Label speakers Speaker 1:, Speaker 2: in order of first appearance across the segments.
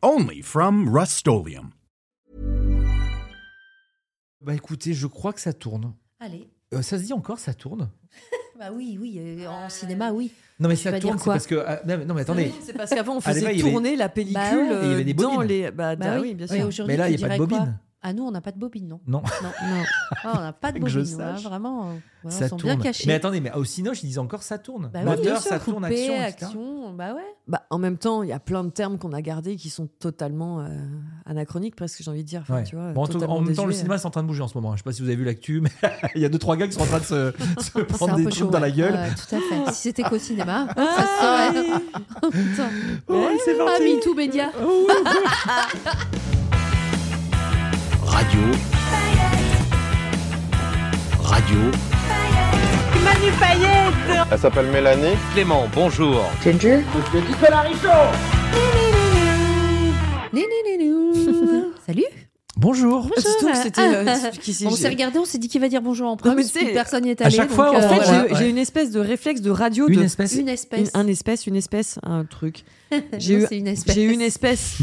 Speaker 1: Only from Rust
Speaker 2: Bah écoutez, je crois que ça tourne.
Speaker 3: Allez.
Speaker 2: Euh, ça se dit encore, ça tourne
Speaker 3: Bah oui, oui, euh, en cinéma, oui.
Speaker 2: Non mais
Speaker 3: Tu
Speaker 2: ça
Speaker 3: vas dire
Speaker 2: tourne, c'est
Speaker 3: quoi
Speaker 2: parce que... ah, non, mais- non mais attendez,
Speaker 4: C'est parce qu'avant, on
Speaker 2: Ah, des fois,
Speaker 4: faisait
Speaker 2: il y avait-
Speaker 4: tourner la pellicule
Speaker 3: Bah ouais.
Speaker 2: Et il y avait des
Speaker 4: euh, dans
Speaker 2: bobines.
Speaker 4: les.
Speaker 3: Bah
Speaker 4: Bah, bah oui, bien
Speaker 3: Mais
Speaker 4: sûr.
Speaker 2: mais
Speaker 3: aujourd'hui,
Speaker 2: là
Speaker 3: tu
Speaker 2: il n'y a pas de
Speaker 3: dirais quoi
Speaker 2: bobine.
Speaker 3: Ah, nous, on n'a pas de bobine, non.
Speaker 2: Non,
Speaker 3: Non, non. Ah, on n'a pas de
Speaker 2: Que je
Speaker 3: bobine, ouais,
Speaker 2: sache.
Speaker 3: vraiment. euh, ouais,
Speaker 2: ça
Speaker 3: on sont
Speaker 2: tourne.
Speaker 3: bien cachés.
Speaker 2: Mais attendez, mais au Cinoche, ils disent encore ça tourne.
Speaker 3: bah, oui,
Speaker 2: Moteur,
Speaker 3: bien sûr,
Speaker 2: ça tourne,
Speaker 3: coupé,
Speaker 2: action, etc.
Speaker 3: action, bah ouais.
Speaker 4: Bah, en même temps, il y a plein de termes qu'on a gardés qui sont totalement euh, anachroniques, presque, j'ai envie de dire. Enfin,
Speaker 2: Ouais.
Speaker 4: tu vois,
Speaker 2: Bon, en, tout-
Speaker 4: totalement
Speaker 2: en même temps, le
Speaker 4: désuets.
Speaker 2: cinéma c'est en train de bouger en ce moment. Je sais pas si vous avez vu l'actu, mais il y a deux trois gars qui sont en train de se, se
Speaker 3: C'est
Speaker 2: prendre
Speaker 3: un
Speaker 2: des
Speaker 3: peu
Speaker 2: trucs
Speaker 3: chaud.
Speaker 2: dans la
Speaker 3: ouais.
Speaker 2: gueule.
Speaker 3: Ouais, tout à fait. Si c'était qu'au cinéma, ça se
Speaker 4: Ah,
Speaker 3: saurait.
Speaker 4: oui.
Speaker 3: Oh, putain.
Speaker 2: Oh, c'est
Speaker 3: Ah,
Speaker 2: parti. Oh,
Speaker 3: MeToo Média.
Speaker 5: Radio. Radio.
Speaker 6: Elle s'appelle Mélanie.
Speaker 5: Clément, bonjour.
Speaker 3: Né, né, né, né. Salut.
Speaker 2: Bonjour.
Speaker 4: Ah, Dis donc, c'était. euh, qui c'est,
Speaker 3: On s'est
Speaker 4: j'ai-
Speaker 3: regardé, on s'est dit qui va dire bonjour en
Speaker 4: mais
Speaker 3: premier.
Speaker 4: tu
Speaker 3: puis
Speaker 4: sais,
Speaker 3: Personne n'y est
Speaker 2: à
Speaker 3: allé.
Speaker 2: chaque
Speaker 3: donc,
Speaker 2: fois, en
Speaker 3: euh,
Speaker 4: En fait,
Speaker 3: voilà.
Speaker 2: Ouais,
Speaker 4: j'ai- j'ai
Speaker 2: ouais.
Speaker 4: une espèce de réflexe de radio
Speaker 2: Une
Speaker 4: de
Speaker 2: espèce.
Speaker 3: une espèce.
Speaker 4: Une- un espèce, une espèce, un truc. J'ai
Speaker 3: Non,
Speaker 4: eu-
Speaker 3: c'est une espèce.
Speaker 4: J'ai eu une espèce.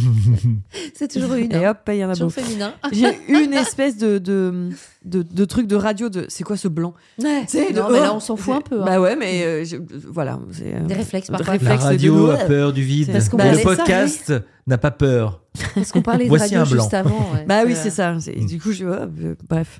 Speaker 3: C'est toujours une.
Speaker 4: Et
Speaker 3: hein.
Speaker 4: hop, il y en a
Speaker 3: Toujours
Speaker 4: beaucoup.
Speaker 3: féminin.
Speaker 4: J'ai eu une espèce de, de, de, de truc de radio de c'est quoi ce blanc
Speaker 3: Ouais.
Speaker 4: Tu sais,
Speaker 3: Non,
Speaker 4: de-
Speaker 3: mais là,
Speaker 4: oh,
Speaker 3: on s'en fout un
Speaker 4: c'est-
Speaker 3: peu. hein.
Speaker 4: Bah ouais, mais euh, je- voilà. c'est, euh,
Speaker 3: Des réflexes
Speaker 4: de
Speaker 3: parfois.
Speaker 4: réflexe.
Speaker 2: La
Speaker 4: Réflexe
Speaker 2: radio
Speaker 4: de-
Speaker 2: a peur du vide.
Speaker 4: Parce
Speaker 3: qu'on
Speaker 2: Mais
Speaker 3: parlait
Speaker 2: le
Speaker 3: ça, oui.
Speaker 2: podcast n'a pas peur.
Speaker 3: Parce qu'on parlait de
Speaker 2: Voici
Speaker 3: radio
Speaker 2: un blanc.
Speaker 3: juste avant. ouais.
Speaker 4: Bah
Speaker 3: Euh,
Speaker 4: oui, c'est ça. c'est-
Speaker 2: Mm.
Speaker 4: Du coup, je, oh, euh,
Speaker 3: bref.
Speaker 4: bref.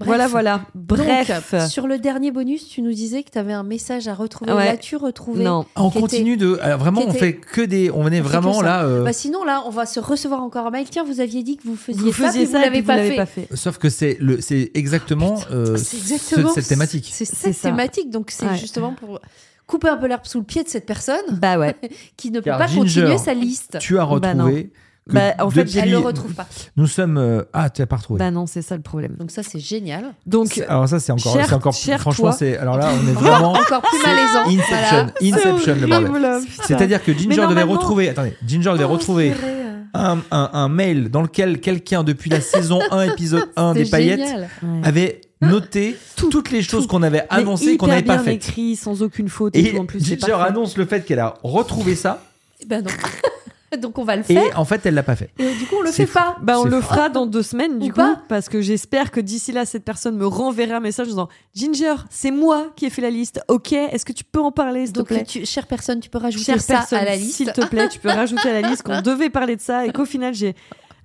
Speaker 4: Voilà, voilà.
Speaker 3: Donc,
Speaker 4: Bref.
Speaker 3: sur le dernier bonus, tu nous disais que tu avais un message à retrouver.
Speaker 4: Ouais.
Speaker 3: L'as-tu retrouvé
Speaker 4: non.
Speaker 2: Ah, On
Speaker 3: Qui
Speaker 2: continue de. alors vraiment,
Speaker 3: qui
Speaker 2: on
Speaker 3: était-
Speaker 2: fait que des. On est
Speaker 3: que
Speaker 2: vraiment
Speaker 3: ça.
Speaker 2: là. euh,
Speaker 3: Bah sinon, là, on va se recevoir encore un mail. Tiens, vous aviez dit que vous faisiez,
Speaker 4: Vous faisiez
Speaker 3: ça,
Speaker 4: ça et
Speaker 3: puis
Speaker 4: puis vous l'avez pas
Speaker 3: pas fait.
Speaker 4: fait.
Speaker 2: Sauf que c'est le c'est exactement,
Speaker 4: Ah,
Speaker 2: euh,
Speaker 3: C'est
Speaker 2: ce-
Speaker 3: exactement
Speaker 2: cette thématique.
Speaker 3: C'est
Speaker 4: C'est
Speaker 3: cette
Speaker 4: ça.
Speaker 3: thématique. Donc, c'est
Speaker 4: Ouais.
Speaker 3: justement pour couper un peu l'herbe sous le pied de cette personne
Speaker 4: Bah ouais.
Speaker 3: qui ne peut
Speaker 2: Car
Speaker 3: pas
Speaker 2: Ginger,
Speaker 3: continuer sa liste.
Speaker 2: Tu as
Speaker 4: Bah non.
Speaker 2: retrouvé. que
Speaker 4: Bah, en fait,
Speaker 2: depuis-
Speaker 3: Elle ne le retrouve pas.
Speaker 2: Nous sommes. euh, Ah, tu as pas retrouvé.
Speaker 4: Bah non, c'est ça le problème.
Speaker 3: Donc, ça, c'est génial.
Speaker 4: Donc,
Speaker 2: C'est- alors ça c'est encore,
Speaker 4: cher-
Speaker 2: c'est encore
Speaker 4: cher
Speaker 2: franchement
Speaker 4: toi.
Speaker 2: c'est alors là on est vraiment
Speaker 3: Encore plus
Speaker 2: c'est
Speaker 3: malaisant.
Speaker 2: Inception,
Speaker 3: Voilà.
Speaker 2: Inception le bordel. C'est-à-dire que Ginger devait
Speaker 4: normalement- Oh,
Speaker 2: retrouver, attendez, Ginger devait retrouver
Speaker 3: euh,
Speaker 2: un, un- un mail dans lequel quelqu'un depuis la saison 1 épisode 1 des
Speaker 3: C'est
Speaker 2: paillettes
Speaker 3: génial.
Speaker 4: Ouais.
Speaker 2: avait noté toutes les choses qu'on avait
Speaker 4: Mais
Speaker 2: annoncées qu'on
Speaker 4: hyper
Speaker 2: n'avait pas
Speaker 4: bien
Speaker 2: faites.
Speaker 4: écrit, sans aucune faute et,
Speaker 2: Et
Speaker 4: tout en plus. c'est
Speaker 2: Ginger
Speaker 4: parfait.
Speaker 2: annonce le fait qu'elle a retrouvé ça
Speaker 3: Eh Ben non. Donc, on va le
Speaker 2: et
Speaker 3: faire.
Speaker 2: en fait elle l'a pas fait.
Speaker 3: Et euh, du coup, on le
Speaker 2: C'est fou.
Speaker 3: fait pas.
Speaker 4: Bah, on
Speaker 2: C'est
Speaker 4: le
Speaker 2: fou.
Speaker 4: fera dans deux semaines,
Speaker 3: Ou
Speaker 4: du coup,
Speaker 3: pas.
Speaker 4: parce que j'espère que d'ici là, cette personne me renverra un message en disant Ginger, c'est moi qui ai fait la liste, ok Est-ce que tu peux en parler, s'il te
Speaker 3: Donc,
Speaker 4: plaît
Speaker 3: tu- chère personne, tu peux rajouter
Speaker 4: Chère
Speaker 3: ça
Speaker 4: personne,
Speaker 3: à la
Speaker 4: s'il
Speaker 3: liste.
Speaker 4: te plaît, tu peux rajouter à la liste qu'on devait parler de ça et qu'au final, j'ai.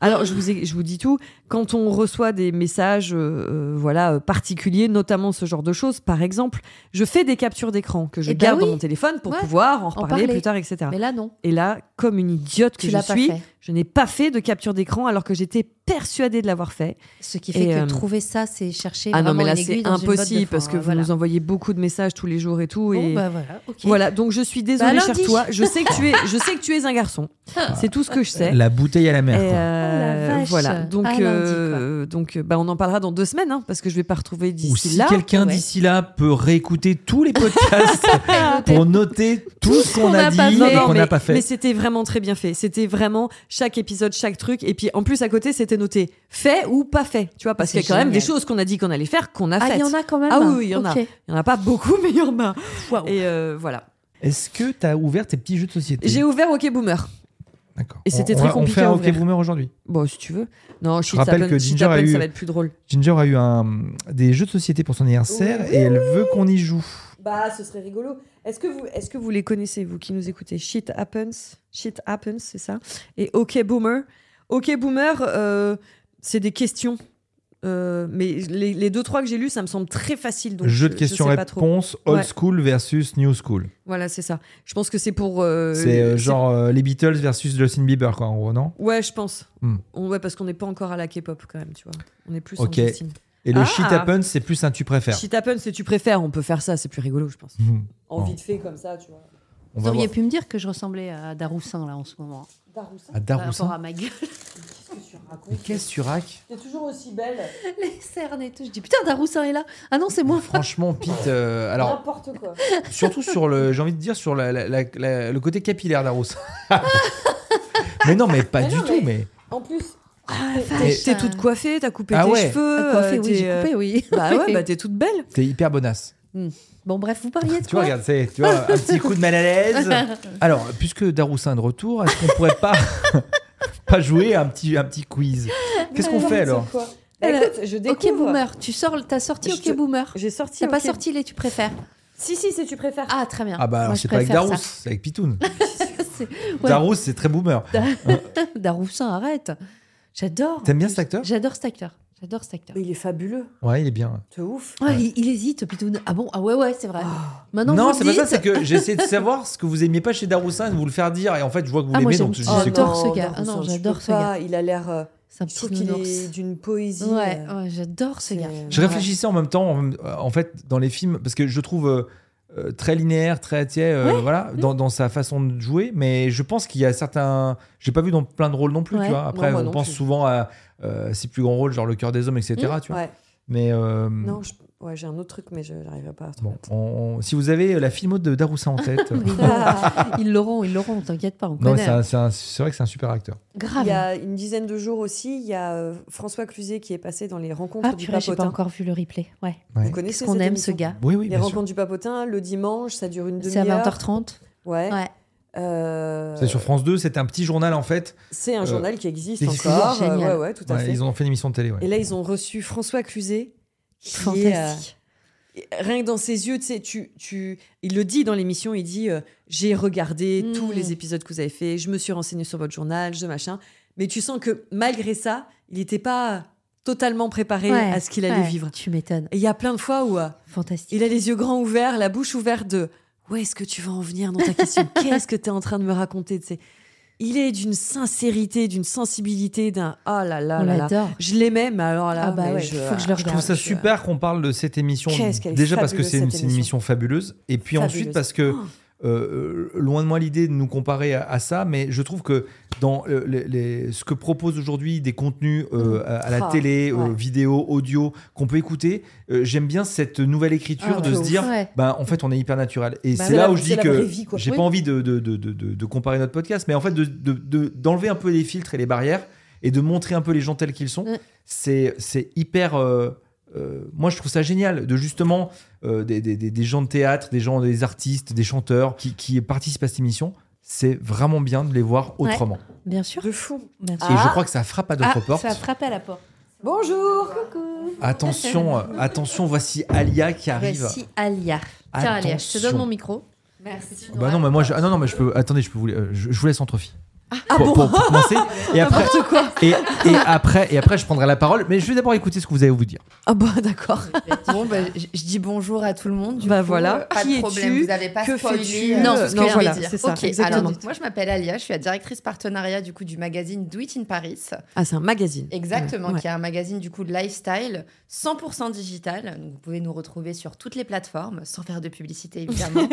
Speaker 4: Alors, je vous, ai- je vous dis tout. Quand on reçoit des messages euh, euh, voilà, euh, particuliers, notamment ce genre de choses, par exemple, je fais des captures d'écran que je
Speaker 3: Eh ben
Speaker 4: garde dans
Speaker 3: oui.
Speaker 4: mon téléphone pour
Speaker 3: Ouais.
Speaker 4: pouvoir en reparler
Speaker 3: parler.
Speaker 4: plus tard, etc.
Speaker 3: Mais là, non.
Speaker 4: Et là, comme une idiote que
Speaker 3: Tu
Speaker 4: je
Speaker 3: l'as pas
Speaker 4: suis,
Speaker 3: fait.
Speaker 4: je n'ai pas fait de capture d'écran alors que j'étais persuadée de l'avoir fait.
Speaker 3: Ce qui fait
Speaker 4: Et,
Speaker 3: que
Speaker 4: euh,
Speaker 3: trouver ça, c'est chercher.
Speaker 4: Ah non,
Speaker 3: vraiment
Speaker 4: mais là,
Speaker 3: une aiguille
Speaker 4: c'est
Speaker 3: dans une botte de
Speaker 4: impossible
Speaker 3: foin,
Speaker 4: parce que
Speaker 3: hein,
Speaker 4: vous
Speaker 3: voilà.
Speaker 4: nous envoyez beaucoup de messages tous les jours et tout.
Speaker 3: Bon,
Speaker 4: et
Speaker 3: bah voilà, ok.
Speaker 4: Voilà, donc je suis désolée,
Speaker 3: Bah,
Speaker 4: cher
Speaker 3: lundi.
Speaker 4: toi. Je sais, que tu es, je sais que tu es un garçon. C'est tout ce que je sais.
Speaker 2: La bouteille à la mer.
Speaker 4: Et,
Speaker 2: quoi.
Speaker 4: euh,
Speaker 3: Oh la vache.
Speaker 4: voilà, donc,
Speaker 3: À lundi,
Speaker 4: euh, donc euh, bah, on en parlera dans deux semaines hein, parce que je vais pas retrouver
Speaker 2: Ou
Speaker 4: d'ici
Speaker 2: si
Speaker 4: là.
Speaker 2: quelqu'un
Speaker 3: ouais.
Speaker 2: d'ici là peut réécouter tous les podcasts pour noter tout ce qu'on
Speaker 3: Ah, qu'on
Speaker 2: a
Speaker 3: n'a pas
Speaker 2: dit
Speaker 3: fait.
Speaker 2: et qu'on
Speaker 4: mais,
Speaker 2: n'a pas fait.
Speaker 4: mais c'était vraiment très bien fait. C'était vraiment chaque épisode, chaque truc. Et puis en plus, à côté, c'était noté fait ou pas fait. Tu vois, parce
Speaker 3: C'est
Speaker 4: qu'il y a quand même des
Speaker 3: génial.
Speaker 4: choses qu'on a dit qu'on allait faire qu'on a
Speaker 3: Ah, il
Speaker 4: faites.
Speaker 3: y en a quand même.
Speaker 4: Ah oui, oui, il y en a.
Speaker 3: Ok.
Speaker 4: Il n'y en a pas beaucoup, mais il y en a.
Speaker 3: Waouh.
Speaker 4: Et euh, voilà.
Speaker 2: Est-ce que tu as ouvert tes petits jeux de société
Speaker 4: J'ai ouvert OK Boomer.
Speaker 2: D'accord.
Speaker 4: et
Speaker 2: On-
Speaker 4: c'était
Speaker 2: on
Speaker 4: très
Speaker 2: va-
Speaker 4: compliqué à
Speaker 2: On fait un
Speaker 4: ouvrir.
Speaker 2: OK Boomer aujourd'hui.
Speaker 4: Bon, si tu veux. Non, je
Speaker 2: rappelle que Ginger a eu-
Speaker 4: ça va être plus drôle.
Speaker 2: Ginger a eu un, des jeux de société pour son anniversaire et elle veut qu'on y joue.
Speaker 4: Bah, ce serait rigolo. Est-ce que, vous, est que vous les connaissez, vous qui nous écoutez Shit Happens, Shit Happens, c'est ça Et OK Boomer. OK Boomer, euh, c'est des questions. Euh, mais les, les deux, trois que j'ai lus, ça me semble très facile. Donc
Speaker 2: Jeu de
Speaker 4: je- je sais pas trop.
Speaker 2: questions-réponses, old
Speaker 4: Ouais.
Speaker 2: school versus new school.
Speaker 4: Voilà, c'est ça. Je pense que c'est pour. euh,
Speaker 2: c'est euh, genre euh, les Beatles versus Justin Bieber, quoi, en gros, non
Speaker 4: Ouais, je pense.
Speaker 2: Hmm.
Speaker 4: On- Ouais, parce qu'on n'est pas encore à la K-pop quand même, tu vois. On est plus en
Speaker 2: Ok.
Speaker 4: Justin.
Speaker 2: Et le
Speaker 4: Ah.
Speaker 2: shit happens, c'est plus un tu préfères.
Speaker 4: Shit Happens, si tu préfères, on peut faire ça, c'est plus rigolo, je pense.
Speaker 2: Mhm.
Speaker 4: En
Speaker 2: Bon.
Speaker 4: vite fait, comme ça, tu vois.
Speaker 2: On
Speaker 3: Vous
Speaker 2: va
Speaker 3: auriez
Speaker 2: voir.
Speaker 3: pu me dire que je ressemblais à Daroussin là en ce moment. hein,
Speaker 4: Daroussin,
Speaker 2: À
Speaker 3: Par rapport
Speaker 2: Daroussin
Speaker 3: à ma gueule.
Speaker 4: qu'est-ce que tu racontes
Speaker 2: Mais qu'est-ce Surac
Speaker 4: T'es toujours aussi belle.
Speaker 3: Les cernes et tout. Je dis putain, Daroussin est là. Ah non, c'est moi.
Speaker 2: Franchement, Pete, euh, alors
Speaker 4: N'importe quoi.
Speaker 2: surtout sur le, j'ai envie de dire sur la- la- la- la- le côté capillaire d'Arousse. mais non, mais pas
Speaker 4: Mais
Speaker 2: du
Speaker 4: non,
Speaker 2: tout,
Speaker 4: mais-
Speaker 2: mais
Speaker 4: En plus,
Speaker 3: Ah,
Speaker 4: t'es-
Speaker 3: la vache.
Speaker 4: t'es toute coiffée, t'as coupé
Speaker 2: Ah
Speaker 4: tes
Speaker 2: ouais.
Speaker 4: cheveux.
Speaker 3: Ah, coiffée,
Speaker 4: euh,
Speaker 3: oui, j'ai
Speaker 4: t'es, euh,
Speaker 3: coupé, oui.
Speaker 4: Bah ouais, bah t'es toute belle.
Speaker 2: t'es hyper bonasse.
Speaker 3: Bon, bref, vous parliez de
Speaker 2: Tu vois,
Speaker 3: quoi
Speaker 2: regarde, c'est, tu vois, un petit coup de mal à l'aise. Alors, puisque Daroussin est de retour, est-ce qu'on pourrait pas pas jouer à un petit un petit quiz Qu'est-ce qu'on fait alors
Speaker 4: C'est quoi Bah,
Speaker 3: Elle a-
Speaker 4: écoute, je
Speaker 3: Ok
Speaker 4: découvre.
Speaker 3: Boomer, tu sors, t'as sorti
Speaker 4: Je
Speaker 3: Ok
Speaker 4: te-
Speaker 3: Boomer.
Speaker 4: J'ai sorti.
Speaker 3: T'as pas
Speaker 4: ok.
Speaker 3: sorti les tu préfères.
Speaker 4: Si, si, si tu préfères.
Speaker 3: Ah très bien.
Speaker 2: Ah bah
Speaker 3: Moi,
Speaker 2: alors
Speaker 3: je
Speaker 2: c'est pas avec
Speaker 3: préfère
Speaker 2: Darousse,
Speaker 3: ça.
Speaker 2: c'est avec Pitoun.
Speaker 3: C'est- Ouais.
Speaker 2: Darousse, c'est très boomer.
Speaker 3: Daroussin, arrête. J'adore.
Speaker 2: T'aimes bien cet acteur
Speaker 3: J'adore cet acteur. J'adore cet acteur.
Speaker 4: Mais il est fabuleux.
Speaker 2: Ouais, il est bien.
Speaker 4: De ouf.
Speaker 3: Ouais, Ah, il, il hésite, Pitoun. Ah bon Ah ouais, ouais, c'est vrai.
Speaker 4: Oh. Ah
Speaker 3: Maintenant,
Speaker 2: non,
Speaker 3: vous
Speaker 2: c'est
Speaker 3: le
Speaker 2: pas ça,
Speaker 3: dites.
Speaker 2: c'est que j'essayais de savoir ce que vous aimiez pas chez Daroussin et de vous le faire dire. Et en fait, je vois que vous
Speaker 3: Ah, moi,
Speaker 2: l'aimez,
Speaker 3: j'aime-
Speaker 2: donc je dis
Speaker 3: Oh,
Speaker 2: c'est
Speaker 3: j'adore
Speaker 2: quoi
Speaker 4: non,
Speaker 3: ce gars. Ah non,
Speaker 4: Darroussin, je
Speaker 3: j'adore
Speaker 4: peux
Speaker 3: ce
Speaker 4: pas, Il a l'air. euh,
Speaker 3: C'est un
Speaker 4: Je
Speaker 3: petit
Speaker 4: trouve qu'il
Speaker 3: nounours.
Speaker 4: est d'une poésie.
Speaker 3: Ouais,
Speaker 4: euh,
Speaker 3: ouais, j'adore ce
Speaker 4: c'est-
Speaker 3: gars.
Speaker 2: Je
Speaker 4: Ouais.
Speaker 2: réfléchissais en même temps, en, en fait, dans les films, parce que je le trouve euh, euh, très linéaire, très tiède, euh, voilà, dans,
Speaker 4: Mm.
Speaker 2: dans sa façon de jouer. Mais je pense qu'il y a certains, j'ai pas vu dans plein de rôles non plus,
Speaker 3: Ouais.
Speaker 2: tu vois. Après,
Speaker 4: Non, moi
Speaker 2: on
Speaker 4: non
Speaker 2: pense
Speaker 4: plus. Mm.
Speaker 2: souvent à euh, ses plus grands rôles, genre Le cœur des hommes, etc. Tu vois.
Speaker 4: Ouais.
Speaker 2: Mais euh,
Speaker 3: Mm.
Speaker 4: Non, je- ouais, j'ai un autre truc, mais je n'arriverai pas à trouver.
Speaker 2: bon, on- on- si vous avez euh, la filmo de Daroussin
Speaker 4: Ah,
Speaker 2: en tête, euh,
Speaker 3: Mais ils l'auront, ils l'auront, ils l'auront, t'inquiète pas, on
Speaker 2: non,
Speaker 3: connaît.
Speaker 4: hein.
Speaker 2: c'est un- c'est un- c'est vrai que c'est un super acteur.
Speaker 4: Il
Speaker 3: Grave.
Speaker 4: y a une dizaine de jours aussi, il y a euh, François Cluzet qui est passé dans les rencontres
Speaker 3: Ah
Speaker 4: du
Speaker 3: purée, j'ai pas
Speaker 4: papotin.
Speaker 3: encore vu le replay. Ouais.
Speaker 2: Ouais.
Speaker 4: Vous connaissez
Speaker 3: Qu'est-ce qu'on
Speaker 4: cette
Speaker 3: aime ce
Speaker 4: émission
Speaker 3: gars
Speaker 2: Oui, oui,
Speaker 4: Les
Speaker 2: bien sûr.
Speaker 4: rencontres du papotin, le dimanche, ça dure une
Speaker 3: C'est à
Speaker 4: demi-heure.
Speaker 3: 20h30.
Speaker 4: Ouais.
Speaker 3: Ouais.
Speaker 4: Euh,
Speaker 2: C'est sur France 2, c'était un petit journal en fait.
Speaker 4: c'est un
Speaker 2: Euh,
Speaker 4: journal qui existe
Speaker 2: qui existe
Speaker 4: encore.
Speaker 3: toujours.
Speaker 4: euh,
Speaker 3: Génial.
Speaker 4: Ouais, ouais, tout à
Speaker 2: Ouais,
Speaker 4: fait.
Speaker 2: ils ont fait une émission de télé. ouais.
Speaker 4: Et là, ils ont reçu François Cluzet. qui est, euh,
Speaker 3: Fantastique.
Speaker 4: rien que dans ses yeux, tu sais, tu, tu, il le dit dans l'émission, il dit euh, j'ai regardé
Speaker 3: Mm.
Speaker 4: tous les épisodes que vous avez fait, je me suis renseigné sur votre journal, je machin. Mais tu sens que malgré ça, il n'était pas totalement préparé
Speaker 3: Ouais,
Speaker 4: à ce qu'il allait
Speaker 3: ouais,
Speaker 4: vivre.
Speaker 3: Tu m'étonnes.
Speaker 4: Et il y a plein de fois où euh,
Speaker 3: Fantastique.
Speaker 4: il a les yeux grands ouverts, la bouche ouverte de où est-ce que tu vas en venir dans ta question Qu'est-ce que tu es en train de me raconter tu sais Il est d'une sincérité, d'une sensibilité, d'un ah là là
Speaker 3: On
Speaker 4: là là.
Speaker 3: l'adore.
Speaker 4: Je l'aimais, mais alors là,
Speaker 3: Ah bah
Speaker 4: mais
Speaker 3: ouais,
Speaker 4: je,
Speaker 3: faut que je le
Speaker 2: Je trouve
Speaker 3: regarde.
Speaker 2: ça
Speaker 4: je-
Speaker 2: super qu'on parle de cette émission.
Speaker 4: Qu'est-ce qu'elle est
Speaker 2: Déjà parce que
Speaker 4: fabuleuse,
Speaker 2: c'est une,
Speaker 4: cette
Speaker 2: c'est une émission fabuleuse. Et puis
Speaker 4: Fabuleuse. Oh.
Speaker 2: ensuite parce que, euh, loin de moi l'idée de nous comparer à, à ça, mais je trouve que dans euh, les, les- ce que propose aujourd'hui des contenus euh, à, à la
Speaker 4: Ah,
Speaker 2: télé, euh,
Speaker 4: ouais.
Speaker 2: vidéo, audio, qu'on peut écouter, euh, j'aime bien cette nouvelle écriture
Speaker 4: Ah,
Speaker 2: de
Speaker 4: de
Speaker 2: se
Speaker 4: ouf.
Speaker 2: dire.
Speaker 3: Ouais.
Speaker 2: Bah, en fait, on est hyper naturel. Et
Speaker 4: Bah,
Speaker 2: c'est
Speaker 4: c'est
Speaker 2: là
Speaker 4: la-
Speaker 2: où je
Speaker 4: c'est
Speaker 2: dis
Speaker 4: la
Speaker 2: que
Speaker 4: vraie vie, quoi.
Speaker 2: j'ai
Speaker 4: Oui.
Speaker 2: pas envie de, de, de, de, de- de comparer notre podcast, mais en fait, de- de- de- d'enlever un peu les filtres et les barrières et de montrer un peu les gens tels qu'ils sont,
Speaker 3: Mm.
Speaker 2: c'est c'est hyper. euh, euh, moi, je trouve ça génial de justement euh, des, des- des- des gens de théâtre, des gens, des artistes, des chanteurs qui, qui participent à cette émission. C'est vraiment bien de les voir
Speaker 3: Ouais.
Speaker 2: autrement.
Speaker 3: Bien sûr.
Speaker 4: de fou.
Speaker 3: Bien sûr.
Speaker 2: Et je
Speaker 4: Ah.
Speaker 2: crois que ça frappe à d'autres
Speaker 3: Ah,
Speaker 2: portes.
Speaker 3: ça a frappé à la porte.
Speaker 4: Bonjour.
Speaker 2: Attention, euh, attention, voici Alia qui
Speaker 3: Ah,
Speaker 2: arrive.
Speaker 3: Voici Alia. Tiens, Alia, je te donne
Speaker 2: Attention.
Speaker 3: mon micro. Merci.
Speaker 2: Bah non, mais moi, je, ah non, non, mais je peux. Attendez, je peux vous. euh, Je, je vous laisse entre filles.
Speaker 4: Ah
Speaker 2: pour,
Speaker 4: bon
Speaker 2: pour- pour commencer. Et après,
Speaker 4: N'importe quoi.
Speaker 2: et, et après, et après, je prendrai la parole. Mais je vais d'abord écouter ce que vous allez vous dire.
Speaker 4: Ah bah d'accord.
Speaker 6: Bon, bah, je je dis bonjour à tout le monde. Du
Speaker 4: Bah
Speaker 6: coup,
Speaker 4: voilà.
Speaker 6: euh, Pas
Speaker 4: Qui
Speaker 6: de
Speaker 4: es-tu
Speaker 6: problème. Vous n'avez pas
Speaker 4: Que
Speaker 6: spoilé,
Speaker 4: fais-tu
Speaker 6: euh,
Speaker 3: Non,
Speaker 6: ce que
Speaker 3: non,
Speaker 6: je
Speaker 4: voilà,
Speaker 6: vais dire.
Speaker 4: c'est ça,
Speaker 6: Ok,
Speaker 4: exactement.
Speaker 6: alors, moi, je m'appelle Alia. Je suis la directrice partenariat du coup du magazine Do It in Paris.
Speaker 4: Ah, c'est un magazine.
Speaker 6: Exactement,
Speaker 4: Ouais.
Speaker 6: qui est un magazine du coup de lifestyle 100% digital. Donc, vous pouvez nous retrouver sur toutes les plateformes, sans faire de publicité évidemment.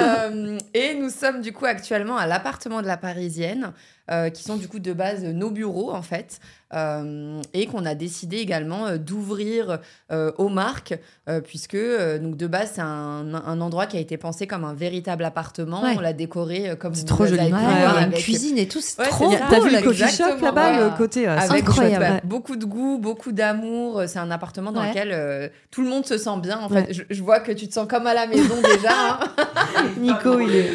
Speaker 6: Euh, et nous sommes du coup actuellement à l'appartement de la Parisienne, euh, qui sont du coup de base euh, nos bureaux en fait, euh, et qu'on a décidé également euh, d'ouvrir euh, aux marques, euh, puisque euh, donc de base c'est un, un endroit qui a été pensé comme un véritable appartement.
Speaker 3: Ouais.
Speaker 6: On l'a décoré euh, comme
Speaker 4: C'est
Speaker 6: vous
Speaker 4: trop
Speaker 6: avez
Speaker 4: joli.
Speaker 6: pu
Speaker 3: Ouais,
Speaker 6: le
Speaker 4: Ouais,
Speaker 3: il
Speaker 6: voir
Speaker 3: y a une
Speaker 6: avec-
Speaker 3: cuisine et tout, c'est
Speaker 6: Ouais,
Speaker 3: trop
Speaker 6: c'est
Speaker 3: bien.
Speaker 6: bien.
Speaker 4: T'as vu le
Speaker 6: Exactement,
Speaker 4: coffee shop là-bas,
Speaker 6: voilà.
Speaker 4: le côté euh,
Speaker 6: avec
Speaker 3: incroyable.
Speaker 6: bah,
Speaker 4: Ouais.
Speaker 6: beaucoup de goût, beaucoup d'amour. euh, C'est un appartement dans
Speaker 3: Ouais.
Speaker 6: lequel euh, tout le monde se sent bien. En
Speaker 4: Ouais.
Speaker 6: fait, je, je vois que tu te sens comme à la maison déjà. hein.
Speaker 4: Nico, il est.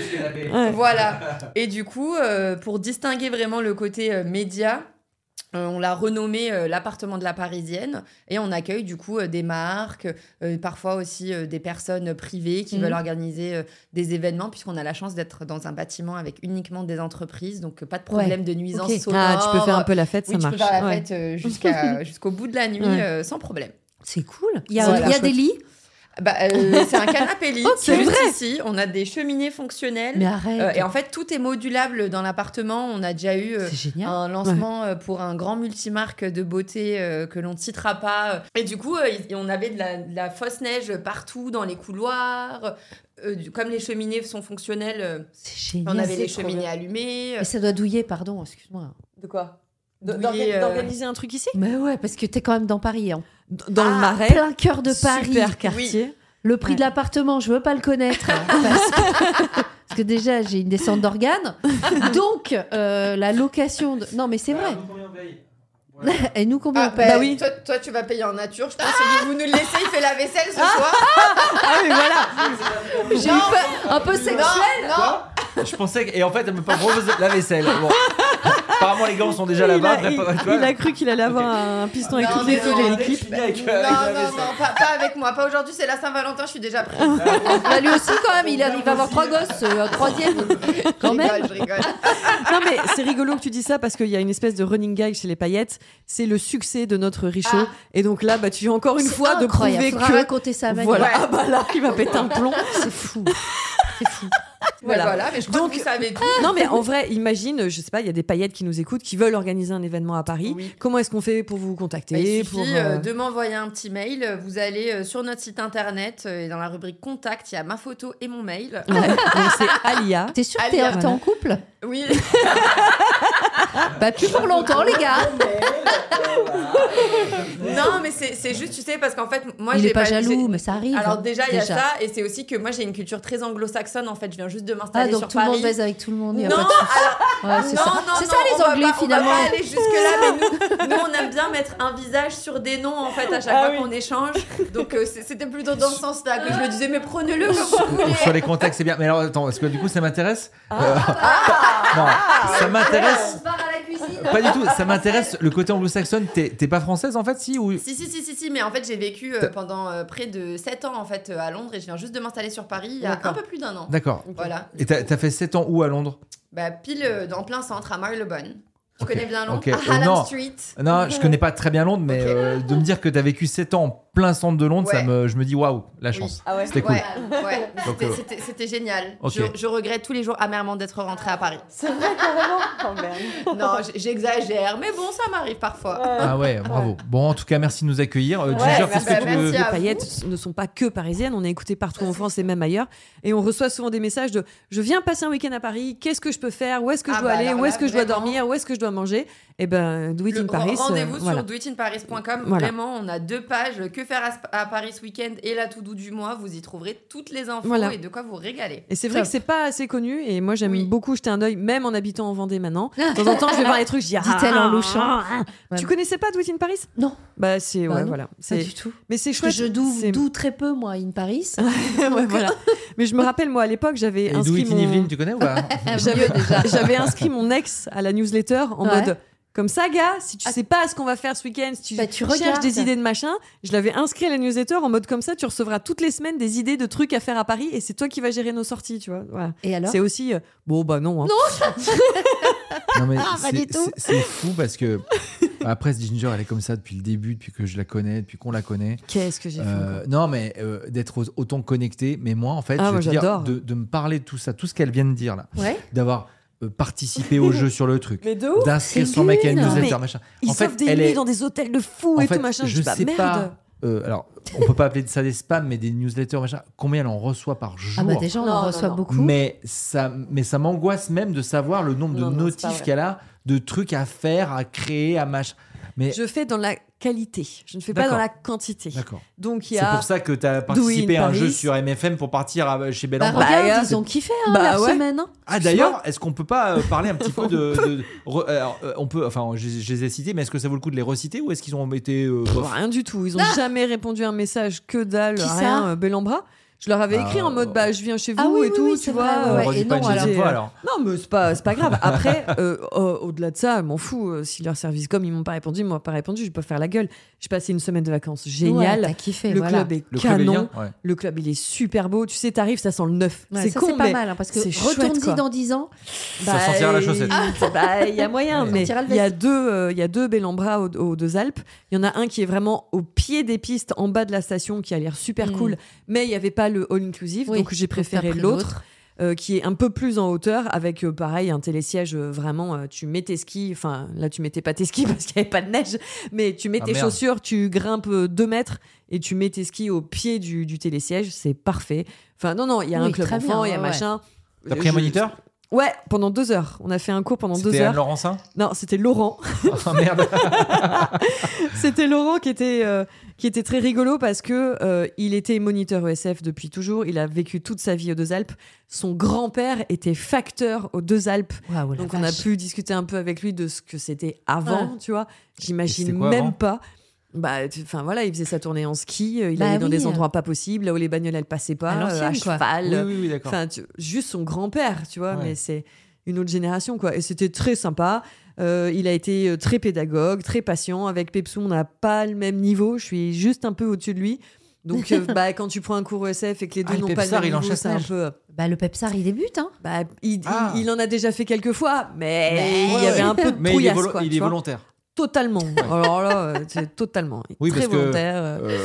Speaker 4: Ouais.
Speaker 6: Voilà. Et du coup, euh, pour distinguer vraiment le côté euh, média, euh, on l'a renommé euh, l'appartement de la Parisienne et on accueille du coup euh, des marques, euh, parfois aussi euh, des personnes privées qui
Speaker 4: Mhm.
Speaker 6: veulent organiser euh, des événements puisqu'on a la chance d'être dans un bâtiment avec uniquement des entreprises, donc euh, pas de problème de nuisance
Speaker 3: Ok. Ah,
Speaker 6: sonore.
Speaker 4: Ah, tu peux faire un peu la fête,
Speaker 6: Oui,
Speaker 4: ça
Speaker 6: tu
Speaker 4: marche.
Speaker 6: peux faire la
Speaker 4: Ouais.
Speaker 6: fête euh, jusqu'à- jusqu'au bout de la nuit
Speaker 4: Ouais.
Speaker 6: euh, sans problème.
Speaker 3: C'est cool. Il y a,
Speaker 6: Voilà.
Speaker 3: il y a des lits.
Speaker 6: Bah, euh, c'est un canapé lit,
Speaker 3: Ok.
Speaker 6: c'est juste
Speaker 3: Vrai.
Speaker 6: ici. On a des cheminées fonctionnelles.
Speaker 3: Mais
Speaker 6: Euh,
Speaker 3: arrête.
Speaker 6: et en fait, tout est modulable dans l'appartement. On a déjà eu euh,
Speaker 3: c'est génial.
Speaker 6: un lancement euh, pour un grand multimarque de beauté euh, que l'on ne citera pas. Et du coup, euh, il- on avait de la, de la fausse neige partout dans les couloirs. Euh, du- comme les cheminées sont fonctionnelles, euh,
Speaker 3: C'est génial.
Speaker 6: on avait les
Speaker 3: C'est trop
Speaker 6: cheminées
Speaker 3: bien.
Speaker 6: allumées.
Speaker 3: Mais ça doit douiller, pardon, excuse-moi.
Speaker 4: De quoi De-
Speaker 6: Oui,
Speaker 4: d'orga-
Speaker 6: euh,
Speaker 4: D'organiser un truc ici
Speaker 3: Mais ouais, parce que t'es quand même dans Paris. Hein.
Speaker 4: Dans le
Speaker 3: Ah,
Speaker 4: marais.
Speaker 3: Plein cœur de Paris.
Speaker 4: Super quartier.
Speaker 3: Le prix
Speaker 4: Ouais.
Speaker 3: de l'appartement, je veux pas le connaître. hein, parce, que, parce que déjà, j'ai une descente d'organes. Donc, euh, la location. de- Non, mais c'est vrai. Et nous, combien
Speaker 6: Ah,
Speaker 3: on
Speaker 6: bah,
Speaker 3: paye
Speaker 4: oui.
Speaker 6: toi, toi, tu vas payer en nature. Je pense que vous nous le laissez, il fait la vaisselle ce soir.
Speaker 4: Ah, mais voilà
Speaker 3: J'ai eu peur- un peu
Speaker 6: Non,
Speaker 3: sexuel.
Speaker 6: non.
Speaker 2: Je pensais que... Et en fait, elle me propose la vaisselle. Bon. Apparemment, les gants sont déjà
Speaker 4: il,
Speaker 2: là-bas.
Speaker 4: a,
Speaker 2: après,
Speaker 4: il-
Speaker 2: pas- tu vois.
Speaker 4: il a cru qu'il allait avoir un piston avec
Speaker 6: Non,
Speaker 4: toutes les
Speaker 6: mais
Speaker 4: filles de
Speaker 6: non.
Speaker 4: l'équipe.
Speaker 2: Je finis avec- euh, avec la
Speaker 6: Non, non,
Speaker 2: vaisselle.
Speaker 6: non, pas, pas avec moi, pas aujourd'hui, c'est la Saint-Valentin, je suis déjà prise.
Speaker 3: Bah, lui aussi, quand même, il, a- il va avoir trois gosses. euh, un troisième. Quand
Speaker 6: je
Speaker 3: même.
Speaker 6: rigole, je rigole.
Speaker 4: Non mais c'est rigolo que tu dis ça parce qu'il y a une espèce de running gag chez les paillettes, c'est le succès de notre Richaud
Speaker 6: Ah.
Speaker 4: et donc là bah tu as encore une
Speaker 3: C'est
Speaker 4: fois de
Speaker 3: incroyable.
Speaker 4: prouver
Speaker 3: Faudra
Speaker 4: que
Speaker 3: raconter ça à Manuel.
Speaker 4: voilà
Speaker 6: Ouais.
Speaker 4: ah bah là il va péter un plomb.
Speaker 3: C'est fou. C'est fou.
Speaker 6: Voilà.
Speaker 4: Voilà.
Speaker 6: voilà, mais je crois
Speaker 4: Donc-
Speaker 6: que vous savez tout.
Speaker 4: Non mais en vrai imagine je sais pas il y a des paillettes qui nous écoutent qui veulent organiser un événement à Paris.
Speaker 6: Oui.
Speaker 4: Comment est-ce qu'on fait pour vous contacter
Speaker 6: Bah, il
Speaker 4: pour,
Speaker 6: suffit
Speaker 4: euh,
Speaker 6: euh, de m'envoyer un petit mail. euh, Vous allez euh, sur notre site internet euh, et dans la rubrique contact, il y a ma photo et mon mail.
Speaker 4: Ouais. Donc, c'est Alia.
Speaker 3: T'es sûr que t'es
Speaker 6: Alia.
Speaker 3: t'es en couple
Speaker 6: Oui,
Speaker 3: Bah, plus pour longtemps, les gars.
Speaker 6: non, mais c'est c'est juste, tu sais, parce qu'en fait, moi,
Speaker 3: il
Speaker 6: j'ai
Speaker 3: est pas,
Speaker 6: j'ai-
Speaker 3: jaloux, mais ça arrive.
Speaker 6: Alors déjà, il y a
Speaker 3: Déjà.
Speaker 6: ça, et c'est aussi que moi, j'ai une culture très anglo-saxonne. En fait, je viens juste de
Speaker 3: Ah,
Speaker 6: m'installer
Speaker 3: donc
Speaker 6: sur
Speaker 3: tout le
Speaker 6: Paris.
Speaker 3: monde baise avec tout le monde. il y a
Speaker 6: non, ah,
Speaker 3: pas de souci. Ouais, c'est
Speaker 6: non,
Speaker 3: ça.
Speaker 6: non,
Speaker 3: C'est
Speaker 6: non,
Speaker 3: ça, les
Speaker 6: on va
Speaker 3: Anglais,
Speaker 6: pas-
Speaker 3: finalement.
Speaker 6: On va pas aller jusque là, mais nous, nous, on aime bien mettre un visage sur des noms en fait à chaque
Speaker 4: Ah
Speaker 6: fois
Speaker 4: oui.
Speaker 6: qu'on échange. Donc euh, c'est- c'était plutôt dans ce sens-là
Speaker 3: Ah.
Speaker 6: que je me disais mais prenez-le comme vous voulez.
Speaker 2: Sur les contacts, c'est bien. Mais alors, attends, parce que du coup, ça m'intéresse.
Speaker 4: Ah.
Speaker 2: Euh, non, ça m'intéresse.
Speaker 3: se barre à la cuisine.
Speaker 2: Pas du tout. Ça m'intéresse le côté anglo-saxon. T'es t'es pas française en fait, si ou
Speaker 6: Si, si, si, si, si, mais en fait j'ai vécu euh,
Speaker 2: T'as-
Speaker 6: pendant euh, près de 7 ans en fait euh, à Londres et je viens juste de m'installer sur Paris il y a un peu plus d'un an.
Speaker 2: D'accord.
Speaker 6: Voilà,
Speaker 2: Et t'as t'as fait 7 ans où à Londres
Speaker 6: bah, pile euh, dans plein centre à Marylebone. Tu connais bien Londres
Speaker 2: ok. Euh,
Speaker 6: À Hallam
Speaker 2: non.
Speaker 6: Street.
Speaker 2: Non, je connais pas très bien Londres, mais
Speaker 6: Ok.
Speaker 2: euh, de me dire que t'as vécu 7 ans en plein centre de Londres, ça
Speaker 6: Ouais.
Speaker 2: me, je me dis waouh, la
Speaker 6: Oui.
Speaker 2: chance.
Speaker 4: Ah ouais.
Speaker 2: C'était cool.
Speaker 6: Ouais, ouais.
Speaker 2: Donc,
Speaker 6: C'était-
Speaker 2: euh,
Speaker 6: c'était- C'était génial.
Speaker 2: Ok.
Speaker 6: Je, je regrette tous les jours amèrement d'être rentrée à Paris.
Speaker 4: C'est vrai carrément.
Speaker 6: Non, j- j'exagère, mais bon, ça m'arrive parfois.
Speaker 2: Ah ouais, bravo. Bon, en tout cas, merci de nous accueillir. Euh,
Speaker 4: Ouais,
Speaker 2: Ginger, qu'est-ce
Speaker 6: bah,
Speaker 2: que tu veux
Speaker 6: merci à-
Speaker 4: les paillettes ne sont pas que parisiennes, on est écouté partout en France et même ailleurs. Et on reçoit souvent des messages de je viens passer un week-end à Paris, qu'est-ce que je peux faire, où est-ce que je
Speaker 6: Ah
Speaker 4: dois
Speaker 6: bah
Speaker 4: aller,
Speaker 6: alors
Speaker 4: où est-ce
Speaker 6: là,
Speaker 4: que je dois
Speaker 6: vraiment.
Speaker 4: dormir, où est-ce que je dois manger. Et ben, Do It
Speaker 6: Le-
Speaker 4: in Paris. euh,
Speaker 6: Rendez-vous
Speaker 4: voilà.
Speaker 6: sur doitinparis.com.
Speaker 4: Voilà.
Speaker 6: Vraiment, on a deux pages. Que faire à, Sp- à Paris ce week-end et la to-do du mois. Vous y trouverez toutes les infos
Speaker 4: Voilà.
Speaker 6: et de quoi vous régaler.
Speaker 4: Et c'est vrai
Speaker 3: Top.
Speaker 4: que c'est pas assez connu et moi j'aime
Speaker 6: Oui.
Speaker 4: beaucoup jeter un œil, même en habitant en Vendée maintenant. De temps en temps, je vais voir les trucs, je dis ah,
Speaker 3: Dit-elle en louchant.
Speaker 4: ah, ah. Tu
Speaker 3: Ouais.
Speaker 4: connaissais pas Do It in Paris
Speaker 3: Non.
Speaker 4: Bah c'est
Speaker 3: Bah
Speaker 4: ouais,
Speaker 3: non,
Speaker 4: voilà.
Speaker 3: Pas
Speaker 4: C'est
Speaker 3: du tout.
Speaker 4: mais c'est
Speaker 3: Parce que
Speaker 4: chouette.
Speaker 3: je doute,
Speaker 4: c'est-
Speaker 3: doute très peu, moi, in Paris.
Speaker 4: Ouais, voilà. Mais je me rappelle moi à l'époque j'avais
Speaker 2: Et Do
Speaker 4: inscrit
Speaker 2: It in
Speaker 4: mon-
Speaker 2: Yvelines, tu connais ou pas
Speaker 4: J'avais j'avais inscrit mon ex à la newsletter en
Speaker 3: Ouais.
Speaker 4: mode comme ça, gars, si tu sais pas ce qu'on va faire ce week-end, si
Speaker 3: Bah,
Speaker 4: Ah. tu,
Speaker 3: tu
Speaker 4: cherches
Speaker 3: regardes.
Speaker 4: des idées de machin, je l'avais inscrit à la newsletter en mode comme ça, tu recevras toutes les semaines des idées de trucs à faire à Paris et c'est toi qui vas gérer nos sorties, tu vois. Voilà.
Speaker 3: Et alors
Speaker 4: C'est aussi euh, bon, bah non. hein.
Speaker 2: Non, mais
Speaker 3: Ah, pas
Speaker 2: c'est-
Speaker 3: du tout.
Speaker 2: c'est- C'est fou parce que. bah, Après, Ginger, elle est comme ça depuis le début, depuis que je la connais, depuis qu'on la connaît.
Speaker 4: Qu'est-ce que j'ai fait
Speaker 2: Euh,
Speaker 4: encore
Speaker 2: non, mais euh, d'être au- autant connecté. Mais moi, en fait,
Speaker 4: Ah,
Speaker 2: je
Speaker 4: moi,
Speaker 2: veux dire,
Speaker 4: j'adore.
Speaker 2: de, de me parler de tout ça, tout ce qu'elle vient de dire là,
Speaker 3: Ouais.
Speaker 2: d'avoir euh, participé au jeu sur le truc,
Speaker 4: Mais de ouf
Speaker 2: d'inscrire
Speaker 3: c'est
Speaker 2: son mec à une
Speaker 3: nul.
Speaker 2: newsletter,
Speaker 4: Mais
Speaker 2: machin.
Speaker 4: Ils
Speaker 2: en fait,
Speaker 4: offrent des
Speaker 2: elle
Speaker 4: nuits
Speaker 2: est-
Speaker 4: dans des hôtels de fous
Speaker 2: en
Speaker 4: et
Speaker 2: fait,
Speaker 4: tout machin.
Speaker 2: je
Speaker 4: dis, bah,
Speaker 2: sais
Speaker 4: merde.
Speaker 2: pas. euh, alors, on peut pas appeler ça des spams, mais des newsletters, machin. Combien elle en reçoit par jour
Speaker 3: Ah, bah, déjà, on
Speaker 4: Non,
Speaker 3: en
Speaker 4: non,
Speaker 3: reçoit
Speaker 4: non.
Speaker 3: beaucoup.
Speaker 2: mais ça, mais ça m'angoisse même de savoir le nombre de
Speaker 4: Non, non, c'est pas
Speaker 2: notifs
Speaker 4: vrai.
Speaker 2: qu'elle a, de trucs à faire, à créer, à machin. Mais
Speaker 4: Je fais dans la qualité. Je ne fais pas
Speaker 2: D'accord.
Speaker 4: dans la quantité.
Speaker 2: d'accord.
Speaker 4: Donc il y
Speaker 2: C'est
Speaker 4: a.
Speaker 2: pour ça que tu as participé à un
Speaker 4: Paris.
Speaker 2: jeu sur MFM pour partir à- chez Belle
Speaker 3: Bah,
Speaker 2: Ambra.
Speaker 4: Bah,
Speaker 3: regarde,
Speaker 4: regarde.
Speaker 3: ils ont kiffé hein,
Speaker 4: Bah,
Speaker 3: leur
Speaker 4: ouais.
Speaker 3: semaine. hein.
Speaker 2: Ah d'ailleurs, est-ce qu'on peut pas euh, parler un petit peu de, de- re- alors, euh, on peut enfin je, je les ai cités mais est-ce que ça vaut le coup de les reciter ou est-ce qu'ils ont été euh,
Speaker 4: Pff,
Speaker 2: bof
Speaker 4: Bah, Rien du tout. Ils ont jamais répondu à un message que dalle,
Speaker 3: Ah. Qui ça
Speaker 4: rien, euh, bel en bras. Je leur avais
Speaker 2: Ah,
Speaker 4: écrit en mode
Speaker 2: euh,
Speaker 4: bah je viens chez vous
Speaker 3: Ah oui,
Speaker 4: et
Speaker 3: oui,
Speaker 4: tout,
Speaker 3: oui,
Speaker 4: tu
Speaker 3: c'est
Speaker 4: vois.
Speaker 3: vrai,
Speaker 2: On
Speaker 4: euh,
Speaker 3: ouais.
Speaker 2: redit
Speaker 3: et
Speaker 2: pas une
Speaker 3: non,
Speaker 2: deuxième
Speaker 4: alors.
Speaker 2: fois alors.
Speaker 4: Non, mais c'est pas, c'est pas grave. Après, euh, euh, au-delà de ça, je m'en fous. Euh, si leur service com, ils m'ont pas répondu, ils m'ont pas répondu, je vais pas faire la gueule. J'ai passé une semaine de vacances géniale.
Speaker 3: Ouais, T'as kiffé,
Speaker 4: le
Speaker 3: voilà.
Speaker 4: club est
Speaker 2: Le club est
Speaker 4: canon.
Speaker 2: bien. ouais.
Speaker 4: le club, il est super beau. Tu sais, t'arrives, ça sent le neuf.
Speaker 3: Ouais,
Speaker 4: c'est
Speaker 3: ça,
Speaker 4: con,
Speaker 3: pas
Speaker 4: mais
Speaker 3: mal, hein, parce que
Speaker 4: c'est chouette,
Speaker 3: retourne-y
Speaker 4: quoi.
Speaker 3: dans 10 ans.
Speaker 4: Bah,
Speaker 2: Ça sentira la
Speaker 4: euh,
Speaker 2: chaussette.
Speaker 4: Il bah, il y a moyen,
Speaker 2: Ouais.
Speaker 4: mais
Speaker 3: Sentira le
Speaker 4: il y a deux, euh, il y a deux bel en bras aux, aux deux Alpes. Il y en a un qui est vraiment au pied des pistes, en bas de la station, qui a l'air super
Speaker 3: Mm.
Speaker 4: cool, mais il n'y avait pas le all inclusive,
Speaker 3: Oui,
Speaker 4: donc j'ai
Speaker 3: t'as
Speaker 4: préféré
Speaker 3: pris
Speaker 4: l'autre. euh, qui est un peu plus en hauteur avec euh, pareil un télésiège euh, vraiment euh, tu mets tes skis enfin là tu mettais pas tes skis parce qu'il y avait pas de neige mais tu mets
Speaker 2: Ah,
Speaker 4: tes
Speaker 2: merde.
Speaker 4: chaussures tu grimpes 2 mètres et tu mets tes skis au pied du, du télésiège c'est parfait enfin non non il y a
Speaker 3: Oui,
Speaker 4: un club
Speaker 3: très bien,
Speaker 4: enfant il y a
Speaker 3: ouais, ouais.
Speaker 4: machin
Speaker 2: T'as pris un
Speaker 4: Je-
Speaker 2: moniteur
Speaker 4: Ouais, pendant deux heures. On a fait un cours pendant deux
Speaker 2: C'était
Speaker 4: heures.
Speaker 2: Anne Laurencin
Speaker 4: Non, c'était Laurent.
Speaker 2: Ah merde
Speaker 4: C'était Laurent qui était, euh, qui était très rigolo parce que euh, il était moniteur ESF depuis toujours. Il a vécu toute sa vie aux Deux Alpes. Son grand-père était facteur aux Deux Alpes.
Speaker 3: Waouh, la
Speaker 4: Donc on a
Speaker 3: vache.
Speaker 4: pu discuter un peu avec lui de ce que c'était avant, tu vois.
Speaker 2: Et
Speaker 4: J'imagine
Speaker 2: c'était quoi avant
Speaker 4: même pas. Bah, tu- enfin voilà, il faisait sa tournée en ski. euh, Il
Speaker 3: Bah
Speaker 4: allait dans
Speaker 3: oui.
Speaker 4: des endroits pas possibles, là où les bagnoles elles passaient pas,
Speaker 3: À
Speaker 4: euh, à,
Speaker 3: l'ancienne, quoi.
Speaker 4: cheval.
Speaker 2: Oui, oui, oui, d'accord.
Speaker 4: Enfin, tu- juste son grand-père, tu vois,
Speaker 2: Ouais.
Speaker 4: mais c'est une autre génération, quoi. Et c'était très sympa. Euh, il a été euh, très pédagogue, très patient. Avec Pepsou, on n'a pas le même niveau. Je suis juste un peu au-dessus de lui. Donc, euh, bah, quand tu prends un cours ESF et que les deux
Speaker 2: Ah, le
Speaker 4: n'ont pas le
Speaker 2: Pepsar,
Speaker 4: même
Speaker 2: il en
Speaker 4: niveau, c'est un
Speaker 2: chasse-neige.
Speaker 4: peu. euh,
Speaker 3: Bah, le Pepsar, il débute, hein.
Speaker 4: Bah, il, il-
Speaker 2: Ah.
Speaker 4: il en a déjà fait quelques fois, mais,
Speaker 3: Mais-
Speaker 4: il y avait un peu de
Speaker 2: Mais il est,
Speaker 4: trouillasse,
Speaker 2: volo-
Speaker 4: quoi.
Speaker 2: il
Speaker 4: tu
Speaker 2: est
Speaker 4: vois.
Speaker 2: volontaire.
Speaker 4: Totalement. Alors là, euh, c'est totalement.
Speaker 2: Oui,
Speaker 4: très
Speaker 2: parce que-
Speaker 4: volontaire. euh.
Speaker 2: Euh,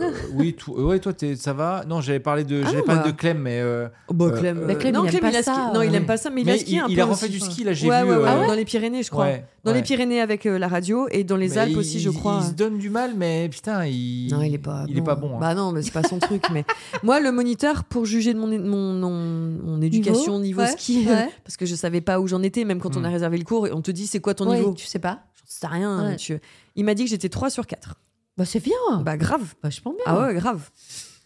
Speaker 2: euh, oui, tout- euh, ouais, toi, t'es- ça va Non, j'avais parlé de,
Speaker 4: Ah
Speaker 2: j'avais
Speaker 4: non,
Speaker 2: parlé
Speaker 4: bah.
Speaker 2: de Clem, mais. euh,
Speaker 4: Bah,
Speaker 2: euh,
Speaker 4: Clem,
Speaker 2: Mais
Speaker 4: euh,
Speaker 3: Clem,
Speaker 4: non,
Speaker 3: il aime
Speaker 4: Clem,
Speaker 3: pas
Speaker 4: il a
Speaker 3: ça,
Speaker 4: ski- Non, il
Speaker 3: ouais.
Speaker 4: aime pas ça, mais il a
Speaker 2: mais
Speaker 4: skié
Speaker 2: il,
Speaker 4: un
Speaker 2: il
Speaker 4: peu
Speaker 2: a refait
Speaker 4: aussi,
Speaker 2: du
Speaker 4: quoi.
Speaker 2: ski, là, j'ai
Speaker 4: ouais,
Speaker 2: vu.
Speaker 4: ouais, ouais,
Speaker 2: euh,
Speaker 4: dans les Pyrénées, je crois.
Speaker 2: ouais,
Speaker 4: Dans les
Speaker 2: ouais.
Speaker 4: Pyrénées avec euh, la radio et dans les
Speaker 2: Mais
Speaker 4: Alpes
Speaker 2: il-
Speaker 4: aussi, je
Speaker 2: il-
Speaker 4: crois.
Speaker 2: Il se donne du mal, mais putain, il.
Speaker 4: Non, il est pas.
Speaker 2: Il est pas bon. hein.
Speaker 4: Bah non, mais c'est pas son truc. Mais moi, le moniteur pour juger de mon é- mon, mon- mon éducation niveau,
Speaker 3: ouais,
Speaker 4: ski, euh,
Speaker 3: ouais.
Speaker 4: parce que je savais pas où j'en étais, même quand on a
Speaker 2: Hmm.
Speaker 4: réservé le cours, et on te dit c'est quoi ton
Speaker 3: Ouais,
Speaker 4: niveau.
Speaker 3: tu sais pas.
Speaker 4: J'en sais rien.
Speaker 3: Ouais.
Speaker 4: tu- Il m'a dit que j'étais 3 sur 4
Speaker 3: Bah, c'est bien.
Speaker 4: Bah grave.
Speaker 3: Vachement bien.
Speaker 4: Ah ouais, grave.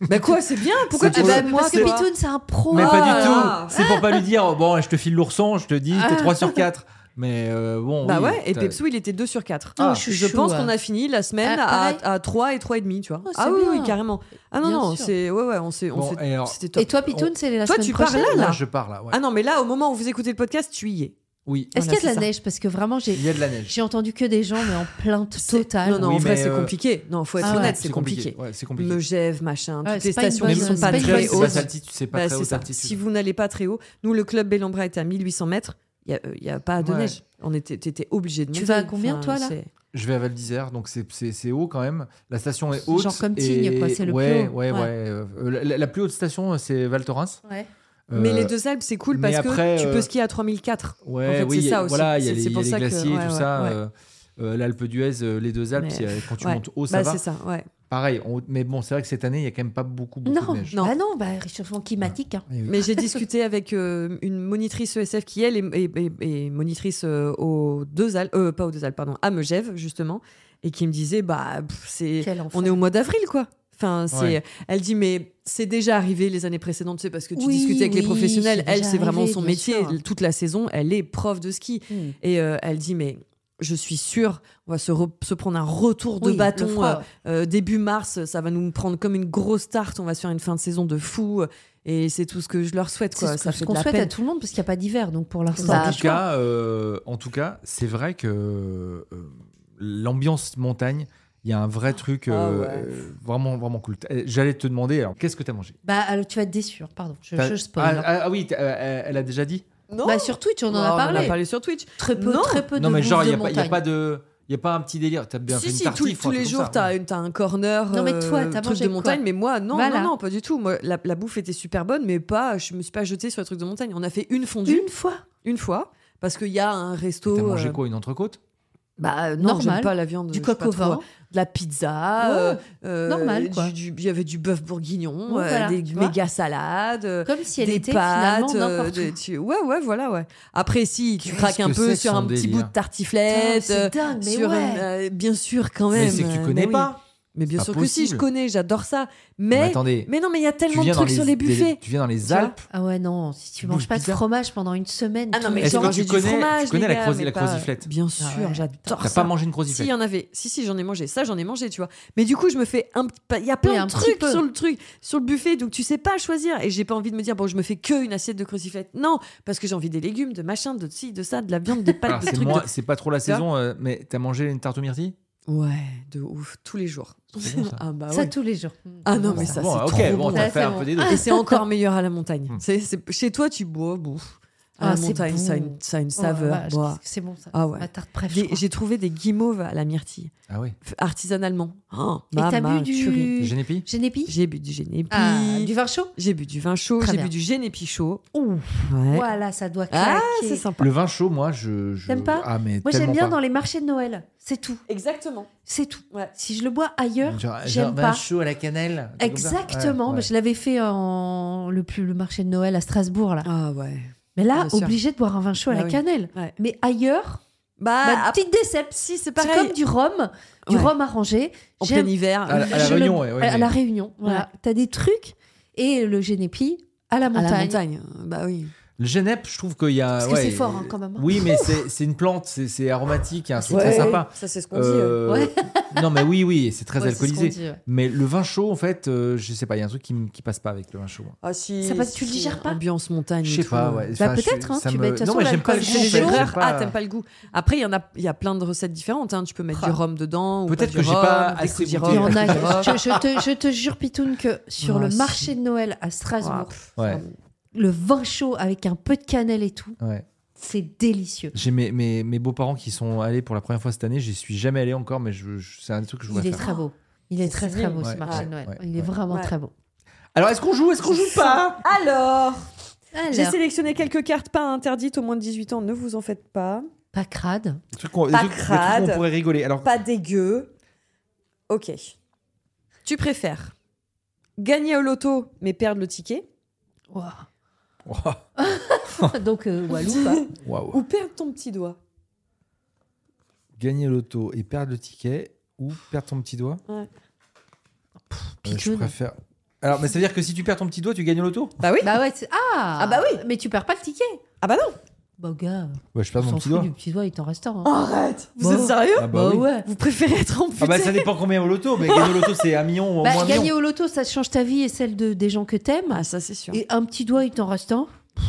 Speaker 4: bah quoi, c'est bien. Pourquoi
Speaker 2: C'est
Speaker 4: tu
Speaker 2: pour
Speaker 4: dis
Speaker 2: le-
Speaker 3: bah,
Speaker 4: pas
Speaker 3: parce que
Speaker 4: c'est moi
Speaker 3: Pitoun, c'est un pro.
Speaker 2: Mais pas
Speaker 4: Ah,
Speaker 2: du
Speaker 4: là. Ah.
Speaker 2: tout. C'est pour pas lui dire, oh, bon, je te file l'ourson, je te dis, t'es 3 sur 4. Mais euh, bon.
Speaker 4: Bah
Speaker 2: oui,
Speaker 4: ouais, et
Speaker 2: t'as-
Speaker 4: Pepsou, il était 2 sur 4.
Speaker 3: Oh,
Speaker 4: Je
Speaker 3: chouchou,
Speaker 4: pense
Speaker 3: hein.
Speaker 4: qu'on a fini la semaine
Speaker 3: Ah,
Speaker 4: à,
Speaker 3: pareil.
Speaker 4: à 3 et 3,5, tu vois.
Speaker 3: Oh, c'est
Speaker 4: ah oui,
Speaker 3: bien.
Speaker 4: oui, carrément. Ah non,
Speaker 3: Bien
Speaker 4: non,
Speaker 3: sûr.
Speaker 4: c'est. Ouais, ouais, on s'est. on
Speaker 2: Bon,
Speaker 4: s'est-
Speaker 2: et alors-
Speaker 4: C'était top.
Speaker 3: Et toi, Pitoun, c'est la
Speaker 4: Toi,
Speaker 3: semaine
Speaker 4: tu parles
Speaker 3: prochaine.
Speaker 4: là, là.
Speaker 2: Là, je pars là. ouais.
Speaker 4: Ah non, mais là, au moment où vous écoutez le podcast, tu y es.
Speaker 2: Oui,
Speaker 3: Est-ce qu'il y
Speaker 4: Voilà,
Speaker 3: a
Speaker 4: c'est
Speaker 3: de
Speaker 4: ça.
Speaker 3: la neige Parce que vraiment, j'ai
Speaker 2: il y a de la neige.
Speaker 3: j'ai entendu que des gens, mais en plainte
Speaker 4: C'est-
Speaker 3: totale.
Speaker 4: Non, non,
Speaker 2: Oui,
Speaker 4: en vrai,
Speaker 2: mais,
Speaker 4: c'est
Speaker 2: euh,
Speaker 4: compliqué. Non, faut être
Speaker 3: Ah ouais.
Speaker 4: honnête, c'est compliqué.
Speaker 2: Ouais, c'est compliqué.
Speaker 4: Megève, machin,
Speaker 3: Ouais,
Speaker 4: toutes
Speaker 3: c'est
Speaker 4: les
Speaker 3: pas une
Speaker 4: stations
Speaker 3: bonne-
Speaker 4: qui sont
Speaker 3: c'est
Speaker 4: pas
Speaker 3: pas une
Speaker 4: très
Speaker 3: bonne
Speaker 2: c'est basse
Speaker 3: chose.
Speaker 4: hautes.
Speaker 2: altitude, c'est pas
Speaker 4: Bah,
Speaker 2: très
Speaker 4: c'est
Speaker 2: haute
Speaker 4: ça.
Speaker 2: altitude.
Speaker 4: Si vous n'allez pas très haut, nous, le club Bellambra était à 1800 mètres, il n'y a, pas de
Speaker 2: Ouais.
Speaker 4: neige. On était, t'étais obligé de monter.
Speaker 3: Tu vas à combien, toi, là
Speaker 4: c'est-
Speaker 2: Je vais à Val d'Isère, donc c'est- c'est c'est haut quand même. La station est haute.
Speaker 3: Genre comme
Speaker 2: et-
Speaker 3: Tignes, quoi, c'est le
Speaker 2: ouais,
Speaker 3: plus haut.
Speaker 2: Ouais, ouais,
Speaker 3: Ouais.
Speaker 2: euh, la, la- la plus haute station, c'est Val Thorens.
Speaker 3: Ouais.
Speaker 2: Euh,
Speaker 4: Mais les deux Alpes, c'est cool
Speaker 2: mais
Speaker 4: parce
Speaker 2: après,
Speaker 4: que tu
Speaker 2: euh,
Speaker 4: peux skier à 3004.
Speaker 2: Ouais,
Speaker 4: En fait,
Speaker 2: oui,
Speaker 4: c'est
Speaker 2: il y a-
Speaker 4: ça aussi.
Speaker 2: Voilà, il y a
Speaker 4: C'est-
Speaker 2: les,
Speaker 4: c'est
Speaker 2: il y
Speaker 4: pour
Speaker 2: a les
Speaker 4: ça que-
Speaker 2: glaciers,
Speaker 4: ouais,
Speaker 2: tout
Speaker 4: ouais,
Speaker 2: ça.
Speaker 4: ouais.
Speaker 2: euh, euh, L'Alpe d'Huez, euh, les deux Alpes,
Speaker 4: Mais-
Speaker 2: il y a- quand tu
Speaker 4: ouais.
Speaker 2: montes haut, ça
Speaker 4: Bah,
Speaker 2: va.
Speaker 4: c'est ça, ouais.
Speaker 2: Pareil, on- mais bon, c'est vrai que cette année, il n'y a quand même pas beaucoup, beaucoup
Speaker 3: Non,
Speaker 2: de neige.
Speaker 3: non. Bah non, bah, réchauffement climatique. hein.
Speaker 2: Mais oui.
Speaker 4: Mais j'ai discuté avec euh, une monitrice ESF qui, elle, est, est- est- est monitrice euh, aux deux Alpes, euh, pas aux deux Alpes, pardon, à Megève, justement, et qui me disait, bah, pff, c'est,
Speaker 3: Quel enfer.
Speaker 4: on est au mois d'avril, quoi. Enfin, c'est,
Speaker 2: Ouais.
Speaker 4: elle dit, mais c'est déjà arrivé les années précédentes, tu sais, parce que tu
Speaker 3: Oui,
Speaker 4: discutais avec les
Speaker 3: oui,
Speaker 4: professionnels.
Speaker 3: c'est
Speaker 4: Elle,
Speaker 3: déjà
Speaker 4: c'est vraiment
Speaker 3: arrivé,
Speaker 4: son
Speaker 3: bien
Speaker 4: métier.
Speaker 3: sûr.
Speaker 4: Toute la saison, elle est prof de ski.
Speaker 3: Hmm.
Speaker 4: Et euh, elle dit, mais je suis sûre, on va se, re- se prendre un retour de
Speaker 3: Oui,
Speaker 4: bâton.
Speaker 3: le froid,
Speaker 4: euh,
Speaker 3: ouais.
Speaker 4: euh, début mars, ça va nous prendre comme une grosse tarte. On va se faire une fin de saison de fou. Et c'est tout ce que je leur souhaite.
Speaker 3: C'est
Speaker 4: Quoi.
Speaker 3: ce
Speaker 4: ça
Speaker 3: que- ce
Speaker 4: fait
Speaker 3: qu'on
Speaker 4: de la
Speaker 3: souhaite à
Speaker 4: peine.
Speaker 3: tout le monde parce qu'il n'y a pas d'hiver. Donc pour l'instant,
Speaker 2: En
Speaker 3: pas
Speaker 4: Bah,
Speaker 2: tout,
Speaker 3: le choix.
Speaker 2: cas, euh, en tout cas, c'est vrai que euh, l'ambiance montagne, il y a un vrai truc euh,
Speaker 4: Ah ouais.
Speaker 2: euh, vraiment, vraiment cool. Euh, J'allais te demander, alors, qu'est-ce que tu as mangé
Speaker 3: Bah, alors, tu vas être déçu. hein, Pardon, je,
Speaker 2: T'as-
Speaker 3: je spoil.
Speaker 2: ah,
Speaker 3: hein.
Speaker 2: ah, ah oui, t'as- euh, elle a déjà dit
Speaker 4: Non,
Speaker 3: Bah, sur Twitch, on en
Speaker 4: Ouais,
Speaker 3: a parlé.
Speaker 4: sur Twitch.
Speaker 3: Très peu,
Speaker 4: Non.
Speaker 3: très peu de
Speaker 2: Non, mais genre,
Speaker 3: bouffe
Speaker 2: il
Speaker 3: de
Speaker 2: n'y a,
Speaker 3: montagne.
Speaker 2: pas de. Il n'y a pas un petit délire. T'as bien fait
Speaker 4: si,
Speaker 2: une
Speaker 4: si, tous-
Speaker 2: tartifle.
Speaker 4: tous, les jours, t'as une- t'as un corner
Speaker 3: Non, mais toi,
Speaker 4: euh,
Speaker 3: t'as
Speaker 4: truc
Speaker 3: mangé
Speaker 4: de
Speaker 3: quoi
Speaker 4: montagne, mais moi, non,
Speaker 3: Voilà.
Speaker 4: non, non, pas du tout. Moi, la, la bouffe était super bonne, mais pas, je me suis pas jetée sur les trucs de montagne. On a fait une fondue,
Speaker 3: Une fois.
Speaker 4: une, fois, parce qu'il y a un resto.
Speaker 2: T'as mangé
Speaker 4: euh,
Speaker 2: quoi Une entrecôte
Speaker 4: Bah, non,
Speaker 3: Normal.
Speaker 4: j'aime pas la viande.
Speaker 3: Du
Speaker 4: je sais
Speaker 3: coq
Speaker 4: pas
Speaker 3: au
Speaker 4: trop.
Speaker 3: vin.
Speaker 4: de la pizza,
Speaker 3: Ouais,
Speaker 4: euh, euh,
Speaker 3: normal, quoi.
Speaker 4: du- du- Il y avait du bœuf bourguignon,
Speaker 3: Ouais,
Speaker 4: euh,
Speaker 3: voilà,
Speaker 4: des
Speaker 3: tu vois.
Speaker 4: méga salades, euh,
Speaker 3: Comme si elle
Speaker 4: des
Speaker 3: était finalement
Speaker 4: pâtes, euh,
Speaker 3: n'importe
Speaker 4: des-
Speaker 3: où.
Speaker 4: tu- ouais ouais voilà ouais. Après si tu
Speaker 2: Qu'est-ce
Speaker 4: craques un
Speaker 2: que c'est
Speaker 4: peu
Speaker 2: que
Speaker 4: sur
Speaker 2: son
Speaker 4: un petit
Speaker 2: délire
Speaker 4: bout de tartiflette,
Speaker 3: Putain,
Speaker 4: euh,
Speaker 3: c'est dingue, mais
Speaker 4: sur
Speaker 3: ouais.
Speaker 4: une- euh, bien sûr quand même.
Speaker 2: Mais c'est que tu
Speaker 4: euh,
Speaker 2: connais
Speaker 4: oui.
Speaker 2: pas.
Speaker 4: Mais bien
Speaker 2: C'est
Speaker 4: sûr
Speaker 2: pas
Speaker 4: que si, je
Speaker 2: possible.
Speaker 4: connais, j'adore ça.
Speaker 2: Mais
Speaker 4: Mais
Speaker 2: attendez.
Speaker 4: mais non mais il y a
Speaker 2: tu
Speaker 4: tellement de
Speaker 2: viens dans
Speaker 4: trucs sur les
Speaker 2: des-
Speaker 4: buffets.
Speaker 2: Tu viens dans les
Speaker 4: vois
Speaker 2: Alpes.
Speaker 3: Ah ouais, non, si tu
Speaker 2: Bouffe
Speaker 3: manges pas de
Speaker 2: bizarre.
Speaker 3: fromage pendant une semaine,
Speaker 4: Ah non
Speaker 3: tous
Speaker 4: mais
Speaker 3: les
Speaker 2: Est-ce
Speaker 4: j'ai
Speaker 3: jours,
Speaker 2: que
Speaker 4: mangé
Speaker 2: tu
Speaker 4: du
Speaker 2: connais- tu
Speaker 4: fromage.
Speaker 2: connais
Speaker 4: les
Speaker 2: la
Speaker 4: gars,
Speaker 2: croisi-
Speaker 4: mais
Speaker 2: la
Speaker 4: pas-
Speaker 2: croziflette
Speaker 4: Bien sûr,
Speaker 3: Ah ouais.
Speaker 4: j'adore
Speaker 2: T'as
Speaker 4: ça.
Speaker 2: pas mangé une
Speaker 4: Si,
Speaker 2: croziflette
Speaker 4: il y en avait. Si, si, j'en ai mangé. Ça, j'en ai mangé, tu vois. Mais du coup, je me fais un petit. pa- Il y a plein
Speaker 3: Oui, un
Speaker 4: de
Speaker 3: petit
Speaker 4: trucs
Speaker 3: peu.
Speaker 4: sur le truc, sur le buffet, donc tu sais pas choisir. Et j'ai pas envie de me dire, bon, je me fais que une assiette de cruciflex. Non, parce que j'ai envie des légumes, de machin, de ci, de ça, de la viande, des
Speaker 2: Alors,
Speaker 4: pâtes, des
Speaker 2: Ah, c'est
Speaker 4: trucs.
Speaker 2: moi-
Speaker 4: de-
Speaker 2: c'est pas trop la
Speaker 4: Tu vois
Speaker 2: saison, euh, mais t'as mangé une tarte aux myrtilles
Speaker 4: Ouais, de ouf, tous les jours.
Speaker 2: C'est bon, ça.
Speaker 4: ah bah
Speaker 3: ça
Speaker 4: ouais.
Speaker 3: tous les jours.
Speaker 4: Ah non, mais
Speaker 2: Bon,
Speaker 4: ça,
Speaker 2: bon,
Speaker 4: c'est
Speaker 2: ok,
Speaker 4: trop
Speaker 2: bon,
Speaker 4: bon.
Speaker 2: t'as
Speaker 4: Ah.
Speaker 3: Ça,
Speaker 2: fait
Speaker 3: c'est
Speaker 2: un
Speaker 3: bon.
Speaker 2: peu des deux.
Speaker 4: Et c'est encore meilleur à la montagne.
Speaker 2: Hmm.
Speaker 4: C'est- c'est- Chez toi, tu bois, bouffe.
Speaker 3: Ah,
Speaker 4: À la
Speaker 3: c'est
Speaker 4: montagne, ça a
Speaker 3: bon.
Speaker 4: une, ça a une
Speaker 3: Oh la
Speaker 4: saveur.
Speaker 3: vache,
Speaker 4: bois.
Speaker 3: qu'est-ce que C'est bon ça.
Speaker 4: Ah ouais.
Speaker 3: Ma tarte préf. je
Speaker 4: Des-
Speaker 3: crois.
Speaker 4: J'ai trouvé des guimauves à la myrtille,
Speaker 2: Ah oui.
Speaker 4: f- artisanalement. Oh,
Speaker 3: Et t'as
Speaker 4: ma
Speaker 3: bu
Speaker 4: tuerie.
Speaker 3: du
Speaker 2: Génépi
Speaker 3: Génépi
Speaker 4: J'ai bu du génépi.
Speaker 3: Ah, du vin chaud
Speaker 4: J'ai bu du vin chaud,
Speaker 3: Très
Speaker 4: j'ai
Speaker 3: bien.
Speaker 4: bu du génépi chaud.
Speaker 3: Ouh,
Speaker 4: Ouais.
Speaker 3: voilà, ça doit
Speaker 4: Ah,
Speaker 3: claquer.
Speaker 4: c'est sympa.
Speaker 2: Le vin chaud, moi, je. je-
Speaker 3: T'aimes pas
Speaker 2: Ah, mais
Speaker 3: Moi, j'aime
Speaker 2: tellement
Speaker 3: bien
Speaker 2: pas.
Speaker 3: dans les marchés de Noël. C'est tout.
Speaker 4: Exactement.
Speaker 3: C'est tout.
Speaker 4: Ouais.
Speaker 3: Si je le bois ailleurs,
Speaker 2: Genre- bah, genre
Speaker 3: j'aime
Speaker 2: vin
Speaker 3: pas.
Speaker 2: chaud à la cannelle.
Speaker 3: Exactement.
Speaker 2: Ouais, ouais.
Speaker 3: Je l'avais fait en le, plus, le marché de Noël à Strasbourg là.
Speaker 4: Ah ouais.
Speaker 3: Mais là,
Speaker 7: Bien sûr.
Speaker 3: obligé de boire un vin chaud à
Speaker 7: Bah
Speaker 3: la
Speaker 7: oui.
Speaker 3: cannelle.
Speaker 4: Ouais.
Speaker 3: Mais ailleurs,
Speaker 4: Bah,
Speaker 3: bah,
Speaker 4: après,
Speaker 3: petite déception.
Speaker 4: si, c'est
Speaker 3: C'est
Speaker 4: pareil.
Speaker 3: comme du rhum, du
Speaker 4: Ouais.
Speaker 3: rhum arrangé.
Speaker 4: en
Speaker 3: J'aime-
Speaker 4: plein hiver.
Speaker 2: À la, à la
Speaker 3: Je le-
Speaker 2: réunion, ouais, ouais,
Speaker 3: à
Speaker 2: mais-
Speaker 3: la réunion, voilà. T'as des trucs et le génépi à la
Speaker 7: À
Speaker 3: montagne.
Speaker 7: la montagne. Bah oui.
Speaker 2: Le genep, je trouve qu'il y a.
Speaker 3: Parce que
Speaker 2: ouais,
Speaker 3: c'est fort, hein, quand même.
Speaker 2: Oui, mais c'est c'est une plante, c'est c'est aromatique, il y a un truc
Speaker 4: Ouais.
Speaker 2: très sympa.
Speaker 4: Ça, c'est ce
Speaker 3: hein.
Speaker 4: qu'on dit. euh.
Speaker 2: Euh, Non, mais oui, oui, c'est très
Speaker 6: Ouais, c'est ce qu'on
Speaker 2: alcoolisé.
Speaker 6: dit, ouais.
Speaker 2: Mais le vin chaud, en fait, euh, je sais pas, il y a un truc qui, me- qui passe pas avec le vin chaud.
Speaker 4: Ah, si,
Speaker 3: Ça passe- tu le
Speaker 4: si,
Speaker 3: digères pas
Speaker 4: Ambiance montagne. et
Speaker 2: Je sais
Speaker 4: tout,
Speaker 2: pas,
Speaker 4: euh.
Speaker 2: ouais.
Speaker 3: Bah,
Speaker 2: je-
Speaker 3: peut-être, hein,
Speaker 2: ça
Speaker 3: tu
Speaker 2: me-
Speaker 3: mets- de toute
Speaker 2: Non,
Speaker 3: façon,
Speaker 2: mais j'aime
Speaker 3: l'alcool,
Speaker 2: pas le
Speaker 3: c'est
Speaker 2: goût,
Speaker 4: C'est
Speaker 2: en fait,
Speaker 4: les
Speaker 2: j'aime
Speaker 4: horreurs.
Speaker 2: pas-
Speaker 4: Ah, t'aimes pas le goût. Après, il y en a, il y a plein de recettes différentes. hein. Tu peux mettre
Speaker 2: Ah.
Speaker 4: du rhum dedans. ou
Speaker 2: Peut-être
Speaker 4: du
Speaker 2: que j'ai
Speaker 4: rhum,
Speaker 2: pas
Speaker 4: des
Speaker 2: assez
Speaker 4: coups de
Speaker 2: goûté.
Speaker 3: Il y
Speaker 4: rhum.
Speaker 3: en a, je, je te, je te jure, Pitoun, que sur
Speaker 4: Oh,
Speaker 2: Ah,
Speaker 3: le
Speaker 2: si.
Speaker 3: marché de Noël à Strasbourg,
Speaker 2: Ouais,
Speaker 3: le vin chaud avec un peu de cannelle et tout,
Speaker 2: ouais.
Speaker 3: c'est délicieux.
Speaker 2: J'ai mes, mes, mes beaux-parents qui sont allés pour la première fois cette année, j'y suis jamais allé encore, mais je, je- c'est un truc que je
Speaker 3: Il
Speaker 2: voudrais
Speaker 3: est
Speaker 2: faire.
Speaker 3: très beau. Il est
Speaker 4: C'est
Speaker 3: très très
Speaker 4: sublime.
Speaker 3: beau ce
Speaker 2: Ouais,
Speaker 3: marché
Speaker 2: ouais,
Speaker 3: de Noël.
Speaker 2: ouais,
Speaker 3: Il est
Speaker 2: ouais.
Speaker 3: vraiment
Speaker 4: Ouais.
Speaker 3: très beau.
Speaker 2: Alors, est-ce qu'on joue Est-ce qu'on joue pas
Speaker 4: Alors, j'ai
Speaker 3: Alors,
Speaker 4: sélectionné quelques cartes pas interdites aux moins de 18 ans. Ne vous en faites pas.
Speaker 3: pas crade.
Speaker 2: Des trucs qu'on des
Speaker 4: Pas
Speaker 2: trucs- des trucs
Speaker 4: crade.
Speaker 2: qu'on pourrait rigoler. Alors,
Speaker 4: Pas dégueu. Ok. Tu préfères gagner au loto mais perdre le ticket
Speaker 3: Waouh.
Speaker 2: Waouh.
Speaker 3: Donc, euh,
Speaker 2: Ah,
Speaker 3: Walou, quoi.
Speaker 2: Waouh.
Speaker 4: ou perdre ton petit doigt
Speaker 2: Gagner l'auto et perdre le ticket ou perdre ton petit doigt
Speaker 4: Ouais.
Speaker 2: Pff,
Speaker 3: Pigeon.
Speaker 2: Je préfère. Alors, mais ça veut dire que si tu perds ton petit doigt, tu gagnes l'auto
Speaker 4: Bah oui.
Speaker 3: Bah ouais, c'est- ah
Speaker 4: Ah bah oui.
Speaker 3: Mais tu perds pas le ticket
Speaker 4: Ah bah non. Ah.
Speaker 3: Bah gars,
Speaker 2: Ouais, je perds
Speaker 3: on
Speaker 2: mon
Speaker 3: s'en
Speaker 2: petit
Speaker 3: fout
Speaker 2: doigt.
Speaker 3: du petit doigt, il t'en reste un. hein.
Speaker 4: Arrête. Vous
Speaker 3: Bah.
Speaker 4: êtes sérieux
Speaker 2: Ah bah oui.
Speaker 3: ouais.
Speaker 4: Vous préférez être amputé
Speaker 2: Ah bah ça dépend combien au loto, mais gagner au loto c'est un million ou
Speaker 3: Bah,
Speaker 2: moins de
Speaker 3: gagner
Speaker 2: million.
Speaker 3: au loto, ça change ta vie et celle de, des gens que t'aimes.
Speaker 4: Ah, ça c'est sûr.
Speaker 3: Et un petit doigt, il t'en reste un. Pff,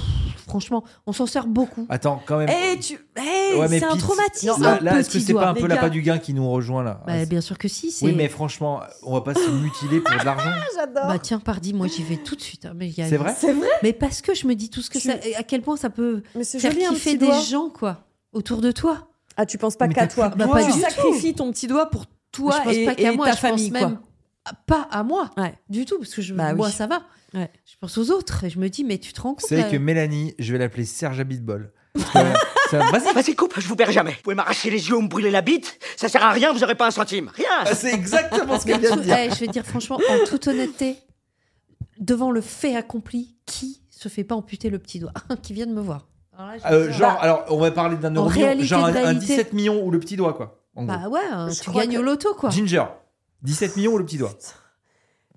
Speaker 3: Franchement, on s'en sert beaucoup.
Speaker 2: Attends quand même.
Speaker 4: Eh, tu... eh,
Speaker 2: Ouais, mais
Speaker 4: c'est un
Speaker 2: Pete,
Speaker 4: traumatisme.
Speaker 2: Là,
Speaker 3: un
Speaker 2: là, est-ce que
Speaker 3: petit
Speaker 2: c'est pas
Speaker 3: doigt,
Speaker 2: un
Speaker 4: les
Speaker 2: peu la
Speaker 4: gars.
Speaker 2: pas du gain qui nous rejoint là
Speaker 3: Bah, bien sûr que si. c'est-
Speaker 2: Ah, Oui mais franchement, on va pas se mutiler pour de l'argent.
Speaker 4: Ah, J'adore.
Speaker 3: Bah tiens, pardi, moi j'y vais tout de suite. hein, mais il y a-
Speaker 2: C'est vrai
Speaker 4: c'est vrai.
Speaker 3: Mais parce que je me dis tout ce que
Speaker 4: Tu-
Speaker 3: ça, et à quel point ça peut
Speaker 4: Mais c'est
Speaker 3: faire
Speaker 4: joli un
Speaker 3: kiffer
Speaker 4: petit
Speaker 3: des
Speaker 4: doigt.
Speaker 3: gens quoi autour de toi.
Speaker 4: Ah, tu penses pas
Speaker 2: Mais
Speaker 4: qu'à
Speaker 2: t'as
Speaker 4: toi.
Speaker 2: plus de
Speaker 3: Bah, pas du
Speaker 4: tu
Speaker 3: tout.
Speaker 4: sacrifies ton petit doigt pour
Speaker 3: Mais
Speaker 4: toi
Speaker 3: je pense
Speaker 4: et,
Speaker 3: pas qu'à
Speaker 4: et
Speaker 3: moi,
Speaker 4: ta
Speaker 3: je
Speaker 4: famille.
Speaker 3: pense
Speaker 4: quoi.
Speaker 3: même à- pas à moi
Speaker 4: Ouais.
Speaker 3: du tout parce que je,
Speaker 4: Bah oui.
Speaker 3: moi ça va.
Speaker 4: Ouais.
Speaker 3: Je pense aux autres et je me dis mais tu te rends
Speaker 2: Vous
Speaker 3: compte euh,
Speaker 2: savez
Speaker 3: là
Speaker 2: que Mélanie, je vais l'appeler Serge Abitbol. Parce que, euh, ça- Vas-y.
Speaker 8: Vas-y, coupe, je vous perds jamais. Vous pouvez m'arracher les yeux ou me brûler la bite, ça sert à rien, vous aurez pas un centime. Rien
Speaker 9: Euh,
Speaker 2: Ah, C'est exactement ce
Speaker 3: Mais
Speaker 2: qu'elle vient de
Speaker 3: tout-
Speaker 2: dire.
Speaker 3: eh, je vais dire franchement, en toute honnêteté, devant le fait accompli, qui se fait pas amputer le petit doigt Qui vient de me voir Alors là, je
Speaker 2: Euh,
Speaker 3: dis,
Speaker 2: genre, alors on va parler d'un euro million,
Speaker 3: réalité
Speaker 2: genre un,
Speaker 3: de
Speaker 2: un
Speaker 3: réalité.
Speaker 2: 17 millions ou le petit doigt quoi. En gros.
Speaker 3: Bah ouais, hein,
Speaker 4: Je
Speaker 3: tu
Speaker 4: crois
Speaker 3: gagnes
Speaker 4: que-
Speaker 3: au loto quoi.
Speaker 2: Ginger, 17 millions ou le petit doigt.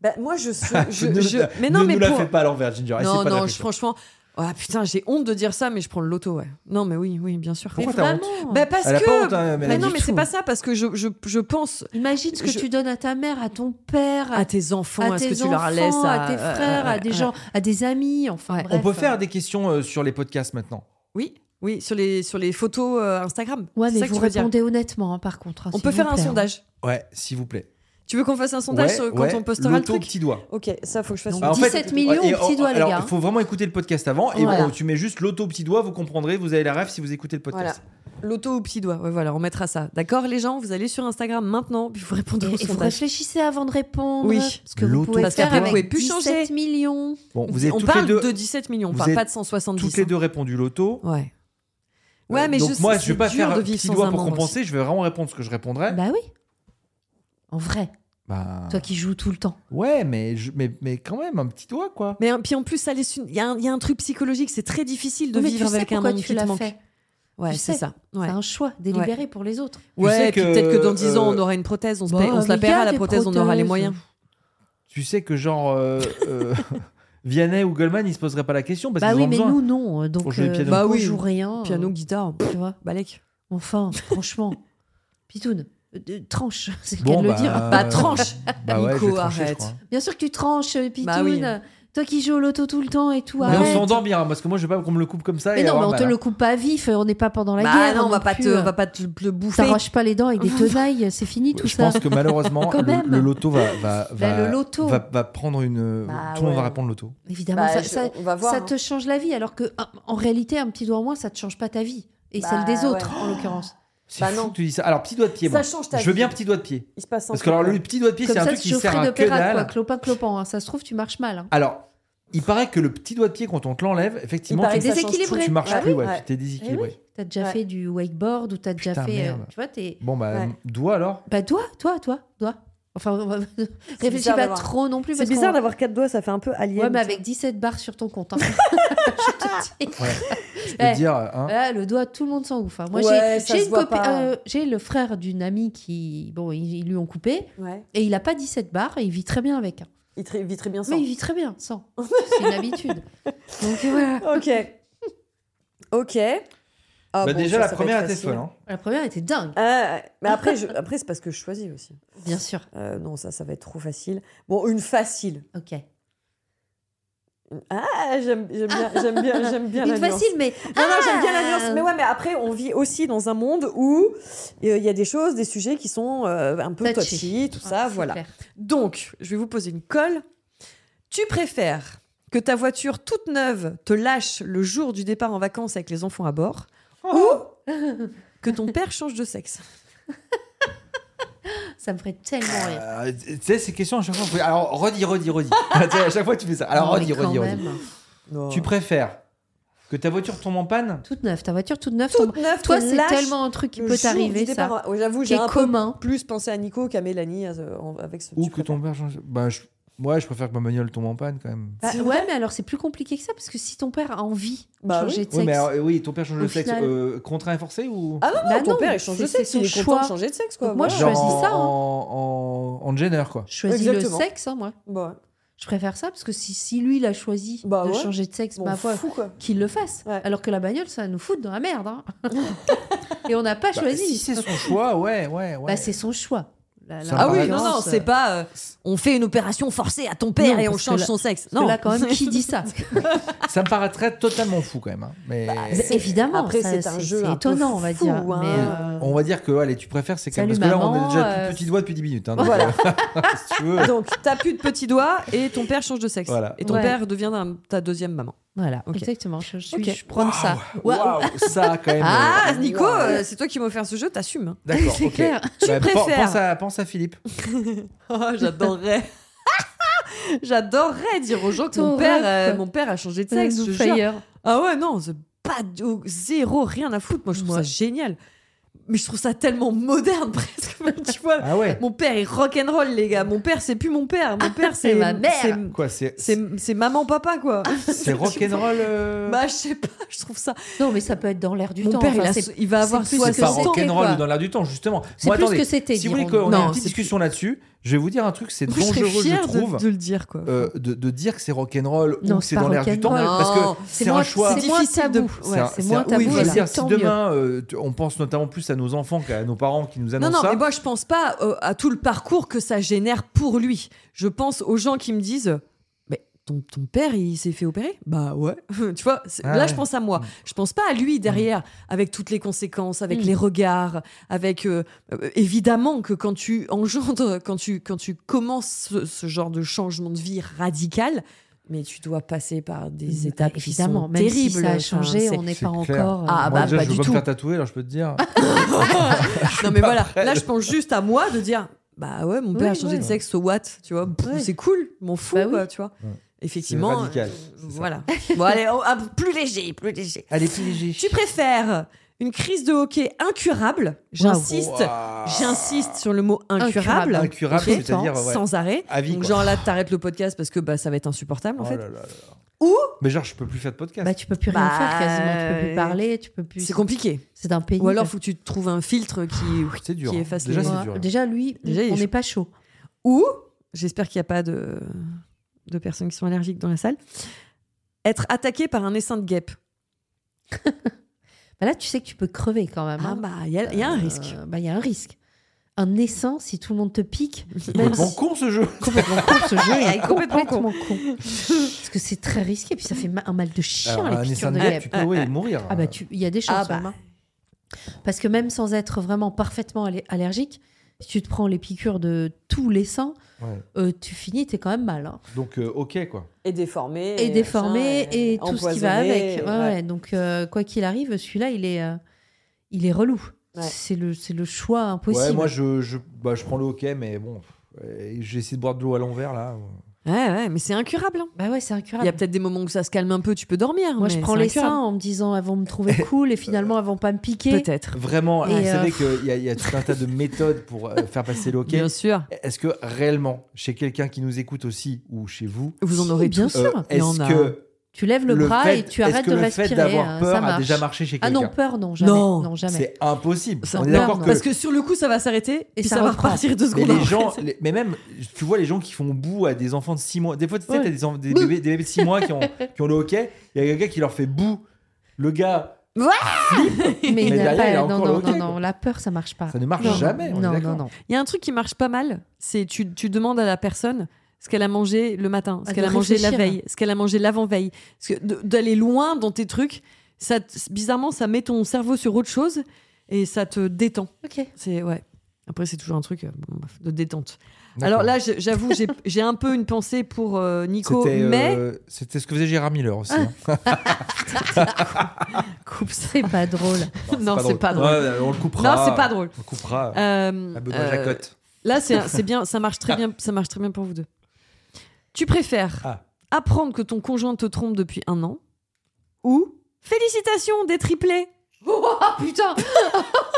Speaker 4: Bah, moi, je suis. je-
Speaker 2: Ne-
Speaker 4: je- Mais non,
Speaker 2: ne
Speaker 4: mais
Speaker 2: nous la
Speaker 4: pour-
Speaker 2: fais pas à l'envers, Ginger. essaie
Speaker 4: Non,
Speaker 2: Bah, pas de la
Speaker 4: non,
Speaker 2: faire.
Speaker 4: je- franchement. Ah putain, j'ai honte de dire ça, mais je prends le loto, ouais. Non, mais oui, oui, bien sûr.
Speaker 2: Pourquoi
Speaker 3: Mais
Speaker 2: t'as honte
Speaker 3: vraiment,
Speaker 4: Bah parce
Speaker 2: Elle a
Speaker 4: que.
Speaker 2: pas honte, hein,
Speaker 4: mais
Speaker 2: Mélanie.
Speaker 4: non,
Speaker 3: du
Speaker 4: mais
Speaker 3: tout.
Speaker 4: c'est pas ça, parce que je, je, je pense
Speaker 3: Imagine ce que
Speaker 4: Je-
Speaker 3: tu donnes à ta mère, à ton père, à,
Speaker 4: à tes enfants, à,
Speaker 3: à
Speaker 4: ce
Speaker 3: tes
Speaker 4: que tu leur
Speaker 3: enfants,
Speaker 4: laisses,
Speaker 3: à tes
Speaker 4: euh,
Speaker 3: frères,
Speaker 4: euh,
Speaker 3: à des
Speaker 4: euh,
Speaker 3: gens, à des amis, enfin.
Speaker 4: Ouais.
Speaker 3: bref.
Speaker 2: On peut faire des questions euh, sur les podcasts maintenant.
Speaker 4: Oui, oui, sur les, sur les photos euh, Instagram.
Speaker 3: Ouais,
Speaker 4: c'est
Speaker 3: mais
Speaker 4: ça que
Speaker 3: vous
Speaker 4: tu veux dire.
Speaker 3: répondez honnêtement, hein, par contre. hein,
Speaker 4: On
Speaker 3: s'il
Speaker 4: peut
Speaker 3: vous
Speaker 4: faire un
Speaker 3: plaît, hein.
Speaker 4: sondage.
Speaker 2: Ouais, s'il vous plaît.
Speaker 4: Tu veux qu'on fasse un sondage
Speaker 2: Ouais,
Speaker 4: sur- quand
Speaker 2: ouais,
Speaker 4: on postera le
Speaker 2: l'auto
Speaker 4: truc
Speaker 2: petit doigt.
Speaker 4: Ok, ça faut que je fasse.
Speaker 3: Donc,
Speaker 4: une-
Speaker 2: Bah, en fait,
Speaker 3: 17 millions
Speaker 2: ouais, et
Speaker 3: au petit
Speaker 2: en-
Speaker 3: doigt, les
Speaker 2: alors,
Speaker 3: gars,
Speaker 2: Il faut vraiment écouter le podcast avant et
Speaker 3: Voilà.
Speaker 2: bon, tu mets juste l'auto petit doigt, vous comprendrez, vous avez la rêve si vous écoutez le podcast.
Speaker 4: L'auto ou petit doigt. Ouais, voilà, on mettra ça. D'accord, les gens, vous allez sur Instagram maintenant, puis vous répondez au
Speaker 3: Et- Et vous
Speaker 4: sondage.
Speaker 3: réfléchissez avant de répondre.
Speaker 4: Oui.
Speaker 3: Ce que vous
Speaker 2: L'auto-
Speaker 3: pouvez
Speaker 4: Parce
Speaker 3: faire
Speaker 4: qu'après,
Speaker 3: avec
Speaker 4: vous pouvez plus
Speaker 3: 17
Speaker 4: changer.
Speaker 3: millions.
Speaker 2: Bon, vous avez
Speaker 4: on
Speaker 2: toutes
Speaker 4: parle
Speaker 2: les deux,
Speaker 4: de 17 millions, on
Speaker 2: vous
Speaker 4: parle
Speaker 2: êtes
Speaker 4: pas de 170.
Speaker 2: toutes
Speaker 4: hein.
Speaker 2: les deux répondu l'auto.
Speaker 4: Ouais. Ouais, mais
Speaker 2: Euh, Donc
Speaker 4: je sais,
Speaker 2: moi,
Speaker 4: c'est
Speaker 2: je vais pas
Speaker 4: dur
Speaker 2: faire
Speaker 4: de vivre
Speaker 2: petit
Speaker 4: sans
Speaker 2: doigt
Speaker 4: un
Speaker 2: pour
Speaker 4: membre
Speaker 2: compenser. Je vais vraiment répondre ce que je répondrais.
Speaker 3: Bah oui. En vrai,
Speaker 2: Bah,
Speaker 3: toi qui joues tout le temps.
Speaker 2: ouais, mais, je- mais mais quand même un petit doigt quoi.
Speaker 4: Mais euh, puis en plus, ça laisse une- il y, a un- il y a un truc psychologique, c'est très difficile de
Speaker 3: Mais
Speaker 4: vivre
Speaker 3: tu sais
Speaker 4: avec un
Speaker 3: pourquoi
Speaker 4: membre
Speaker 3: tu
Speaker 4: qui te
Speaker 3: l'as
Speaker 4: manque.
Speaker 3: fait.
Speaker 4: Ouais,
Speaker 3: Tu
Speaker 4: c'est
Speaker 3: sais.
Speaker 4: ça. Ouais,
Speaker 3: C'est un choix délibéré pour les autres.
Speaker 4: Ouais,
Speaker 2: sais
Speaker 4: puis
Speaker 2: que,
Speaker 4: peut-être que dans 10 ans,
Speaker 2: euh,
Speaker 4: on aura une prothèse, on se,
Speaker 3: Bah,
Speaker 4: paie- on se la
Speaker 3: mais
Speaker 4: paiera
Speaker 3: garde
Speaker 4: la
Speaker 3: les Bah
Speaker 4: prothèse, on aura les
Speaker 3: prothèses.
Speaker 4: moyens.
Speaker 2: Tu sais que genre euh, euh, Vianney ou Goldman, ils se poseraient pas la question parce
Speaker 3: Bah
Speaker 2: qu'ils
Speaker 3: oui,
Speaker 2: ont
Speaker 3: mais
Speaker 2: besoin.
Speaker 3: nous non. euh,
Speaker 2: Faut
Speaker 3: Donc
Speaker 2: jouer le piano.
Speaker 3: bah
Speaker 4: Bah
Speaker 3: on
Speaker 4: oui.
Speaker 3: joue rien. euh,
Speaker 4: Piano, guitare, pff,
Speaker 3: tu vois.
Speaker 4: balèque.
Speaker 3: Enfin, franchement, Pitoun, euh, euh, tranche, c'est le
Speaker 2: Bon,
Speaker 3: cas de
Speaker 2: bah,
Speaker 3: le dire.
Speaker 2: euh,
Speaker 4: Bah, tranche.
Speaker 2: Bah ouais, je
Speaker 4: Nico,
Speaker 2: vais trancher, je
Speaker 4: arrête.
Speaker 2: crois.
Speaker 3: Bien sûr que tu tranches, euh, Pitoun.
Speaker 4: Bah oui.
Speaker 3: Toi qui joues au loto tout le temps et tout.
Speaker 2: Mais on
Speaker 3: arrête.
Speaker 2: s'endort bien, hein, parce que moi je veux pas qu'on me le coupe comme ça.
Speaker 3: Mais
Speaker 2: et
Speaker 3: non, mais
Speaker 2: avoir
Speaker 3: on te
Speaker 2: mal,
Speaker 3: le
Speaker 2: hein.
Speaker 3: coupe pas vif, euh, on n'est pas pendant la
Speaker 4: Bah
Speaker 3: guerre.
Speaker 4: non, on va
Speaker 3: non
Speaker 4: pas
Speaker 3: plus,
Speaker 4: te,
Speaker 3: euh,
Speaker 4: on va pas te le bouffer.
Speaker 3: T'arroches pas les dents avec des tenailles, c'est fini tout
Speaker 2: Je
Speaker 3: ça.
Speaker 2: pense que malheureusement,
Speaker 3: Quand
Speaker 2: le,
Speaker 3: même.
Speaker 2: le loto va, va,
Speaker 3: Bah,
Speaker 2: va-
Speaker 3: le loto.
Speaker 2: va- va prendre une.
Speaker 4: Bah,
Speaker 2: tout le monde va
Speaker 4: ouais.
Speaker 2: répondre loto.
Speaker 3: Évidemment,
Speaker 4: Bah,
Speaker 3: ça,
Speaker 4: je-
Speaker 3: ça-
Speaker 4: on va voir,
Speaker 3: ça
Speaker 4: hein.
Speaker 3: te change la vie, alors que un- en réalité, un petit doigt en moins, ça te change pas ta vie. Et
Speaker 4: Bah,
Speaker 3: celle des
Speaker 4: ouais.
Speaker 3: autres, en l'occurrence.
Speaker 2: C'est
Speaker 4: Bah,
Speaker 2: fou
Speaker 4: non.
Speaker 2: que tu dis ça. Alors, petit doigt de pied, moi.
Speaker 4: change
Speaker 2: Je veux bien petit doigt de pied.
Speaker 4: Il se passe un
Speaker 2: Parce que
Speaker 4: truc,
Speaker 2: alors,
Speaker 4: quoi.
Speaker 2: le petit doigt de pied,
Speaker 3: Comme
Speaker 2: c'est un
Speaker 3: ça,
Speaker 2: truc
Speaker 3: tu
Speaker 2: qui sert
Speaker 3: chaufferais
Speaker 2: à
Speaker 3: de
Speaker 2: que
Speaker 3: pérade, quoi,
Speaker 2: dalle.
Speaker 3: clopin, clopin. hein. Ça se trouve, tu marches mal. hein.
Speaker 2: Alors, il paraît que le petit doigt de pied, quand on te l'enlève, effectivement,
Speaker 4: paraît
Speaker 2: tu,
Speaker 4: que ça change
Speaker 3: déséquilibré.
Speaker 4: tout.
Speaker 2: tu marches
Speaker 4: Ouais.
Speaker 2: plus, Bah ouais,
Speaker 4: Ouais.
Speaker 2: tu t'es
Speaker 3: Eh
Speaker 2: déséquilibré.
Speaker 3: oui, t'as déjà
Speaker 4: Ouais.
Speaker 3: fait du wakeboard ou t'as déjà
Speaker 2: Putain,
Speaker 3: fait. euh,
Speaker 2: merde.
Speaker 3: tu vois, t'es.
Speaker 2: Bon, bah,
Speaker 4: Ouais.
Speaker 2: doigt alors
Speaker 3: Bah, toi, toi, toi, toi. Enfin, on va- réfléchis
Speaker 4: bizarre
Speaker 3: pas
Speaker 4: d'avoir-
Speaker 3: trop non plus.
Speaker 10: C'est
Speaker 3: parce
Speaker 10: bizarre
Speaker 3: qu'on-
Speaker 10: d'avoir quatre doigts, ça fait un peu alien.
Speaker 3: Ouais, mais
Speaker 10: tu
Speaker 3: avec 17 barres sur ton compte. hein. Je te dis.
Speaker 2: Je peux
Speaker 3: Eh.
Speaker 2: dire, hein,
Speaker 3: Là, le doigt, tout le monde s'en ouffe. hein. Moi,
Speaker 4: Ouais,
Speaker 3: j'ai-
Speaker 4: ça
Speaker 3: j'ai
Speaker 4: se
Speaker 3: une
Speaker 4: voit
Speaker 3: copine-
Speaker 4: pas.
Speaker 3: euh, j'ai le frère d'une amie qui, bon, ils, ils lui ont coupé
Speaker 4: Ouais.
Speaker 3: et il a pas 17 barres et il vit très bien avec. hein.
Speaker 4: Il tr- vit très bien sans.
Speaker 3: Mais il vit très bien sans. C'est une habitude. Donc euh, voilà.
Speaker 4: Ok. Ok. Ah
Speaker 2: bah
Speaker 4: bon,
Speaker 2: déjà
Speaker 4: ça,
Speaker 2: la
Speaker 4: ça va
Speaker 2: première
Speaker 4: être
Speaker 2: était
Speaker 4: facile.
Speaker 2: folle. hein.
Speaker 3: La première était dingue,
Speaker 4: Ah, mais après, je- après c'est parce que je choisis aussi.
Speaker 3: bien sûr.
Speaker 4: Euh, non, ça, ça va être trop facile. Bon, une facile.
Speaker 3: Ok.
Speaker 4: Ah, j'aime j'aime bien, j'aime bien, j'aime bien
Speaker 3: Une
Speaker 4: la nuance.
Speaker 3: facile, mais.
Speaker 4: Ah. Non, non, j'aime bien
Speaker 3: Ah
Speaker 4: la nuance. Mais ouais, mais après, on vit aussi dans un monde où euh, il y a des choses, des sujets qui sont euh, un peu
Speaker 3: Touchy.
Speaker 4: touchy, tout
Speaker 3: Ah,
Speaker 4: ça,
Speaker 3: c'est
Speaker 4: voilà.
Speaker 3: clair.
Speaker 4: Donc, je vais vous poser une colle. Tu préfères que ta voiture toute neuve te lâche le jour du départ en vacances avec les enfants à bord
Speaker 3: Oh.
Speaker 4: ou que ton père change de sexe
Speaker 3: Ça me ferait tellement rire.
Speaker 2: Euh, tu sais, ces questions à chaque fois. on fait, Alors, redis, redis, redis. Ah, Tu sais, à chaque fois, tu fais ça. Alors,
Speaker 3: Non, mais
Speaker 2: redis,
Speaker 3: quand
Speaker 2: redis, redis.
Speaker 3: même.
Speaker 4: Non.
Speaker 2: Tu préfères que ta voiture tombe en panne
Speaker 3: Toute neuve, ta voiture toute neuve. ton-
Speaker 4: toute neuve
Speaker 3: Toi,
Speaker 4: te
Speaker 3: c'est
Speaker 4: lâche
Speaker 3: tellement un truc qui
Speaker 4: le
Speaker 3: peut
Speaker 4: jour du
Speaker 3: t'arriver,
Speaker 4: départ
Speaker 3: ça.
Speaker 4: en- Ouais, J'avoue,
Speaker 3: Qui
Speaker 4: j'ai
Speaker 3: est
Speaker 4: un peu
Speaker 3: commun.
Speaker 4: plus pensé à Nico qu'à Mélanie euh, en- avec ce
Speaker 2: Ou
Speaker 4: tu
Speaker 2: que ton père change. Bah, je... Ouais, je préfère que ma bagnole tombe en panne quand même.
Speaker 3: Bah,
Speaker 4: C'est
Speaker 3: ouais, mais alors c'est plus compliqué que ça parce que si ton père a envie de
Speaker 4: Bah
Speaker 3: changer
Speaker 2: Oui,
Speaker 3: de sexe,
Speaker 2: mais alors, euh, oui, ton père change
Speaker 3: Au
Speaker 2: de sexe.
Speaker 3: final.
Speaker 2: euh, contraint et forcé ou
Speaker 4: Ah non, non,
Speaker 3: Bah
Speaker 4: ton
Speaker 3: non,
Speaker 4: père, il change de
Speaker 3: c'est-
Speaker 4: sexe.
Speaker 3: c'est
Speaker 4: Il
Speaker 3: son
Speaker 4: est content de
Speaker 3: choix.
Speaker 4: changer de sexe, quoi.
Speaker 3: Donc moi, je
Speaker 4: voilà.
Speaker 2: Genre
Speaker 3: choisis ça, hein.
Speaker 2: En, en, en Jenner, quoi.
Speaker 3: je choisis
Speaker 4: Exactement.
Speaker 3: le sexe, hein, moi.
Speaker 4: Bah ouais.
Speaker 3: Je préfère ça parce que si, si lui il a choisi
Speaker 4: Bah
Speaker 3: de
Speaker 4: ouais.
Speaker 3: changer de sexe,
Speaker 4: Bon,
Speaker 3: ma foi,
Speaker 4: fou, quoi.
Speaker 3: qu'il le fasse.
Speaker 4: Ouais.
Speaker 3: Alors que la bagnole, ça nous fout dans la merde. hein. Et on n'a pas
Speaker 2: Bah, si
Speaker 3: choisi.
Speaker 2: c'est son choix, ouais, ouais, ouais.
Speaker 3: Bah, c'est son choix. La- la-
Speaker 2: Ça
Speaker 4: Ah
Speaker 2: En
Speaker 4: oui, non,
Speaker 3: l'occurrence,
Speaker 4: non, c'est
Speaker 3: euh,
Speaker 4: pas euh, on fait une opération forcée à ton père
Speaker 3: Non,
Speaker 4: et on
Speaker 3: parce que
Speaker 4: change
Speaker 3: là-
Speaker 4: son sexe.
Speaker 3: parce que
Speaker 4: Non,
Speaker 3: Là, quand même, qui dit ça
Speaker 2: Ça me paraîtrait totalement fou quand même. hein. Mais
Speaker 3: Mais Évidemment,
Speaker 4: Après,
Speaker 3: ça,
Speaker 4: c'est un jeu
Speaker 3: c'est
Speaker 4: un peu
Speaker 3: étonnant, on va
Speaker 4: fou,
Speaker 3: dire.
Speaker 4: hein.
Speaker 3: Mais, euh,
Speaker 2: on va dire que allez, tu préfères, c'est quand même. Parce
Speaker 3: Salut,
Speaker 2: que là, on
Speaker 3: maman,
Speaker 2: est déjà
Speaker 3: euh, Ah,
Speaker 2: tout petit doigt depuis 10 minutes. hein, donc,
Speaker 4: Voilà.
Speaker 2: euh, si tu veux.
Speaker 4: donc t'as plus de petits doigts et ton père change de sexe.
Speaker 2: Voilà.
Speaker 4: Et ton
Speaker 3: Ouais.
Speaker 4: père devient un- ta deuxième maman.
Speaker 3: Voilà,
Speaker 4: Ok.
Speaker 3: exactement. Je, je suis,
Speaker 4: Ok.
Speaker 3: je prends ça. Waouh.
Speaker 2: Waouh, ça quand même.
Speaker 4: Ah,
Speaker 2: euh,
Speaker 4: Nico,
Speaker 2: waouh.
Speaker 4: euh, c'est toi qui m'as offert ce jeu, t'assumes. hein.
Speaker 2: D'accord,
Speaker 3: C'est
Speaker 2: ok.
Speaker 3: clair.
Speaker 2: Tu
Speaker 4: préfères-
Speaker 2: Pense à, pense à Philippe.
Speaker 4: Oh, j'adorerais. j'adorerais dire aux gens que mon
Speaker 3: Ton
Speaker 4: père,
Speaker 3: rêve,
Speaker 4: euh,
Speaker 3: quoi.
Speaker 4: mon père a changé de
Speaker 3: Sex,
Speaker 4: sexe. je
Speaker 3: nous
Speaker 4: jure.
Speaker 3: fire.
Speaker 4: Ah ouais, non, c'est pas du- au zéro, rien à foutre. Moi, je trouve
Speaker 3: Moi-
Speaker 4: ça génial. Mais je trouve ça tellement moderne presque. tu vois,
Speaker 2: Ah ouais.
Speaker 4: mon père est rock'n'roll, les gars. Mon père, c'est plus mon père. Mon père, c'est
Speaker 3: Ah, ma mère. Ah,
Speaker 4: c'est-
Speaker 2: Quoi, c'est
Speaker 4: C'est c'est maman, papa, quoi.
Speaker 2: c'est rock'n'roll euh,
Speaker 4: Bah, je sais pas, je trouve ça.
Speaker 3: Non, mais ça peut être dans l'air du
Speaker 4: Mon
Speaker 3: temps.
Speaker 4: père,
Speaker 3: enfin,
Speaker 4: il, a-
Speaker 3: c'est
Speaker 4: il va avoir
Speaker 3: c'est plus
Speaker 4: 60
Speaker 2: C'est pas
Speaker 3: c'était,
Speaker 4: ans.
Speaker 2: rock'n'roll
Speaker 3: quoi.
Speaker 2: dans l'air du temps, justement.
Speaker 3: c'est
Speaker 2: Moi,
Speaker 3: plus
Speaker 2: attendez,
Speaker 3: que c'était.
Speaker 2: si vous voulez
Speaker 3: dirons-nous.
Speaker 2: qu'on ait
Speaker 4: Non,
Speaker 2: une petite
Speaker 4: c'est-
Speaker 2: discussion là-dessus, je vais vous dire un truc, c'est
Speaker 4: Je serais
Speaker 2: dangereux, je
Speaker 4: fière de-
Speaker 2: trouve,
Speaker 4: de, le dire, quoi.
Speaker 2: euh, de, de dire que c'est rock'n'roll ou
Speaker 3: Non,
Speaker 2: que c'est
Speaker 3: c'est
Speaker 2: dans
Speaker 3: pas
Speaker 2: l'air du temps,
Speaker 4: rock'nroll.
Speaker 2: parce que
Speaker 4: Non,
Speaker 2: c'est
Speaker 3: moins-
Speaker 2: un choix.
Speaker 3: C'est moins
Speaker 4: difficile
Speaker 3: tabou.
Speaker 4: de-
Speaker 3: Ouais,
Speaker 2: un-
Speaker 3: c'est moins
Speaker 2: un-
Speaker 3: tabou.
Speaker 2: Oui, je veux
Speaker 3: et
Speaker 2: dire,
Speaker 3: c'est
Speaker 2: si
Speaker 3: tant
Speaker 2: demain, euh, tu- on pense notamment plus à nos enfants qu'à nos parents qui nous
Speaker 4: Non,
Speaker 2: annoncent
Speaker 4: non, mais
Speaker 2: ça.
Speaker 4: moi, je pense pas euh, à tout le parcours que ça génère pour lui. Je pense aux gens qui me disent. euh, Mais ton, ton père, il s'est fait opérer Bah ouais. tu vois, c'est-
Speaker 2: Ah
Speaker 4: là,
Speaker 2: ouais.
Speaker 4: je pense à moi.
Speaker 2: Mm.
Speaker 4: Je pense pas à lui derrière, avec toutes les conséquences, avec
Speaker 3: Mm.
Speaker 4: les regards, avec. euh, euh, évidemment que quand tu engendres, quand tu, quand tu commences ce, ce genre de changement de vie radical, mais tu dois passer par des
Speaker 3: mieux.
Speaker 4: étapes
Speaker 3: Bah, Évidemment,
Speaker 4: qui
Speaker 3: même
Speaker 4: sont
Speaker 3: si ça
Speaker 4: terribles.
Speaker 3: a
Speaker 4: Enfin,
Speaker 3: changé,
Speaker 4: c'est-
Speaker 3: on n'est
Speaker 2: c'est
Speaker 3: pas
Speaker 2: clair.
Speaker 3: encore. euh,
Speaker 4: Ah,
Speaker 2: Moi,
Speaker 4: bah,
Speaker 2: déjà,
Speaker 4: pas
Speaker 2: je
Speaker 4: du
Speaker 2: veux pas
Speaker 4: tout.
Speaker 2: me faire tatouer, alors je peux te dire.
Speaker 4: non mais
Speaker 2: pas
Speaker 4: voilà,
Speaker 2: prête.
Speaker 4: là je pense juste à moi de dire bah ouais mon père
Speaker 3: Oui,
Speaker 4: a changé
Speaker 3: ouais.
Speaker 4: de sexe, so what, tu vois, Pff,
Speaker 3: Ouais.
Speaker 4: c'est cool, je m'en fous
Speaker 3: Bah oui.
Speaker 4: quoi, tu vois.
Speaker 2: Ouais.
Speaker 4: Effectivement,
Speaker 2: C'est radical,
Speaker 4: euh,
Speaker 2: c'est ça.
Speaker 4: voilà. bon allez, on- ah, plus léger, plus léger.
Speaker 2: Allez, Philippe.
Speaker 4: Tu préfères une crise de hockey incurable, j'insiste, j'insiste sur le mot
Speaker 3: Incurable.
Speaker 4: incurable,
Speaker 2: Incurable,
Speaker 4: ok,
Speaker 2: c'est-à-dire, ouais.
Speaker 4: sans arrêt.
Speaker 2: À vie,
Speaker 4: Donc
Speaker 2: quoi.
Speaker 4: genre là t'arrêtes le podcast parce que bah ça va être insupportable en
Speaker 2: Oh
Speaker 4: fait.
Speaker 2: là là là là.
Speaker 4: Ou-
Speaker 2: Mais genre, je peux plus faire de podcast.
Speaker 3: Bah, tu peux plus rien
Speaker 4: Bah,
Speaker 3: faire quasiment. Tu peux plus parler, tu peux plus.
Speaker 4: C'est compliqué.
Speaker 3: C'est d'un pays.
Speaker 4: Ou alors faut que tu trouves un filtre qui
Speaker 2: c'est dur.
Speaker 4: qui
Speaker 2: hein.
Speaker 4: efface les
Speaker 2: Déjà,
Speaker 4: mots.
Speaker 2: c'est dur.
Speaker 3: Déjà, lui,
Speaker 4: Déjà, il est
Speaker 3: on
Speaker 4: chaud.
Speaker 3: n'est pas chaud.
Speaker 4: Ou, j'espère qu'il n'y a pas de, de personnes qui sont allergiques dans la salle, être attaqué par un essaim de guêpe.
Speaker 3: Bah, là, tu sais que tu peux crever quand même.
Speaker 4: Ah
Speaker 3: hein.
Speaker 4: bah, il y, a- il y a un risque.
Speaker 3: Euh, bah, il y a un risque. Un essaim, si tout le monde te pique, même
Speaker 2: Complètement
Speaker 3: si-
Speaker 2: con ce jeu.
Speaker 3: complètement con ce jeu
Speaker 4: Il
Speaker 3: est
Speaker 4: est complètement
Speaker 3: complètement
Speaker 4: con.
Speaker 3: con. Parce que c'est très risqué, puis ça fait ma- un mal de chien
Speaker 2: Alors,
Speaker 3: les
Speaker 2: un
Speaker 3: piqûres
Speaker 2: essaim
Speaker 3: de
Speaker 2: de guêpe,
Speaker 3: guêpes.
Speaker 2: Euh, tu peux oui, mourir.
Speaker 3: Ah bah tu- il y a des chances
Speaker 4: Ah bah.
Speaker 3: même, hein. Parce que même sans être vraiment parfaitement allé- allergique, si tu te prends les piqûres de tous les seins,
Speaker 2: Ouais.
Speaker 3: euh, tu finis, t'es quand même mal. hein.
Speaker 2: Donc, euh, ok, quoi.
Speaker 4: Et déformé.
Speaker 3: Et, déformé et, tout ce qui va avec. Ouais, ouais. Donc euh, quoi qu'il arrive, celui-là il est, euh, il est relou.
Speaker 4: Ouais.
Speaker 3: C'est le, c'est le choix impossible.
Speaker 2: euh, Ouais, moi, je, je, bah, je prends le hockey, mais bon. pff, ouais, J'ai essayé de boire de l'eau à l'envers, là.
Speaker 4: Ouais, ouais, mais c'est incurable. hein.
Speaker 3: Bah ouais, c'est
Speaker 4: Il y a
Speaker 3: incurable.
Speaker 4: peut-être des moments où ça se calme un peu, tu peux dormir.
Speaker 3: Moi, je
Speaker 4: mais
Speaker 3: prends
Speaker 4: c'est
Speaker 3: les
Speaker 4: incurable.
Speaker 3: seins en me disant, elles vont me trouver cool et finalement, elles vont pas me piquer.
Speaker 4: Peut-être.
Speaker 2: Vraiment,
Speaker 3: Et
Speaker 2: vous
Speaker 3: euh,
Speaker 2: savez qu'il y, a- il y a tout un tas de méthodes pour euh, faire passer le hockey.
Speaker 4: Bien sûr.
Speaker 2: Est-ce que réellement, chez quelqu'un qui nous écoute aussi ou chez vous,
Speaker 4: Vous en
Speaker 3: Si,
Speaker 4: aurez
Speaker 3: bien
Speaker 4: bien
Speaker 3: sûr.
Speaker 4: sûr.
Speaker 2: euh,
Speaker 4: il y en
Speaker 2: est-ce
Speaker 4: a.
Speaker 2: que
Speaker 3: Tu lèves le, bras
Speaker 2: fait-
Speaker 3: et tu
Speaker 2: est-ce
Speaker 3: arrêtes
Speaker 2: que
Speaker 3: de
Speaker 2: le
Speaker 3: respirer.
Speaker 2: fait d'avoir
Speaker 3: hein, ça
Speaker 2: peur a
Speaker 3: marche.
Speaker 2: déjà marché chez
Speaker 3: ah
Speaker 2: quelqu'un
Speaker 3: non, peur, non, jamais.
Speaker 4: Non.
Speaker 3: jamais.
Speaker 2: C'est impossible.
Speaker 4: Ça
Speaker 2: On est
Speaker 4: meurt,
Speaker 2: d'accord
Speaker 3: non.
Speaker 2: que
Speaker 4: Parce que sur le coup, ça va s'arrêter
Speaker 3: Et
Speaker 4: et puis
Speaker 3: ça
Speaker 4: ça, va
Speaker 3: reprend.
Speaker 4: repartir deux
Speaker 2: Mais
Speaker 4: secondes.
Speaker 2: les
Speaker 4: après.
Speaker 2: gens, les- mais même, tu vois les gens qui font boue à des enfants de 6 mois. Des fois, tu sais,
Speaker 3: Ouais.
Speaker 2: t'as des, en- des, bébés, des bébés de 6 mois qui ont, qui ont le hockey. Il y a quelqu'un qui leur fait boue. Le gars,
Speaker 3: Mais il
Speaker 2: Mais
Speaker 3: n'a
Speaker 2: derrière, il a
Speaker 3: pas.
Speaker 2: encore
Speaker 3: Non,
Speaker 2: le
Speaker 3: non,
Speaker 2: hockey,
Speaker 3: non,
Speaker 2: quoi.
Speaker 3: non, la peur, ça marche
Speaker 4: Ah.
Speaker 3: pas.
Speaker 2: ça ne marche
Speaker 3: Non,
Speaker 2: jamais. on est
Speaker 3: Non, non,
Speaker 2: d'accord.
Speaker 3: non.
Speaker 4: Il y a un truc qui marche pas mal, c'est tu, tu demandes à la personne ce qu'elle a mangé le matin, ce
Speaker 3: Ah,
Speaker 4: qu'elle
Speaker 3: de
Speaker 4: a mangé la
Speaker 3: réfléchir.
Speaker 4: veille, ce qu'elle a mangé l'avant-veille. Parce que de- D'aller loin dans tes trucs, ça, te- bizarrement, ça met ton cerveau sur autre chose et ça te détend.
Speaker 3: Ok.
Speaker 4: C'est ouais. Après, c'est toujours un truc euh, bon, bref, de détente.
Speaker 2: D'accord.
Speaker 4: Alors là, je- j'avoue, j'ai- j'ai un peu une pensée pour euh, Nico,
Speaker 2: C'était, euh,
Speaker 4: mais Ah,
Speaker 2: c'était ce que faisait Gérard Miller aussi. hein.
Speaker 3: Coupe, c'est pas drôle.
Speaker 4: non, c'est pas drôle.
Speaker 2: Ouais, on le coupera.
Speaker 4: Non, c'est pas drôle.
Speaker 2: On le coupera
Speaker 4: Euh,
Speaker 2: à Benoît
Speaker 4: euh,
Speaker 2: Jacotte.
Speaker 4: Là, c'est c'est bien, ça marche très bien, ça marche très bien pour vous deux. Tu préfères
Speaker 2: Ah.
Speaker 4: apprendre que ton conjoint te trompe depuis un an ou félicitations des triplés
Speaker 3: Oh putain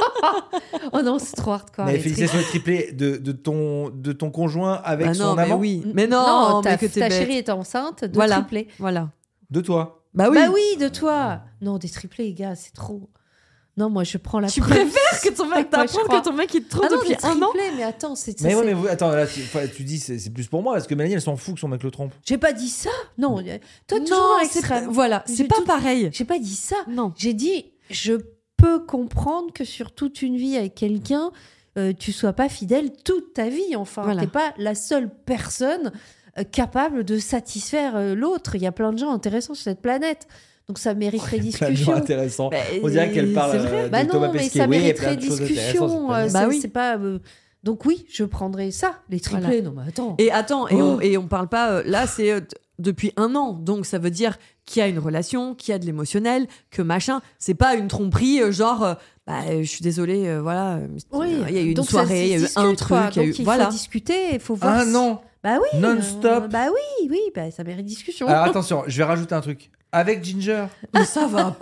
Speaker 3: Oh non, c'est trop hard quoi.
Speaker 2: Mais félicitations triplée de, de, ton, de ton conjoint avec
Speaker 4: Bah
Speaker 2: son
Speaker 4: non, mais
Speaker 2: amant
Speaker 4: oui, mais non,
Speaker 3: ta,
Speaker 4: mais que t'es
Speaker 3: ta
Speaker 4: bête.
Speaker 3: chérie est enceinte de
Speaker 4: Voilà.
Speaker 3: triplé.
Speaker 4: Voilà.
Speaker 2: de toi.
Speaker 4: Bah oui.
Speaker 3: Bah oui, de toi. Non, des triplés, les gars, c'est trop. Non, moi je prends la.
Speaker 4: Tu
Speaker 3: preuve.
Speaker 4: préfères que ton mec
Speaker 3: Moi, Ah je
Speaker 4: t'apprendre
Speaker 3: crois.
Speaker 4: que ton mec il te trompe
Speaker 3: ah non,
Speaker 4: depuis
Speaker 3: des
Speaker 4: un an
Speaker 3: triplés, mais attends, c'est.
Speaker 2: Mais
Speaker 3: c'est-
Speaker 2: ouais, mais vous- attends, là, tu, enfin, tu dis c'est c'est plus pour moi parce que Mélanie, elle s'en fout que son mec le trompe.
Speaker 3: J'ai pas dit ça. Non, y a- toi toujours
Speaker 4: Non,
Speaker 3: dans
Speaker 4: c'est pas-
Speaker 3: l'extrême.
Speaker 4: Voilà,
Speaker 3: J'ai
Speaker 4: c'est pas
Speaker 3: tout-
Speaker 4: pareil.
Speaker 3: J'ai pas dit ça.
Speaker 4: Non.
Speaker 3: J'ai dit je peux comprendre que sur toute une vie avec quelqu'un, euh, tu sois pas fidèle toute ta vie. Enfin,
Speaker 4: Voilà.
Speaker 3: t'es pas la seule personne euh, capable de satisfaire euh, l'autre. Il y a plein de gens intéressants sur cette planète, donc ça mériterait
Speaker 2: Plein de gens
Speaker 3: discussion.
Speaker 2: intéressants.
Speaker 4: Bah,
Speaker 2: On dirait qu'elle parle
Speaker 4: c'est vrai.
Speaker 2: euh, de
Speaker 3: Bah
Speaker 2: Thomas
Speaker 3: non, mais
Speaker 2: Pesquet.
Speaker 3: ça
Speaker 2: Oui, plein
Speaker 3: mériterait
Speaker 2: de choses intéressantes, c'est
Speaker 3: discussion.
Speaker 2: pas mal.
Speaker 3: euh, c'est
Speaker 4: Bah oui.
Speaker 3: c'est pas. euh, Donc oui, je prendrais ça, les triplés.
Speaker 4: Voilà.
Speaker 3: Non, mais attends.
Speaker 4: Et attends, et,
Speaker 3: Oh.
Speaker 4: on, et on parle pas. euh, là, c'est euh, t- depuis un an, donc ça veut dire qu'il y a une relation, qu'il y a de l'émotionnel, que machin. C'est pas une tromperie euh, genre. euh, bah, euh, je suis désolée, euh, voilà. euh,
Speaker 3: Oui.
Speaker 4: il y a eu une
Speaker 3: Donc ça se
Speaker 4: soirée, il y a eu un
Speaker 3: discute,
Speaker 4: truc,
Speaker 3: quoi.
Speaker 4: il y a eu-
Speaker 3: Donc, il
Speaker 4: voilà.
Speaker 3: faut discuter, il faut voir.
Speaker 2: Un
Speaker 3: si-
Speaker 2: an
Speaker 3: Bah oui.
Speaker 2: non-stop.
Speaker 3: euh, Bah oui, oui, bah, ça mérite discussion.
Speaker 2: Alors attention, je vais rajouter un truc. Avec Ginger,
Speaker 4: Mais ça va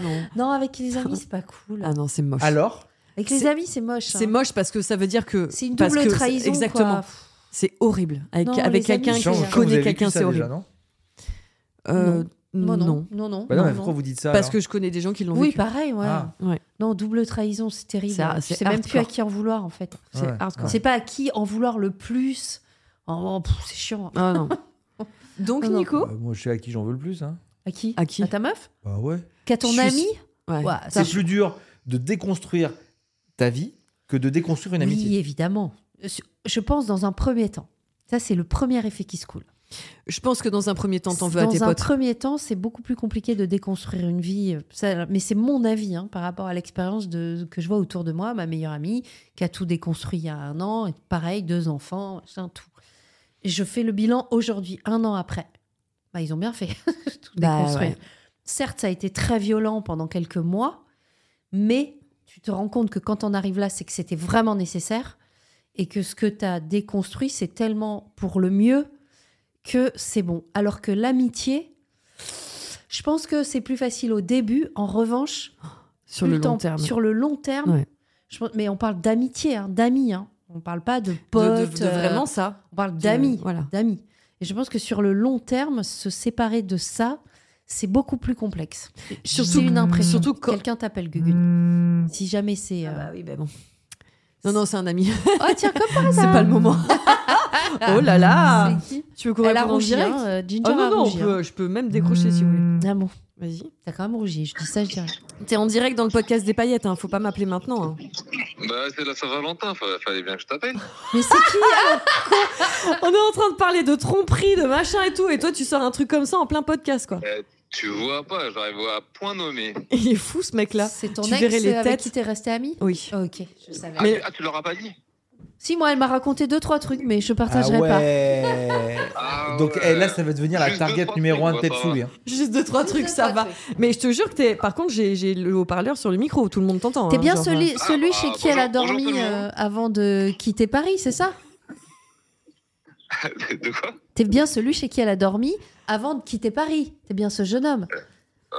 Speaker 4: non.
Speaker 3: Non, avec les amis, c'est pas cool.
Speaker 4: Ah non, c'est moche.
Speaker 2: alors
Speaker 3: Avec les
Speaker 4: C'est-
Speaker 3: amis, c'est moche. hein.
Speaker 4: c'est moche parce que ça veut dire que
Speaker 3: C'est une
Speaker 4: parce
Speaker 3: double
Speaker 4: que c'est-
Speaker 3: trahison.
Speaker 4: Exactement.
Speaker 3: quoi. Pff,
Speaker 4: C'est horrible. Avec,
Speaker 3: Non,
Speaker 4: avec
Speaker 3: les amis,
Speaker 4: quelqu'un
Speaker 3: c'est-
Speaker 4: qui
Speaker 2: Jean, je crois que vous avez
Speaker 4: connaît
Speaker 2: vécu
Speaker 4: quelqu'un,
Speaker 2: ça
Speaker 4: c'est
Speaker 2: déjà,
Speaker 4: horrible.
Speaker 2: non
Speaker 4: Euh,
Speaker 3: Moi,
Speaker 4: non.
Speaker 3: non. Non, non.
Speaker 2: Bah non,
Speaker 3: non,
Speaker 2: mais pourquoi
Speaker 3: non.
Speaker 2: vous dites ça
Speaker 4: Parce
Speaker 2: alors
Speaker 4: que je connais des gens qui l'ont
Speaker 3: Oui,
Speaker 4: vécu.
Speaker 3: pareil, ouais.
Speaker 2: Ah.
Speaker 4: Ouais.
Speaker 3: Non, double trahison, c'est terrible.
Speaker 4: C'est-
Speaker 3: Je
Speaker 4: c'est
Speaker 3: sais même plus à
Speaker 4: hardcore.
Speaker 3: qui en vouloir, en fait.
Speaker 2: Ouais.
Speaker 4: C'est hardcore.
Speaker 3: C'est pas à qui en vouloir le plus. Oh, pff, c'est chiant.
Speaker 4: Ah non. Donc,
Speaker 3: Ah Non, non.
Speaker 4: Nico,
Speaker 2: Bah, Moi, je sais à qui j'en veux le plus. Hein.
Speaker 3: À qui
Speaker 4: À qui
Speaker 3: ta meuf
Speaker 2: Bah ouais.
Speaker 3: Qu'à ton
Speaker 4: Je
Speaker 3: ami
Speaker 4: suis- ouais.
Speaker 3: Ouais, ça-
Speaker 2: C'est plus dur de déconstruire ta vie que de déconstruire une
Speaker 3: Oui,
Speaker 2: amitié.
Speaker 3: évidemment. Je pense dans un premier temps. Ça, c'est le premier effet qui se coule.
Speaker 4: je pense que dans un premier temps, t'en veux à
Speaker 3: Dans
Speaker 4: tes
Speaker 3: un
Speaker 4: potes.
Speaker 3: premier temps, c'est beaucoup plus compliqué de déconstruire une vie. euh, Ça, mais c'est mon avis hein, par rapport à l'expérience de- que je vois autour de moi. Ma meilleure amie qui a tout déconstruit il y a un an, et pareil, deux enfants, machin, tout. Et je fais le bilan aujourd'hui, un an après. Bah, ils ont bien fait tout
Speaker 4: Bah,
Speaker 3: déconstruire.
Speaker 4: ouais.
Speaker 3: Certes, ça a été très violent pendant quelques mois, mais tu te rends compte que quand on arrive là, c'est que c'était vraiment nécessaire et que ce que tu as déconstruit, c'est tellement pour le mieux que c'est bon. Alors que l'amitié, je pense que c'est plus facile au début. En revanche,
Speaker 4: sur
Speaker 3: plus
Speaker 4: le
Speaker 3: temps-
Speaker 4: long terme.
Speaker 3: Sur le long terme.
Speaker 4: Ouais.
Speaker 3: Je pense- mais on parle d'amitié, hein, d'amis. Hein. On parle pas de
Speaker 4: De- de-
Speaker 3: potes.
Speaker 4: de,
Speaker 3: euh,
Speaker 4: vraiment ça.
Speaker 3: on parle d'amis.
Speaker 4: Voilà.
Speaker 3: D'amis. Et je pense que sur le long terme, se séparer de ça, c'est beaucoup plus complexe.
Speaker 4: Surtout-
Speaker 3: J'ai une impression.
Speaker 4: surtout quand- Hmm.
Speaker 3: Quelqu'un t'appelle Gugune. Si jamais c'est. euh,
Speaker 4: oui, bah bon. Non, non, c'est un ami.
Speaker 3: Oh tiens, comme par hasard.
Speaker 4: Ah, bah, c'est pas le moment. oh là là
Speaker 3: C'est qui
Speaker 4: Tu veux qu'on
Speaker 3: Elle a
Speaker 4: réponde en
Speaker 3: rougi,
Speaker 4: direct
Speaker 3: hein, euh, Ginger
Speaker 4: Oh non,
Speaker 3: a
Speaker 4: non, on
Speaker 3: rougi. hein.
Speaker 4: peut- je peux même décrocher si vous voulez.
Speaker 3: Ah bon,
Speaker 4: Vas-y.
Speaker 3: t'as quand même rougi. Je dis ça, je dirais.
Speaker 4: T'es en direct dans le podcast des paillettes, hein, faut pas m'appeler maintenant. hein.
Speaker 11: Bah, c'est la Saint-Valentin, fa- fallait bien que je t'appelle.
Speaker 3: Mais c'est qui
Speaker 4: hein On est en train de parler de tromperie, de machin et tout, et toi tu sors un truc comme ça en plein podcast quoi.
Speaker 11: Tu vois pas, j'arrive à point nommé.
Speaker 4: Il est fou ce mec là.
Speaker 3: C'est ton
Speaker 4: Tu
Speaker 3: ex
Speaker 4: verrais les
Speaker 3: avec
Speaker 4: têtes.
Speaker 3: qui t'es resté ami
Speaker 4: Oui.
Speaker 3: Ok, je savais.
Speaker 11: Ah,
Speaker 4: Mais-
Speaker 11: tu- ah, tu l'auras pas dit
Speaker 3: Si, moi, elle m'a raconté deux, trois trucs, mais je
Speaker 2: Ah
Speaker 3: partagerai pas.
Speaker 2: ouais.
Speaker 11: Ah
Speaker 2: Donc
Speaker 11: ouais.
Speaker 2: eh, là, ça va devenir la
Speaker 11: Juste deux,
Speaker 2: target
Speaker 11: trois
Speaker 2: numéro 1
Speaker 11: trucs,
Speaker 2: de
Speaker 11: quoi, ça
Speaker 2: Tetsui.
Speaker 11: va.
Speaker 2: hein.
Speaker 4: Juste deux, trois trucs,
Speaker 3: Deux,
Speaker 4: ça
Speaker 3: trois
Speaker 4: va.
Speaker 3: trucs.
Speaker 4: Mais je te jure que t'es. Par contre, j'ai j'ai le haut-parleur sur le micro, tout le monde t'entend.
Speaker 3: T'es
Speaker 4: hein,
Speaker 3: bien
Speaker 4: genre,
Speaker 3: celui,
Speaker 11: Ah,
Speaker 3: celui
Speaker 11: bah,
Speaker 3: chez qui elle a euh,
Speaker 11: bonjour, bonjour
Speaker 3: dormi
Speaker 11: tout le
Speaker 3: euh,
Speaker 11: monde.
Speaker 3: avant de quitter Paris, c'est ça
Speaker 11: de quoi
Speaker 3: T'es bien celui chez qui elle a dormi avant de quitter Paris. T'es bien ce jeune homme.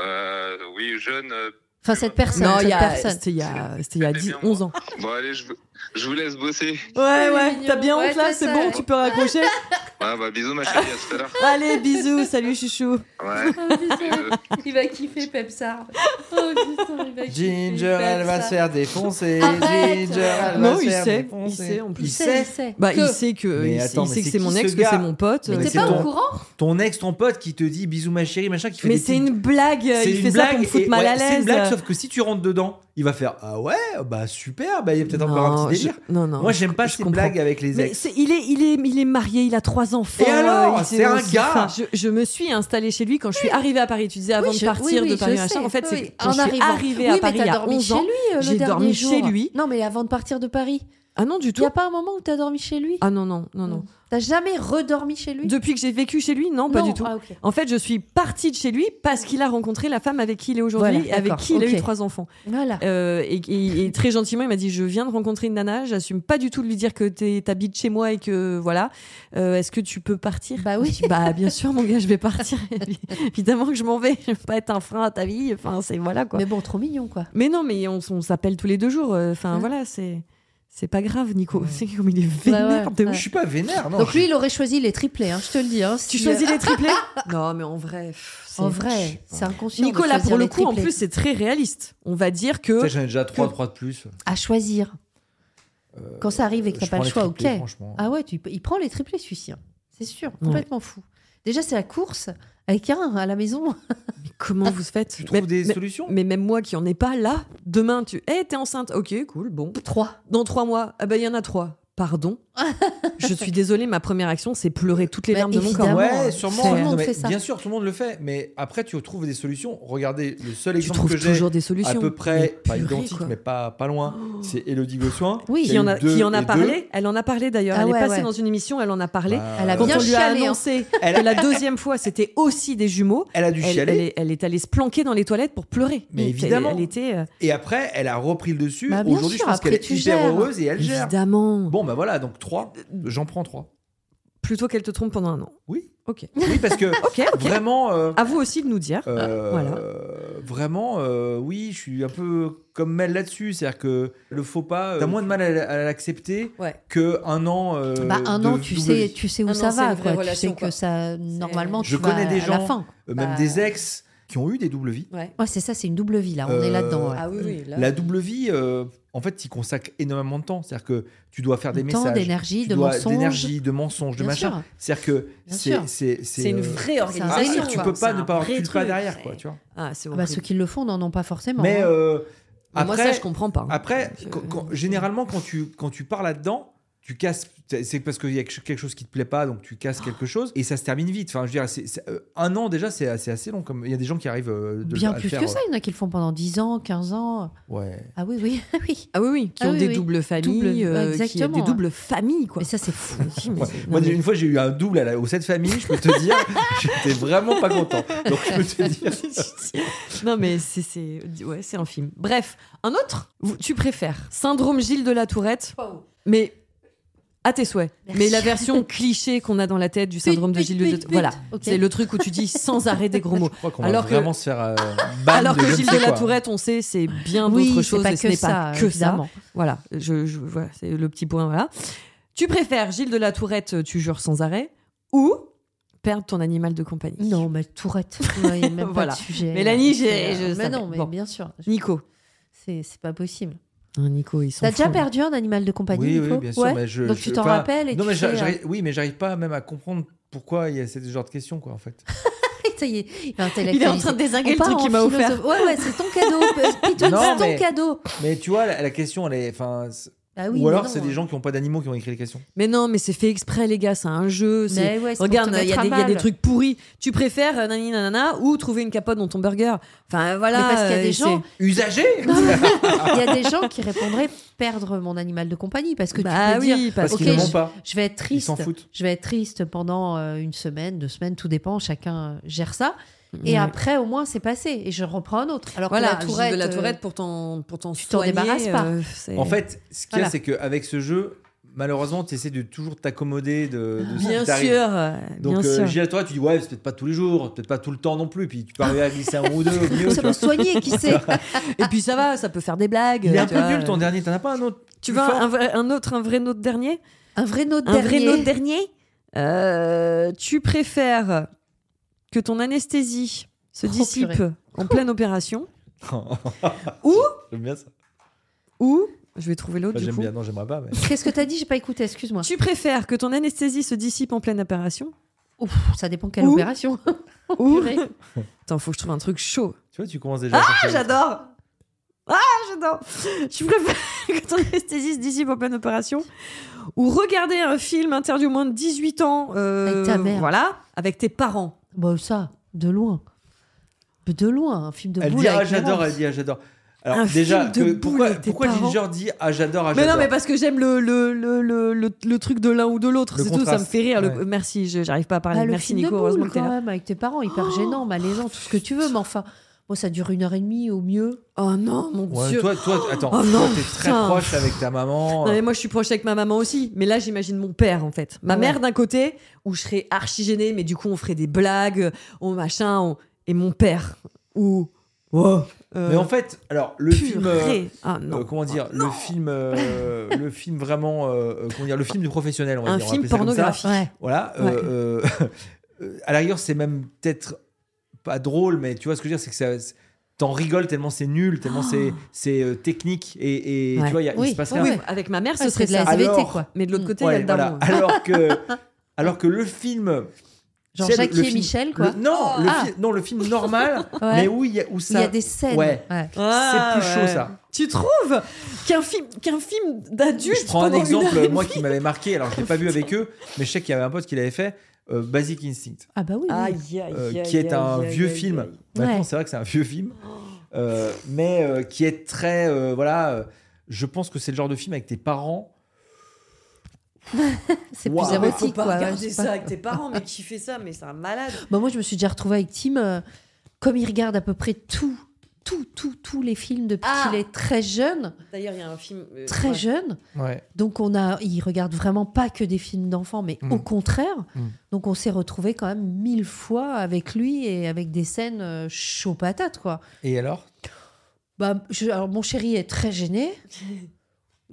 Speaker 11: euh, Oui, jeune. euh,
Speaker 3: Enfin, cette personne.
Speaker 4: Non, il
Speaker 3: cette
Speaker 4: y a-
Speaker 3: personne.
Speaker 4: c'était il y a, c'était il y a
Speaker 11: C'était
Speaker 4: 10,
Speaker 11: bien
Speaker 4: 11 ans.
Speaker 11: Bon, allez, je, vous- je vous laisse bosser.
Speaker 4: Ouais, ouais,
Speaker 9: mignon.
Speaker 4: t'as bien
Speaker 9: Ouais,
Speaker 4: honte là,
Speaker 9: c'est
Speaker 4: c'est
Speaker 9: ça.
Speaker 4: bon, tu peux raccrocher.
Speaker 11: Ouais, bah, bisous, ma chérie, à tout à l'heure.
Speaker 4: Allez, bisous, salut chouchou.
Speaker 11: Ouais. bisous.
Speaker 9: Il va
Speaker 3: E
Speaker 2: E
Speaker 9: kiffer Pepsar. Oh putain, il va kiffer
Speaker 2: Ginger, elle va se
Speaker 9: Pepsar.
Speaker 2: faire défoncer.
Speaker 3: Arrête
Speaker 2: Ginger, elle
Speaker 4: Non,
Speaker 2: va
Speaker 4: il
Speaker 2: se faire
Speaker 4: sait,
Speaker 2: défoncer.
Speaker 4: il sait, en plus.
Speaker 2: Il
Speaker 3: Il sait,
Speaker 2: sait.
Speaker 3: il sait.
Speaker 4: Bah, il
Speaker 9: Que-
Speaker 4: sait que,
Speaker 2: Mais
Speaker 4: il, sait-
Speaker 2: attends,
Speaker 4: il
Speaker 2: mais
Speaker 4: sait que
Speaker 2: c'est
Speaker 4: c'est
Speaker 2: qui
Speaker 4: mon
Speaker 2: ce
Speaker 4: ex, que
Speaker 2: gars
Speaker 4: c'est mon pote.
Speaker 3: Mais
Speaker 2: Mais
Speaker 3: t'es
Speaker 2: c'est
Speaker 3: pas
Speaker 2: ton-
Speaker 3: au courant
Speaker 2: Ton ex, ton pote qui te dit bisous ma chérie, machin, qui fait
Speaker 4: Mais
Speaker 2: des
Speaker 4: c'est
Speaker 2: petits-
Speaker 4: une blague,
Speaker 2: C'est
Speaker 4: il
Speaker 2: une
Speaker 4: fait ça pour me
Speaker 2: blague
Speaker 4: foutre
Speaker 2: et-
Speaker 4: mal
Speaker 2: ouais,
Speaker 4: à
Speaker 2: C'est une blague,
Speaker 4: l'aise.
Speaker 2: sauf que si tu rentres dedans, il va faire Ah ouais, bah super, bah il y a peut-être encore
Speaker 4: Non,
Speaker 2: un petit
Speaker 4: je-
Speaker 2: délire.
Speaker 4: Non, non.
Speaker 2: Moi, j'aime pas
Speaker 4: je
Speaker 2: ces
Speaker 4: comprends.
Speaker 2: blagues avec les
Speaker 4: Mais
Speaker 2: ex.
Speaker 4: c'est- il, est, il, est, il est marié, il a trois enfants. euh,
Speaker 2: Et alors
Speaker 4: il-
Speaker 2: C'est un
Speaker 4: c'est-
Speaker 2: gars
Speaker 4: enfin, je, je me suis installée chez lui quand je suis arrivée à Paris. Tu disais avant
Speaker 3: Oui,
Speaker 4: de
Speaker 3: je-
Speaker 4: partir
Speaker 3: oui, oui,
Speaker 4: de
Speaker 3: je
Speaker 4: Paris,
Speaker 3: sais,
Speaker 4: machin. En fait, c'est
Speaker 3: oui,
Speaker 4: quand
Speaker 3: en
Speaker 4: je suis
Speaker 3: arrivant.
Speaker 4: arrivée
Speaker 3: Oui,
Speaker 4: à
Speaker 3: mais
Speaker 4: Paris il y
Speaker 3: t'as
Speaker 4: a
Speaker 3: dormi
Speaker 4: 11
Speaker 3: chez
Speaker 4: ans.
Speaker 3: lui euh,
Speaker 4: j'ai
Speaker 3: le dernier
Speaker 4: dormi
Speaker 3: jour.
Speaker 4: chez lui.
Speaker 3: Non, mais avant de partir de Paris.
Speaker 4: Ah non, du
Speaker 3: Il y
Speaker 4: tout.
Speaker 3: a pas un moment où t'as dormi chez lui
Speaker 4: Ah non, non, non, non.
Speaker 3: T'as jamais redormi chez lui
Speaker 4: Depuis que j'ai vécu chez lui, non, pas
Speaker 3: Non,
Speaker 4: du tout.
Speaker 3: ah, ok.
Speaker 4: En fait, je suis partie de chez lui parce qu'il a rencontré la femme avec qui il est aujourd'hui
Speaker 3: Voilà,
Speaker 4: et avec
Speaker 3: d'accord,
Speaker 4: qui
Speaker 3: ok.
Speaker 4: il a eu trois enfants.
Speaker 3: Voilà.
Speaker 4: Euh, et, et- et très gentiment, il m'a dit Je viens de rencontrer une nana, j'assume pas du tout de lui dire que t'es- t'habites chez moi et que voilà. Euh, Est-ce que tu peux partir
Speaker 3: Bah oui.
Speaker 4: Je dis, Bah bien sûr, mon gars, je vais partir. Évidemment que je m'en vais, je veux pas être un frein à ta vie. Enfin, c'est voilà quoi.
Speaker 3: Mais bon, trop mignon, quoi.
Speaker 4: Mais non, mais on, s- on s'appelle tous les deux jours. euh, Enfin
Speaker 3: Ouais.
Speaker 4: voilà, c'est. C'est pas grave, Nico.
Speaker 2: Ouais.
Speaker 4: C'est comme il est vénère
Speaker 3: ouais,
Speaker 4: de
Speaker 3: ouais.
Speaker 4: ouf.
Speaker 2: Je suis pas vénère, non.
Speaker 3: Donc lui, il aurait choisi les triplés, hein, je te le dis. hein,
Speaker 4: Oh. Tu
Speaker 3: si,
Speaker 4: choisis
Speaker 3: euh,
Speaker 4: les triplés Non, mais en vrai. pff, c'est-
Speaker 3: En vrai, c'est inconscient. de
Speaker 4: Nicolas,
Speaker 3: choisir
Speaker 4: pour le
Speaker 3: les
Speaker 4: coup, en
Speaker 3: triplés.
Speaker 4: plus, c'est très réaliste. On va dire
Speaker 2: Tu
Speaker 4: que.
Speaker 2: sais, J'en ai déjà 3, 3 de plus.
Speaker 3: À choisir.
Speaker 2: Euh,
Speaker 3: Quand ça arrive et que
Speaker 2: je
Speaker 3: t'as pas
Speaker 2: prends
Speaker 3: le
Speaker 2: les
Speaker 3: choix,
Speaker 2: triplés,
Speaker 3: ok.
Speaker 2: franchement.
Speaker 3: Ah ouais, tu- il prend les triplés, celui-ci. hein. C'est sûr, complètement fou. Déjà, c'est la course avec un à la maison.
Speaker 4: Mais comment vous faites
Speaker 2: Tu trouves
Speaker 4: Mais-
Speaker 2: des
Speaker 4: mais-
Speaker 2: solutions
Speaker 4: Mais même moi qui en ai pas là, demain tu. Eh, t'es enceinte. Ok, cool, bon.
Speaker 3: Trois.
Speaker 4: Dans trois mois, ah bah il y en a trois. Pardon. je suis désolée, ma première action, c'est pleurer toutes les
Speaker 3: Bah,
Speaker 4: larmes de mon corps.
Speaker 3: évidemment.
Speaker 2: Ouais,
Speaker 3: Évidemment,
Speaker 2: sûrement.
Speaker 4: tout le
Speaker 2: Non,
Speaker 3: monde
Speaker 2: mais
Speaker 3: fait ça.
Speaker 2: Bien sûr, tout le monde le fait. Mais après, tu trouves des solutions. Regardez, le seul
Speaker 4: Tu
Speaker 2: exemple
Speaker 4: trouves
Speaker 2: que j'ai
Speaker 4: toujours des
Speaker 2: à
Speaker 4: solutions.
Speaker 2: peu près,
Speaker 4: Mais
Speaker 2: pas
Speaker 4: purée,
Speaker 2: identique,
Speaker 4: quoi. Oh.
Speaker 2: mais pas, pas loin, c'est Elodie Gossuin.
Speaker 3: Oui.
Speaker 2: qui
Speaker 4: Qui
Speaker 2: a
Speaker 4: en a,
Speaker 2: eu deux
Speaker 4: qui en a
Speaker 2: et
Speaker 4: parlé Elle en a parlé d'ailleurs.
Speaker 3: Ah
Speaker 4: elle
Speaker 3: ouais,
Speaker 4: est passée
Speaker 3: ouais.
Speaker 4: dans une émission, elle en a
Speaker 2: deux.
Speaker 4: parlé.
Speaker 2: Bah,
Speaker 3: Elle a
Speaker 4: Quand
Speaker 3: bien
Speaker 4: on lui
Speaker 3: chialé,
Speaker 4: a
Speaker 3: hein.
Speaker 4: annoncé
Speaker 2: Elle
Speaker 4: que
Speaker 2: a-
Speaker 4: la deuxième fois c'était aussi des jumeaux,
Speaker 2: Elle a dû
Speaker 4: elle,
Speaker 2: chialer.
Speaker 4: elle est, elle est allée se planquer dans les toilettes pour pleurer.
Speaker 2: Mais
Speaker 4: Elle était-
Speaker 2: évidemment.
Speaker 4: Elle était. euh,
Speaker 2: Et après, elle a repris le dessus.
Speaker 3: Bah, bien
Speaker 2: Aujourd'hui, je
Speaker 3: sûr,
Speaker 2: pense
Speaker 3: après,
Speaker 2: qu'elle est
Speaker 3: tu
Speaker 2: hyper
Speaker 3: gères.
Speaker 2: heureuse et elle gère.
Speaker 4: Évidemment. Euh,
Speaker 2: Bon, bah voilà, donc 3. J'en prends 3.
Speaker 4: Plutôt qu'elle te trompe pendant un an.
Speaker 2: Oui.
Speaker 4: Ok.
Speaker 2: Oui, parce que
Speaker 4: Ok, ok.
Speaker 2: vraiment. euh,
Speaker 4: À vous aussi de nous dire.
Speaker 2: euh,
Speaker 4: voilà.
Speaker 2: Vraiment, euh, oui, je suis un peu comme Mel là-dessus. C'est-à-dire que le faux pas, euh, t'as moins de mal à, à l'accepter
Speaker 4: Ouais.
Speaker 2: que un an. euh,
Speaker 3: bah, un
Speaker 2: de
Speaker 3: an, tu
Speaker 2: double
Speaker 3: sais,
Speaker 2: vie.
Speaker 3: tu sais où
Speaker 9: Un
Speaker 3: ça
Speaker 9: an, c'est
Speaker 3: va.
Speaker 9: une vraie
Speaker 3: quoi.
Speaker 9: relation,
Speaker 3: tu sais
Speaker 9: quoi.
Speaker 3: que ça, euh, normalement,
Speaker 2: Je
Speaker 3: tu vas
Speaker 2: connais des
Speaker 3: à
Speaker 2: gens-
Speaker 3: la fin. quoi.
Speaker 2: Euh, Même
Speaker 9: Bah.
Speaker 2: des ex qui ont eu des doubles vies.
Speaker 3: Ouais, c'est ça, c'est une double vie, là. On est
Speaker 2: Euh,
Speaker 3: là-dedans. ouais.
Speaker 9: Ah oui, oui. Là.
Speaker 2: La double vie, euh, en fait, t'y consacres énormément de temps. C'est-à-dire que tu dois faire des
Speaker 3: De temps,
Speaker 2: messages.
Speaker 3: d'énergie,
Speaker 2: tu
Speaker 3: de
Speaker 2: dois-
Speaker 3: mensonges.
Speaker 2: D'énergie, de mensonges, de
Speaker 3: Bien
Speaker 2: machin.
Speaker 3: sûr.
Speaker 2: C'est-à-dire que
Speaker 3: Bien
Speaker 2: c'est-
Speaker 3: sûr.
Speaker 2: c'est
Speaker 4: C'est une
Speaker 2: euh,
Speaker 4: vraie
Speaker 3: c'est un
Speaker 2: ah,
Speaker 3: organisation,
Speaker 2: tu
Speaker 3: quoi.
Speaker 2: peux pas
Speaker 4: C'est
Speaker 2: ne
Speaker 4: un
Speaker 2: pas avoir de
Speaker 4: vrai
Speaker 2: culpa
Speaker 4: truc.
Speaker 2: derrière, quoi, tu vois.
Speaker 4: Ah,
Speaker 3: Ah
Speaker 4: c'est
Speaker 3: bah,
Speaker 4: horrible.
Speaker 3: ceux qui le font n'en ont pas forcément.
Speaker 2: Mais
Speaker 3: hein.
Speaker 2: euh,
Speaker 4: Mais
Speaker 2: après,
Speaker 4: Moi, ça, je comprends pas. hein.
Speaker 2: après
Speaker 4: Je-
Speaker 3: euh,
Speaker 2: quand- quand- généralement, quand tu, quand tu pars là-dedans, tu casses. C'est parce qu'il y a quelque chose qui te plaît pas, donc tu casses quelque
Speaker 3: Ah.
Speaker 2: chose et ça se termine vite. Enfin, je veux dire, c'est- c'est- euh, un an déjà, c'est assez, assez long. Comme il y a des gens qui arrivent euh, de,
Speaker 3: Bien
Speaker 2: à le
Speaker 3: plus
Speaker 2: faire,
Speaker 3: que ça, il y en a qui le font pendant 10 ans, 15 ans.
Speaker 2: euh, ouais.
Speaker 3: Ah oui, oui, oui.
Speaker 4: Ah oui, oui, qui
Speaker 3: Ah
Speaker 4: ont
Speaker 3: oui,
Speaker 4: des
Speaker 3: oui. Double-
Speaker 4: doubles
Speaker 3: ouais,
Speaker 4: familles. euh, qui-
Speaker 3: exactement,
Speaker 4: Des
Speaker 3: hein.
Speaker 4: doubles familles, quoi.
Speaker 3: Mais ça, c'est fou.
Speaker 4: Si, mais
Speaker 2: Ouais.
Speaker 4: c'est-
Speaker 2: Moi,
Speaker 4: non, mais-
Speaker 2: une fois, j'ai eu un double à la, aux 7 familles, je peux te dire, j'étais vraiment pas content. Donc, je peux te dire.
Speaker 4: non, mais c'est- c'est ouais, c'est infime. Bref, un autre, vous- tu préfères Syndrome Gilles de la Tourette, mais à tes souhaits.
Speaker 3: Merci.
Speaker 4: Mais la version cliché qu'on a dans la tête du syndrome de
Speaker 3: Pute,
Speaker 4: Gilles
Speaker 3: pute,
Speaker 4: de la
Speaker 3: pute,
Speaker 4: Tourette. Voilà,
Speaker 3: pute.
Speaker 4: c'est le truc où tu dis sans arrêt des gros mots.
Speaker 2: Je crois qu'on va
Speaker 4: Alors que-
Speaker 2: vraiment se faire. euh, ban
Speaker 4: Alors
Speaker 2: de
Speaker 4: que
Speaker 2: je ne
Speaker 4: Gilles
Speaker 2: sais
Speaker 4: de la
Speaker 2: quoi.
Speaker 4: Tourette, on sait, c'est bien
Speaker 3: Oui,
Speaker 4: d'autres
Speaker 3: c'est
Speaker 4: choses
Speaker 3: pas
Speaker 4: et ce
Speaker 3: que
Speaker 4: n'est
Speaker 3: ça,
Speaker 4: pas que ça.
Speaker 3: évidemment.
Speaker 4: Voilà, je, je- voilà, c'est le petit point. Voilà. Tu préfères Gilles de la Tourette, euh, tu jures sans arrêt, ou perdre ton animal de compagnie
Speaker 3: Non, mais Tourette, hein, il n'y a même
Speaker 4: Voilà.
Speaker 3: pas de sujet.
Speaker 4: Mélanie,
Speaker 3: C'est- euh,
Speaker 4: j'ai- je
Speaker 3: Mais
Speaker 4: savais.
Speaker 3: non, mais
Speaker 4: Bon.
Speaker 3: bien sûr.
Speaker 4: Nico.
Speaker 3: C'est c'est pas possible.
Speaker 4: Ah, Nico, ils sont.
Speaker 3: T'as déjà perdu un animal de compagnie
Speaker 2: Oui,
Speaker 3: Nico
Speaker 2: oui, bien sûr.
Speaker 3: Ouais.
Speaker 2: mais je-
Speaker 3: Donc
Speaker 2: je-
Speaker 3: tu t'en
Speaker 2: enfin,
Speaker 3: rappelles et
Speaker 2: non,
Speaker 3: tu
Speaker 2: mais
Speaker 3: fais,
Speaker 2: j'ar-
Speaker 3: euh,
Speaker 2: j'arrive- Oui, mais j'arrive pas même à comprendre pourquoi il y a ce genre de questions, quoi, en fait.
Speaker 3: Ça y est, il, est
Speaker 4: Il est en train de désinguer le
Speaker 3: part
Speaker 4: truc
Speaker 3: en
Speaker 4: qu'il m'a offert.
Speaker 3: philosophe- Ouais, ouais, c'est ton cadeau. Pitoun,
Speaker 2: Non,
Speaker 3: c'est ton
Speaker 2: mais-
Speaker 3: cadeau.
Speaker 2: Mais tu vois, la, la question, elle est. Enfin, c'est-
Speaker 3: Ah oui,
Speaker 2: Ou
Speaker 3: mais
Speaker 2: alors,
Speaker 3: non,
Speaker 2: c'est
Speaker 3: hein.
Speaker 2: des gens qui n'ont pas d'animaux qui ont écrit les questions.
Speaker 4: Mais non, mais c'est fait exprès, les gars, c'est un jeu. c'est-
Speaker 3: Mais ouais, c'est pour
Speaker 4: Regarde,
Speaker 3: te
Speaker 4: il y,
Speaker 3: mettre
Speaker 4: a
Speaker 3: à
Speaker 4: des- il y a des
Speaker 3: mal.
Speaker 4: trucs pourris. Tu préfères euh, nani nanana ou trouver une capote dans ton burger. Enfin
Speaker 3: Mais
Speaker 4: voilà.
Speaker 3: parce qu'il y a
Speaker 4: euh,
Speaker 3: des gens,
Speaker 2: Usagé
Speaker 3: il y a des gens qui répondraient perdre mon animal de compagnie parce que
Speaker 4: c'est- Bah
Speaker 3: tu peux
Speaker 4: oui,
Speaker 3: dire
Speaker 4: parce
Speaker 2: Parce
Speaker 3: ok,
Speaker 2: qu'ils ne
Speaker 3: je-
Speaker 2: m'ont pas.
Speaker 3: je vais être
Speaker 2: Ils
Speaker 3: triste,
Speaker 2: s'en foutent.
Speaker 3: je vais être triste pendant euh, une semaine, deux semaines, tout dépend, chacun euh, gère ça.
Speaker 4: que.
Speaker 3: Et après, au moins, c'est passé et je reprends un autre. Alors
Speaker 4: Mm. Voilà,
Speaker 3: que la
Speaker 4: Gilles
Speaker 3: tourette,
Speaker 4: de la
Speaker 3: euh,
Speaker 4: tourette pour t'en pour t'en
Speaker 3: tu t'en
Speaker 4: soigner,
Speaker 3: débarrasses pas.
Speaker 4: euh, c'est-
Speaker 2: En fait, ce qu'il y a,
Speaker 4: Voilà.
Speaker 2: c'est qu'avec ce jeu, malheureusement, tu essaies de toujours t'accommoder de, de ce
Speaker 4: Ah, Bien
Speaker 2: qui t'arrive.
Speaker 4: sûr, euh,
Speaker 2: Donc,
Speaker 4: bien
Speaker 2: euh,
Speaker 4: sûr.
Speaker 2: j'ai à toi, tu dis, ouais, c'est peut-être pas tous les jours, peut-être pas tout le temps non plus. Puis tu peux arriver à glisser un ou deux au milieu.
Speaker 3: euh, Ça
Speaker 2: tu
Speaker 3: peut
Speaker 2: vois.
Speaker 3: se soigner, qui sait
Speaker 4: Et puis ça va, ça peut faire des blagues.
Speaker 2: Il est un
Speaker 4: tu
Speaker 2: peu
Speaker 4: vois. euh.
Speaker 2: nul ton dernier, t'en as pas un autre
Speaker 4: Tu
Speaker 2: plus
Speaker 4: veux
Speaker 2: fort
Speaker 4: un, vrai- un autre, un vrai note dernier
Speaker 3: Un vrai note
Speaker 4: Un vrai
Speaker 3: dernier.
Speaker 4: note dernier Euh, Tu préfères que ton anesthésie se
Speaker 6: Oh,
Speaker 4: dissipe
Speaker 6: purée.
Speaker 4: en pleine opération ou,
Speaker 2: Oh, J'aime bien ça.
Speaker 4: ou, je vais trouver l'autre
Speaker 2: Enfin,
Speaker 4: Oh, du
Speaker 2: Ah, j'aime
Speaker 4: coup.
Speaker 2: bien, non, j'aimerais pas. Mais...
Speaker 3: Qu'est-ce que t'as dit J'ai pas écouté, excuse-moi.
Speaker 4: Tu préfères que ton anesthésie se dissipe en pleine opération
Speaker 3: Ouf, ça dépend quelle
Speaker 4: Ou-
Speaker 3: opération.
Speaker 4: ou.
Speaker 3: Purée.
Speaker 4: Attends, faut que je trouve un truc chaud.
Speaker 2: Tu vois, tu commences déjà. Ah,
Speaker 4: J'adore Ah, j'adore Tu préfères que ton anesthésie se dissipe en pleine opération ou regarder un film interdit au moins de 18 ans euh,
Speaker 3: Avec ta mère.
Speaker 4: Voilà, avec tes parents.
Speaker 3: Bah ça, de loin. De loin, un film de
Speaker 2: Elle
Speaker 3: boule
Speaker 2: dit, ah,
Speaker 3: avec
Speaker 2: j'adore,
Speaker 3: Laurence.
Speaker 2: elle dit, ah, j'adore. Alors,
Speaker 4: Un
Speaker 2: déjà,
Speaker 4: film de
Speaker 2: que-
Speaker 4: boule
Speaker 2: pourquoi,
Speaker 4: avec tes
Speaker 2: pourquoi
Speaker 4: parents.
Speaker 2: Ginger dit, ah, j'adore, ah,
Speaker 4: Mais non,
Speaker 2: j'adore
Speaker 4: mais parce que j'aime le, le, le, le, le- le truc de l'un ou de l'autre,
Speaker 2: Le
Speaker 4: c'est tout, ça me
Speaker 2: contraste.
Speaker 4: fait rire. le-
Speaker 2: Ouais.
Speaker 4: Merci, je- j'arrive pas à parler.
Speaker 3: Ah, le
Speaker 4: Merci
Speaker 3: film
Speaker 4: Nico,
Speaker 3: de
Speaker 4: heureusement
Speaker 3: boule
Speaker 4: que t'es
Speaker 3: quand
Speaker 4: là. Oh.
Speaker 3: même, avec tes parents, hyper gênant, malaisant, tout ce que tu veux, mais enfin, moi ça dure une heure et demie au mieux.
Speaker 4: Oh non, mon
Speaker 2: Ouais,
Speaker 4: dieu
Speaker 2: toi, oh. toi, attends,
Speaker 4: Oh
Speaker 2: toi,
Speaker 4: non,
Speaker 2: t'es très
Speaker 4: putain.
Speaker 2: proche avec ta maman.
Speaker 4: Non, mais moi je suis proche avec ma maman aussi, mais là j'imagine mon père en fait. Ma
Speaker 3: Ouais.
Speaker 4: mère d'un côté, où je serais archi gênée, mais du coup on ferait des blagues, on machin, on- et mon père, où. Oh, euh,
Speaker 2: Mais en fait, alors le film, euh,
Speaker 4: purée. Ah, non.
Speaker 2: euh, comment dire, le film, euh, le film vraiment, euh, euh, comment dire, le film du professionnel, on va
Speaker 4: Un
Speaker 2: dire, on va
Speaker 4: film
Speaker 2: appeler ça comme ça.
Speaker 4: pornographique.
Speaker 3: Ouais.
Speaker 2: Voilà.
Speaker 4: Ouais.
Speaker 2: euh, euh, à la rigueur, c'est même peut-être pas drôle, mais tu vois ce que je veux dire, c'est que ça. c'est- T'en rigoles tellement c'est nul, tellement c'est- c'est euh, technique et, et
Speaker 4: Ah. Ouais.
Speaker 2: tu vois, il y a- il
Speaker 3: Oui.
Speaker 2: se passe
Speaker 4: Oui,
Speaker 2: rien.
Speaker 4: oui, avec ma mère,
Speaker 3: Ah,
Speaker 4: ce serait de la.
Speaker 2: ça.
Speaker 3: SVT
Speaker 2: Alors-
Speaker 3: quoi.
Speaker 4: Mais de l'autre côté, il
Speaker 2: Ouais,
Speaker 4: y a le
Speaker 2: voilà.
Speaker 4: daron.
Speaker 2: Alors que, alors que le film.
Speaker 3: Genre
Speaker 2: tu sais, le-
Speaker 3: Jackie
Speaker 2: le
Speaker 3: et
Speaker 2: film-
Speaker 3: Michel, quoi.
Speaker 2: le- non,
Speaker 4: Oh.
Speaker 2: le
Speaker 3: Ah.
Speaker 2: fi- non, le film normal,
Speaker 3: Ouais.
Speaker 2: mais où il y a, où
Speaker 3: Il y
Speaker 2: ça.
Speaker 3: a des scènes.
Speaker 2: Ouais.
Speaker 4: Ah,
Speaker 2: c'est plus chaud
Speaker 4: ouais.
Speaker 2: ça.
Speaker 4: Tu trouves qu'un film, qu'un film d'adulte.
Speaker 2: Je prends un
Speaker 4: pendant une heure et
Speaker 2: exemple, moi
Speaker 4: demie-
Speaker 2: qui m'avait marqué, alors je l'ai pas vu avec eux, mais je sais qu'il y avait un pote qui l'avait fait, euh, Basic Instinct,
Speaker 3: Ah bah oui. oui.
Speaker 4: Aïe, aïe,
Speaker 2: euh,
Speaker 4: aïe,
Speaker 2: qui est
Speaker 4: aïe,
Speaker 2: un
Speaker 4: aïe,
Speaker 2: vieux
Speaker 4: aïe,
Speaker 2: film.
Speaker 4: aïe.
Speaker 2: Maintenant,
Speaker 3: Ouais.
Speaker 2: c'est vrai que c'est un vieux film, euh, mais euh, qui est très. euh, voilà, euh, je pense que c'est le genre de film avec tes parents.
Speaker 3: C'est
Speaker 2: Waouh.
Speaker 3: plus
Speaker 4: Ah ouais,
Speaker 3: érotique
Speaker 4: faut pas
Speaker 3: quoi.
Speaker 4: regarder
Speaker 3: Ouais, c'est
Speaker 4: ça
Speaker 3: pas-
Speaker 4: avec tes parents, mais qui fait ça, mais c'est un malade.
Speaker 3: Bah, moi je me suis déjà retrouvée avec Tim. euh, comme il regarde à peu près tout, tout, tout, tous les films depuis
Speaker 4: Ah.
Speaker 3: qu'il est très jeune,
Speaker 4: D'ailleurs, il y a un film. euh,
Speaker 3: très
Speaker 4: ouais.
Speaker 3: jeune,
Speaker 2: Ouais.
Speaker 3: Donc on a, il regarde vraiment pas que des films d'enfants, mais
Speaker 2: Mm.
Speaker 3: au contraire.
Speaker 2: Mm.
Speaker 3: Donc on s'est retrouvé quand même mille fois avec lui et avec des scènes euh, chaud patate quoi.
Speaker 2: Et alors
Speaker 3: Bah, je- alors mon chéri est très gêné.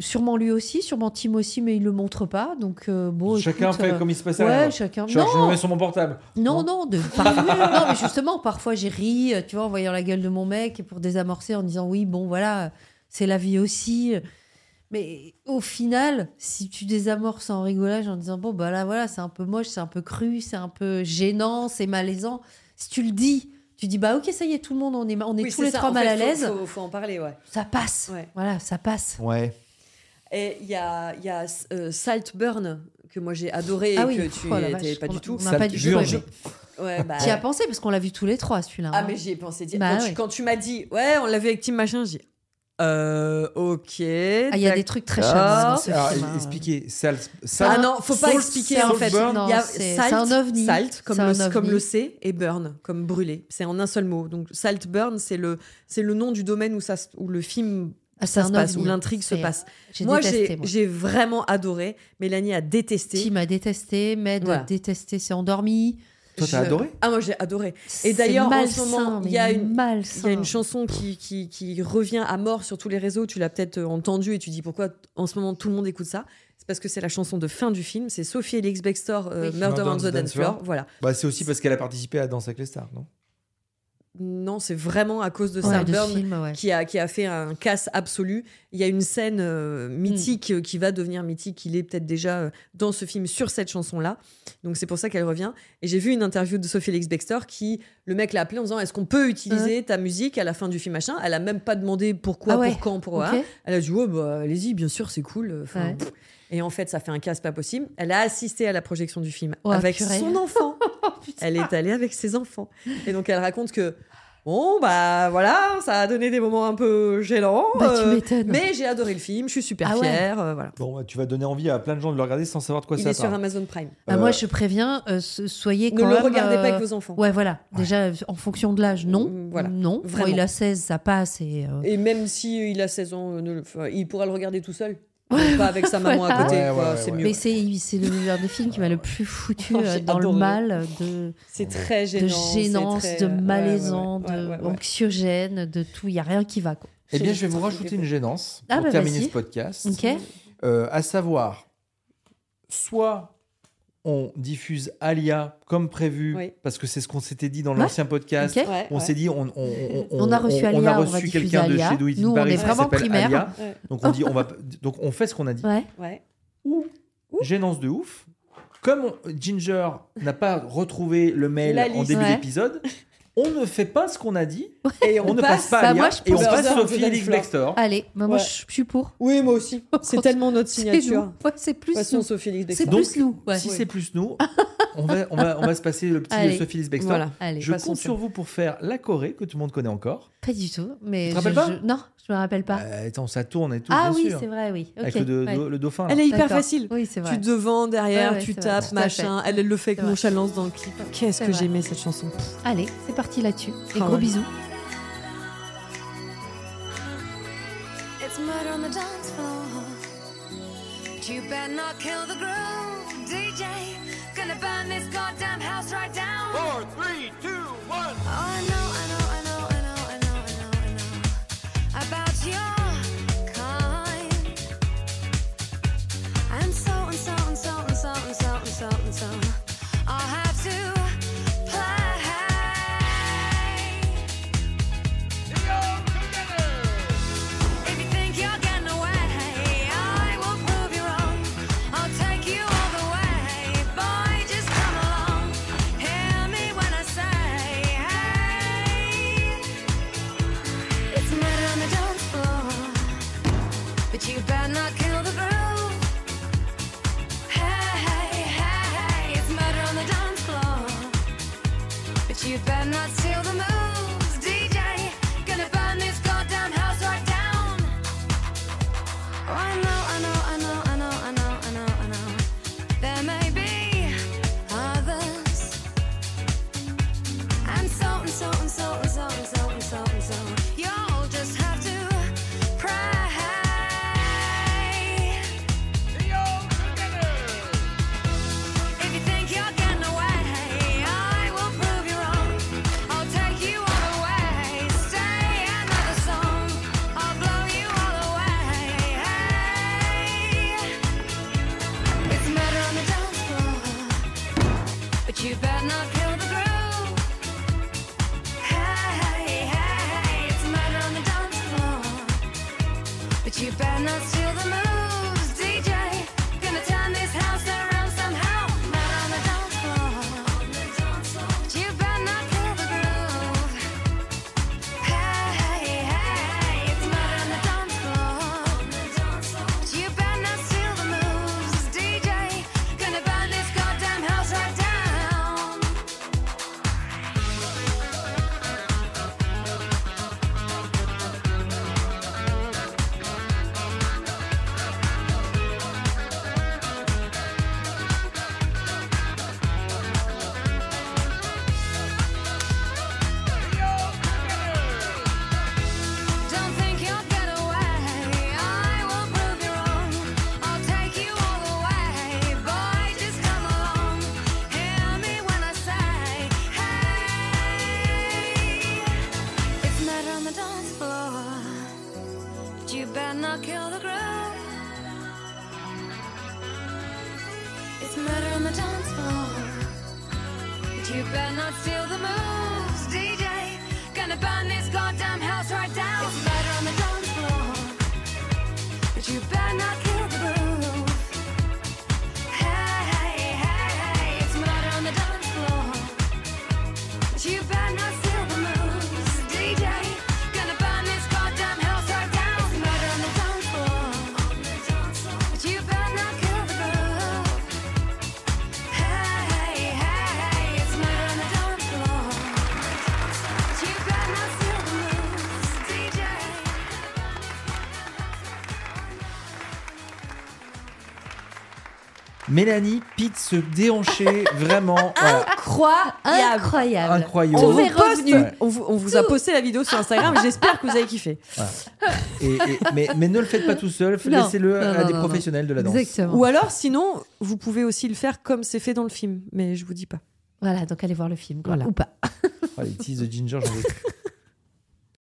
Speaker 3: Sûrement lui aussi, sûrement Tim aussi, mais il le montre pas. Donc euh, bon,
Speaker 2: Chacun
Speaker 3: écoute,
Speaker 2: fait
Speaker 3: euh,
Speaker 2: comme il se passait
Speaker 3: Ouais,
Speaker 2: rien.
Speaker 3: chacun.
Speaker 2: Genre, je me
Speaker 3: non,
Speaker 2: mets sur mon portable.
Speaker 3: non, non, de par- non, mais justement, parfois j'ai ri, euh, tu vois, en voyant la gueule de mon mec et pour désamorcer en disant oui, bon, voilà, c'est la vie aussi. Mais au final, si tu désamorces en rigolage en disant bon, bah là, voilà, c'est un peu moche, c'est un peu cru, c'est un peu gênant, c'est malaisant, si tu le dis, tu dis bah ok, ça y est, tout le monde, on est, ma- on est
Speaker 4: Oui,
Speaker 3: tous
Speaker 4: c'est
Speaker 3: les
Speaker 4: ça,
Speaker 3: trois
Speaker 4: en
Speaker 3: mal
Speaker 4: fait,
Speaker 3: à l'aise,
Speaker 4: Faut, faut- faut en parler, ouais.
Speaker 3: ça passe.
Speaker 4: Ouais.
Speaker 3: Voilà, ça passe.
Speaker 2: Ouais.
Speaker 4: Et il y a, il y a euh, Saltburn que moi j'ai adoré
Speaker 3: Ah
Speaker 4: et
Speaker 3: oui,
Speaker 4: que tu
Speaker 3: oh la
Speaker 4: étais
Speaker 3: vache,
Speaker 4: pas
Speaker 3: on
Speaker 4: du
Speaker 3: a-
Speaker 4: tout.
Speaker 3: on a pas du tout aimé.
Speaker 4: Ouais, bah,
Speaker 3: T'y as pensé parce qu'on l'a vu tous les trois celui-là.
Speaker 4: Ah,
Speaker 3: hein.
Speaker 4: mais j'y ai pensé. dire-
Speaker 3: Bah
Speaker 4: quand, tu,
Speaker 3: ouais.
Speaker 4: quand tu m'as dit, ouais, on l'a vu avec Tim Machin, j'ai dit, euh, ok.
Speaker 3: Ah, il y a des trucs très charmants dans ce
Speaker 2: Alors,
Speaker 3: film. hein.
Speaker 2: expliquez. Sal, sal-
Speaker 4: Ah non, faut pas
Speaker 3: Salt,
Speaker 4: expliquer
Speaker 3: salt
Speaker 4: en fait.
Speaker 2: burn.
Speaker 4: Il y a
Speaker 3: Non, c'est-
Speaker 4: salt,
Speaker 3: c'est un ovni.
Speaker 4: salt, comme
Speaker 3: C'est
Speaker 4: le,
Speaker 3: un ovni.
Speaker 4: comme le C et burn comme brûler. C'est en un seul mot. Donc salt burn, c'est le c'est le nom du domaine où ça se- où le film
Speaker 3: Ah, c'est
Speaker 4: ça
Speaker 3: un
Speaker 4: se passe,
Speaker 3: ovni.
Speaker 4: où l'intrigue se
Speaker 3: C'est-
Speaker 4: passe.
Speaker 3: J'ai
Speaker 4: moi
Speaker 3: détesté,
Speaker 4: j'ai
Speaker 3: moi.
Speaker 4: j'ai vraiment adoré. Mélanie a détesté.
Speaker 3: Tim a détesté, Med
Speaker 4: Voilà.
Speaker 3: a détesté, s'est endormi.
Speaker 2: Toi, t'as
Speaker 4: Je-
Speaker 2: adoré
Speaker 4: Ah moi j'ai adoré.
Speaker 3: C'est
Speaker 4: d'ailleurs, en ce
Speaker 3: malsain,
Speaker 4: moment, il
Speaker 3: mais
Speaker 4: y a une-
Speaker 3: malsain.
Speaker 4: Il y a une chanson qui, qui, qui revient à mort sur tous les réseaux. Tu l'as peut-être euh, entendue et tu dis pourquoi t- en ce moment tout le monde écoute ça. C'est parce que c'est la chanson de fin du film. C'est Sophie Elix Bextor, euh,
Speaker 3: Oui.
Speaker 4: Murder on the Dance Floor. Voilà.
Speaker 2: Bah, c'est aussi parce qu'elle a participé à Danse avec les stars, non
Speaker 4: Non, c'est vraiment à cause de
Speaker 3: Ouais,
Speaker 4: Sam
Speaker 3: de ce
Speaker 4: Burn
Speaker 3: film, ouais.
Speaker 4: qui a, qui a fait un casse absolu. Il y a une scène
Speaker 3: Hmm.
Speaker 4: euh, mythique euh, qui va devenir mythique. Il est peut-être déjà euh, dans ce film sur cette chanson-là. Donc c'est pour ça qu'elle revient. Et j'ai vu une interview de Sophie Lex Bextor qui, le mec l'a appelé en disant Est-ce qu'on peut utiliser ta musique à la fin du film machin Elle a même pas demandé pourquoi,
Speaker 3: Ah ouais.
Speaker 4: pour quand, pour
Speaker 3: Ok.
Speaker 4: hein. Elle a dit Ouais, bah allez-y, bien sûr, c'est cool. euh, 'fin,
Speaker 3: Ouais.
Speaker 4: pff. Et en fait, ça fait un casse pas possible. Elle a assisté à la projection du film
Speaker 3: Oh,
Speaker 4: avec
Speaker 3: purée. Oh,
Speaker 4: son enfant. Elle est allée avec ses enfants. Et donc, elle raconte que, bon, bah voilà, ça a donné des moments un peu gênants.
Speaker 3: Bah, tu
Speaker 4: euh,
Speaker 3: m'étonnes.
Speaker 4: mais j'ai adoré le film, je suis super
Speaker 3: Ah ouais.
Speaker 4: fière. euh, voilà.
Speaker 2: Bon, bah, tu vas donner envie à plein de gens de le regarder sans savoir de quoi
Speaker 4: Il
Speaker 2: ça
Speaker 4: est sur
Speaker 2: parle.
Speaker 4: Amazon Prime.
Speaker 3: Ah, moi,
Speaker 2: Euh,
Speaker 3: je préviens, euh, so- soyez
Speaker 4: Ne
Speaker 3: quand
Speaker 4: le
Speaker 3: même,
Speaker 4: regardez pas
Speaker 3: euh,
Speaker 4: avec vos enfants.
Speaker 3: Ouais, voilà. Déjà, en fonction de l'âge, non.
Speaker 4: Mm, voilà.
Speaker 3: Non. Quand
Speaker 4: Vraiment.
Speaker 3: il a 16, ça passe. Et, euh,
Speaker 4: Et même si il a 16 ans, euh, ne le- enfin, il pourra le regarder tout seul. mais pas avec sa maman à
Speaker 3: Voilà.
Speaker 4: côté.
Speaker 2: Ouais,
Speaker 4: quoi,
Speaker 2: ouais,
Speaker 4: c'est
Speaker 2: ouais,
Speaker 4: mieux.
Speaker 2: ouais.
Speaker 3: Mais c'est c'est le genre de film qui m'a le plus foutu
Speaker 4: Oh,
Speaker 3: euh,
Speaker 4: j'ai
Speaker 3: dans le
Speaker 4: adoré.
Speaker 3: mal de,
Speaker 4: C'est très
Speaker 3: de
Speaker 4: gênant. c'est
Speaker 3: gênance,
Speaker 4: très-
Speaker 3: de
Speaker 4: ouais, ouais, ouais,
Speaker 3: malaisant,
Speaker 4: ouais, ouais,
Speaker 3: de
Speaker 4: ouais.
Speaker 3: anxiogène, de tout. Il n'y a rien qui va. Quoi.
Speaker 2: Eh bien,
Speaker 4: J'ai
Speaker 2: je vais vous
Speaker 4: trop
Speaker 2: rajouter
Speaker 4: kiffé.
Speaker 2: une gênance
Speaker 3: Ah,
Speaker 2: pour
Speaker 3: bah,
Speaker 2: terminer
Speaker 3: vas-y.
Speaker 2: ce podcast.
Speaker 3: Ok
Speaker 2: Euh, à savoir, soit on diffuse Alia comme prévu,
Speaker 4: Oui.
Speaker 2: parce que c'est ce qu'on s'était dit dans
Speaker 3: Ouais.
Speaker 2: l'ancien podcast.
Speaker 3: Ok.
Speaker 4: Ouais,
Speaker 2: On
Speaker 4: ouais.
Speaker 2: s'est dit, on, on- on-
Speaker 3: On a reçu Alia,
Speaker 2: on a
Speaker 3: on va
Speaker 2: reçu
Speaker 3: diffuser
Speaker 2: quelqu'un de
Speaker 3: Alia.
Speaker 2: chez Do It in
Speaker 3: Nous, on
Speaker 2: Paris
Speaker 3: est
Speaker 2: qui
Speaker 3: vraiment
Speaker 2: s'appelle
Speaker 3: primaire.
Speaker 2: Alia.
Speaker 4: Ouais.
Speaker 2: Donc on dit, on va, donc on fait ce qu'on a dit.
Speaker 3: Ouais.
Speaker 4: Ouais.
Speaker 2: Gênance de ouf. Comme on- Ginger n'a pas retrouvé le mail
Speaker 4: La
Speaker 2: en
Speaker 4: liste.
Speaker 2: début
Speaker 3: Ouais.
Speaker 2: d'épisode, on ne fait pas ce qu'on a dit
Speaker 4: Et
Speaker 2: on, ne passe pas
Speaker 3: Bah,
Speaker 2: Alia
Speaker 3: moi, je
Speaker 2: et on
Speaker 4: pense-
Speaker 2: passe
Speaker 4: Order de
Speaker 2: Sophie et
Speaker 4: Dan
Speaker 2: Nick
Speaker 4: Fleur.
Speaker 2: Baxter.
Speaker 3: Allez, bah, moi
Speaker 4: Ouais.
Speaker 3: je je suis pour.
Speaker 4: Oui, moi aussi. C'est tellement notre
Speaker 3: C'est
Speaker 4: signature.
Speaker 3: nous. Ouais, c'est
Speaker 4: De
Speaker 3: plus
Speaker 4: toute façon,
Speaker 3: nous.
Speaker 4: Sophie Lix
Speaker 3: C'est
Speaker 4: Dexter.
Speaker 2: Donc,
Speaker 3: plus nous. Ouais.
Speaker 2: Si
Speaker 4: Ouais.
Speaker 2: c'est plus nous, on va, on va, on va se passer le petit
Speaker 3: Allez.
Speaker 2: Sophie Lise Baxter.
Speaker 4: Voilà.
Speaker 3: Allez,
Speaker 2: Je
Speaker 4: passons
Speaker 2: compte
Speaker 4: ça.
Speaker 2: sur vous pour faire la Corée que tout le monde connaît encore.
Speaker 3: pas du tout.
Speaker 2: Tu te
Speaker 3: Mais je-
Speaker 2: rappelles pas
Speaker 3: je- Non, je me rappelle pas.
Speaker 2: Euh, attends, ça tourne et tout,
Speaker 3: ah
Speaker 2: bien
Speaker 3: oui,
Speaker 2: sûr.
Speaker 3: c'est vrai, oui. Ok,
Speaker 2: Avec le, do-
Speaker 3: ouais.
Speaker 2: do- le dauphin. là.
Speaker 4: Elle est hyper
Speaker 3: D'accord.
Speaker 4: facile.
Speaker 3: Oui, c'est
Speaker 4: Tu
Speaker 3: vrai.
Speaker 4: te devant, derrière,
Speaker 3: Ouais, ouais,
Speaker 4: tu
Speaker 3: c'est vrai.
Speaker 4: tapes,
Speaker 3: Tout à fait.
Speaker 4: machin. Elle elle le fait avec
Speaker 3: C'est vrai.
Speaker 4: nonchalance dans le clip. Qu'est-ce
Speaker 3: C'est
Speaker 4: que
Speaker 3: vrai.
Speaker 4: j'aimais cette chanson.
Speaker 3: Allez, c'est parti là-dessus. Et
Speaker 4: Ah
Speaker 3: gros
Speaker 4: ouais.
Speaker 3: bisous.
Speaker 9: It's murder on the dance floor. But you better not kill the groove, DJ. Gonna burn this goddamn house right down. Four, three, two, one. Oh, I know, I know, I know, I know, I know, I know, I know about your kind. And so and so and so and so and so and so and so. I'll have to play. If you think you're getting away, I will prove you wrong. I'll take you all the way, boy. Just come along. Hear me when I say, hey. It's murder on the dance floor, but you better not kill the groove. Hey, hey, it's murder on the dance floor. But you better not steal the moves, DJ. Gonna burn this goddamn house right down. Oh, I know, I know, I know, I know, I know, I know, I know. There may be others. And so and so and so and so and so and so and so. You'll just have to pray. If you think you're getting away, I will prove you wrong. I'll take you all away. Stay another song. I'll blow you all away. It's murder on the dance floor, but you better not kill the groove. Hey, hey, it's murder on the dance floor. But you better not steal the moves, DJ. Gonna turn this house around somehow. Not on the dance floor. But you better not kill the groove. Hey, hey, it's murder on the dance floor. But you better not steal the moves, DJ. Gonna burn this goddamn house right down. Don't think you'll get away. I will prove you wrong. I'll take you all the way, boy. Just come along. Hear me when I say, hey. It's murder on the dance floor, but you better not kill the groove. It's murder on the dance floor. But you better not steal the moves, DJ. Gonna burn this goddamn house right down. It's murder on the dance floor. But you better not kill the groove. Hey, hey, hey, it's murder on the dance floor. But you better not steal the moves, DJ. Gonna burn this goddamn house right down. It's murder on the dance floor. But you better not kill the groove. Hey, hey, it's murder on the dance floor.
Speaker 2: Mélanie Pitt se déhancher vraiment. voilà.
Speaker 3: Croix Ah, incroyable.
Speaker 2: Incroyable.
Speaker 3: Tout
Speaker 2: On
Speaker 3: est
Speaker 2: vous
Speaker 3: revenu.
Speaker 2: Ouais.
Speaker 4: On vous, on vous a posté la vidéo sur Instagram. J'espère que vous avez kiffé.
Speaker 2: Et- et- mais, mais ne le faites pas tout seul,
Speaker 3: Non.
Speaker 2: laissez-le
Speaker 3: Non,
Speaker 2: à
Speaker 3: non,
Speaker 2: des
Speaker 3: non,
Speaker 2: professionnels de la danse.
Speaker 3: Exactement.
Speaker 4: Ou alors, sinon, vous pouvez aussi le faire comme c'est fait dans le film, mais je vous dis pas.
Speaker 3: Voilà, donc allez voir le film. quoi.
Speaker 4: Voilà.
Speaker 3: Ou pas.
Speaker 2: Oh, les teas de Ginger, j'en ai plus.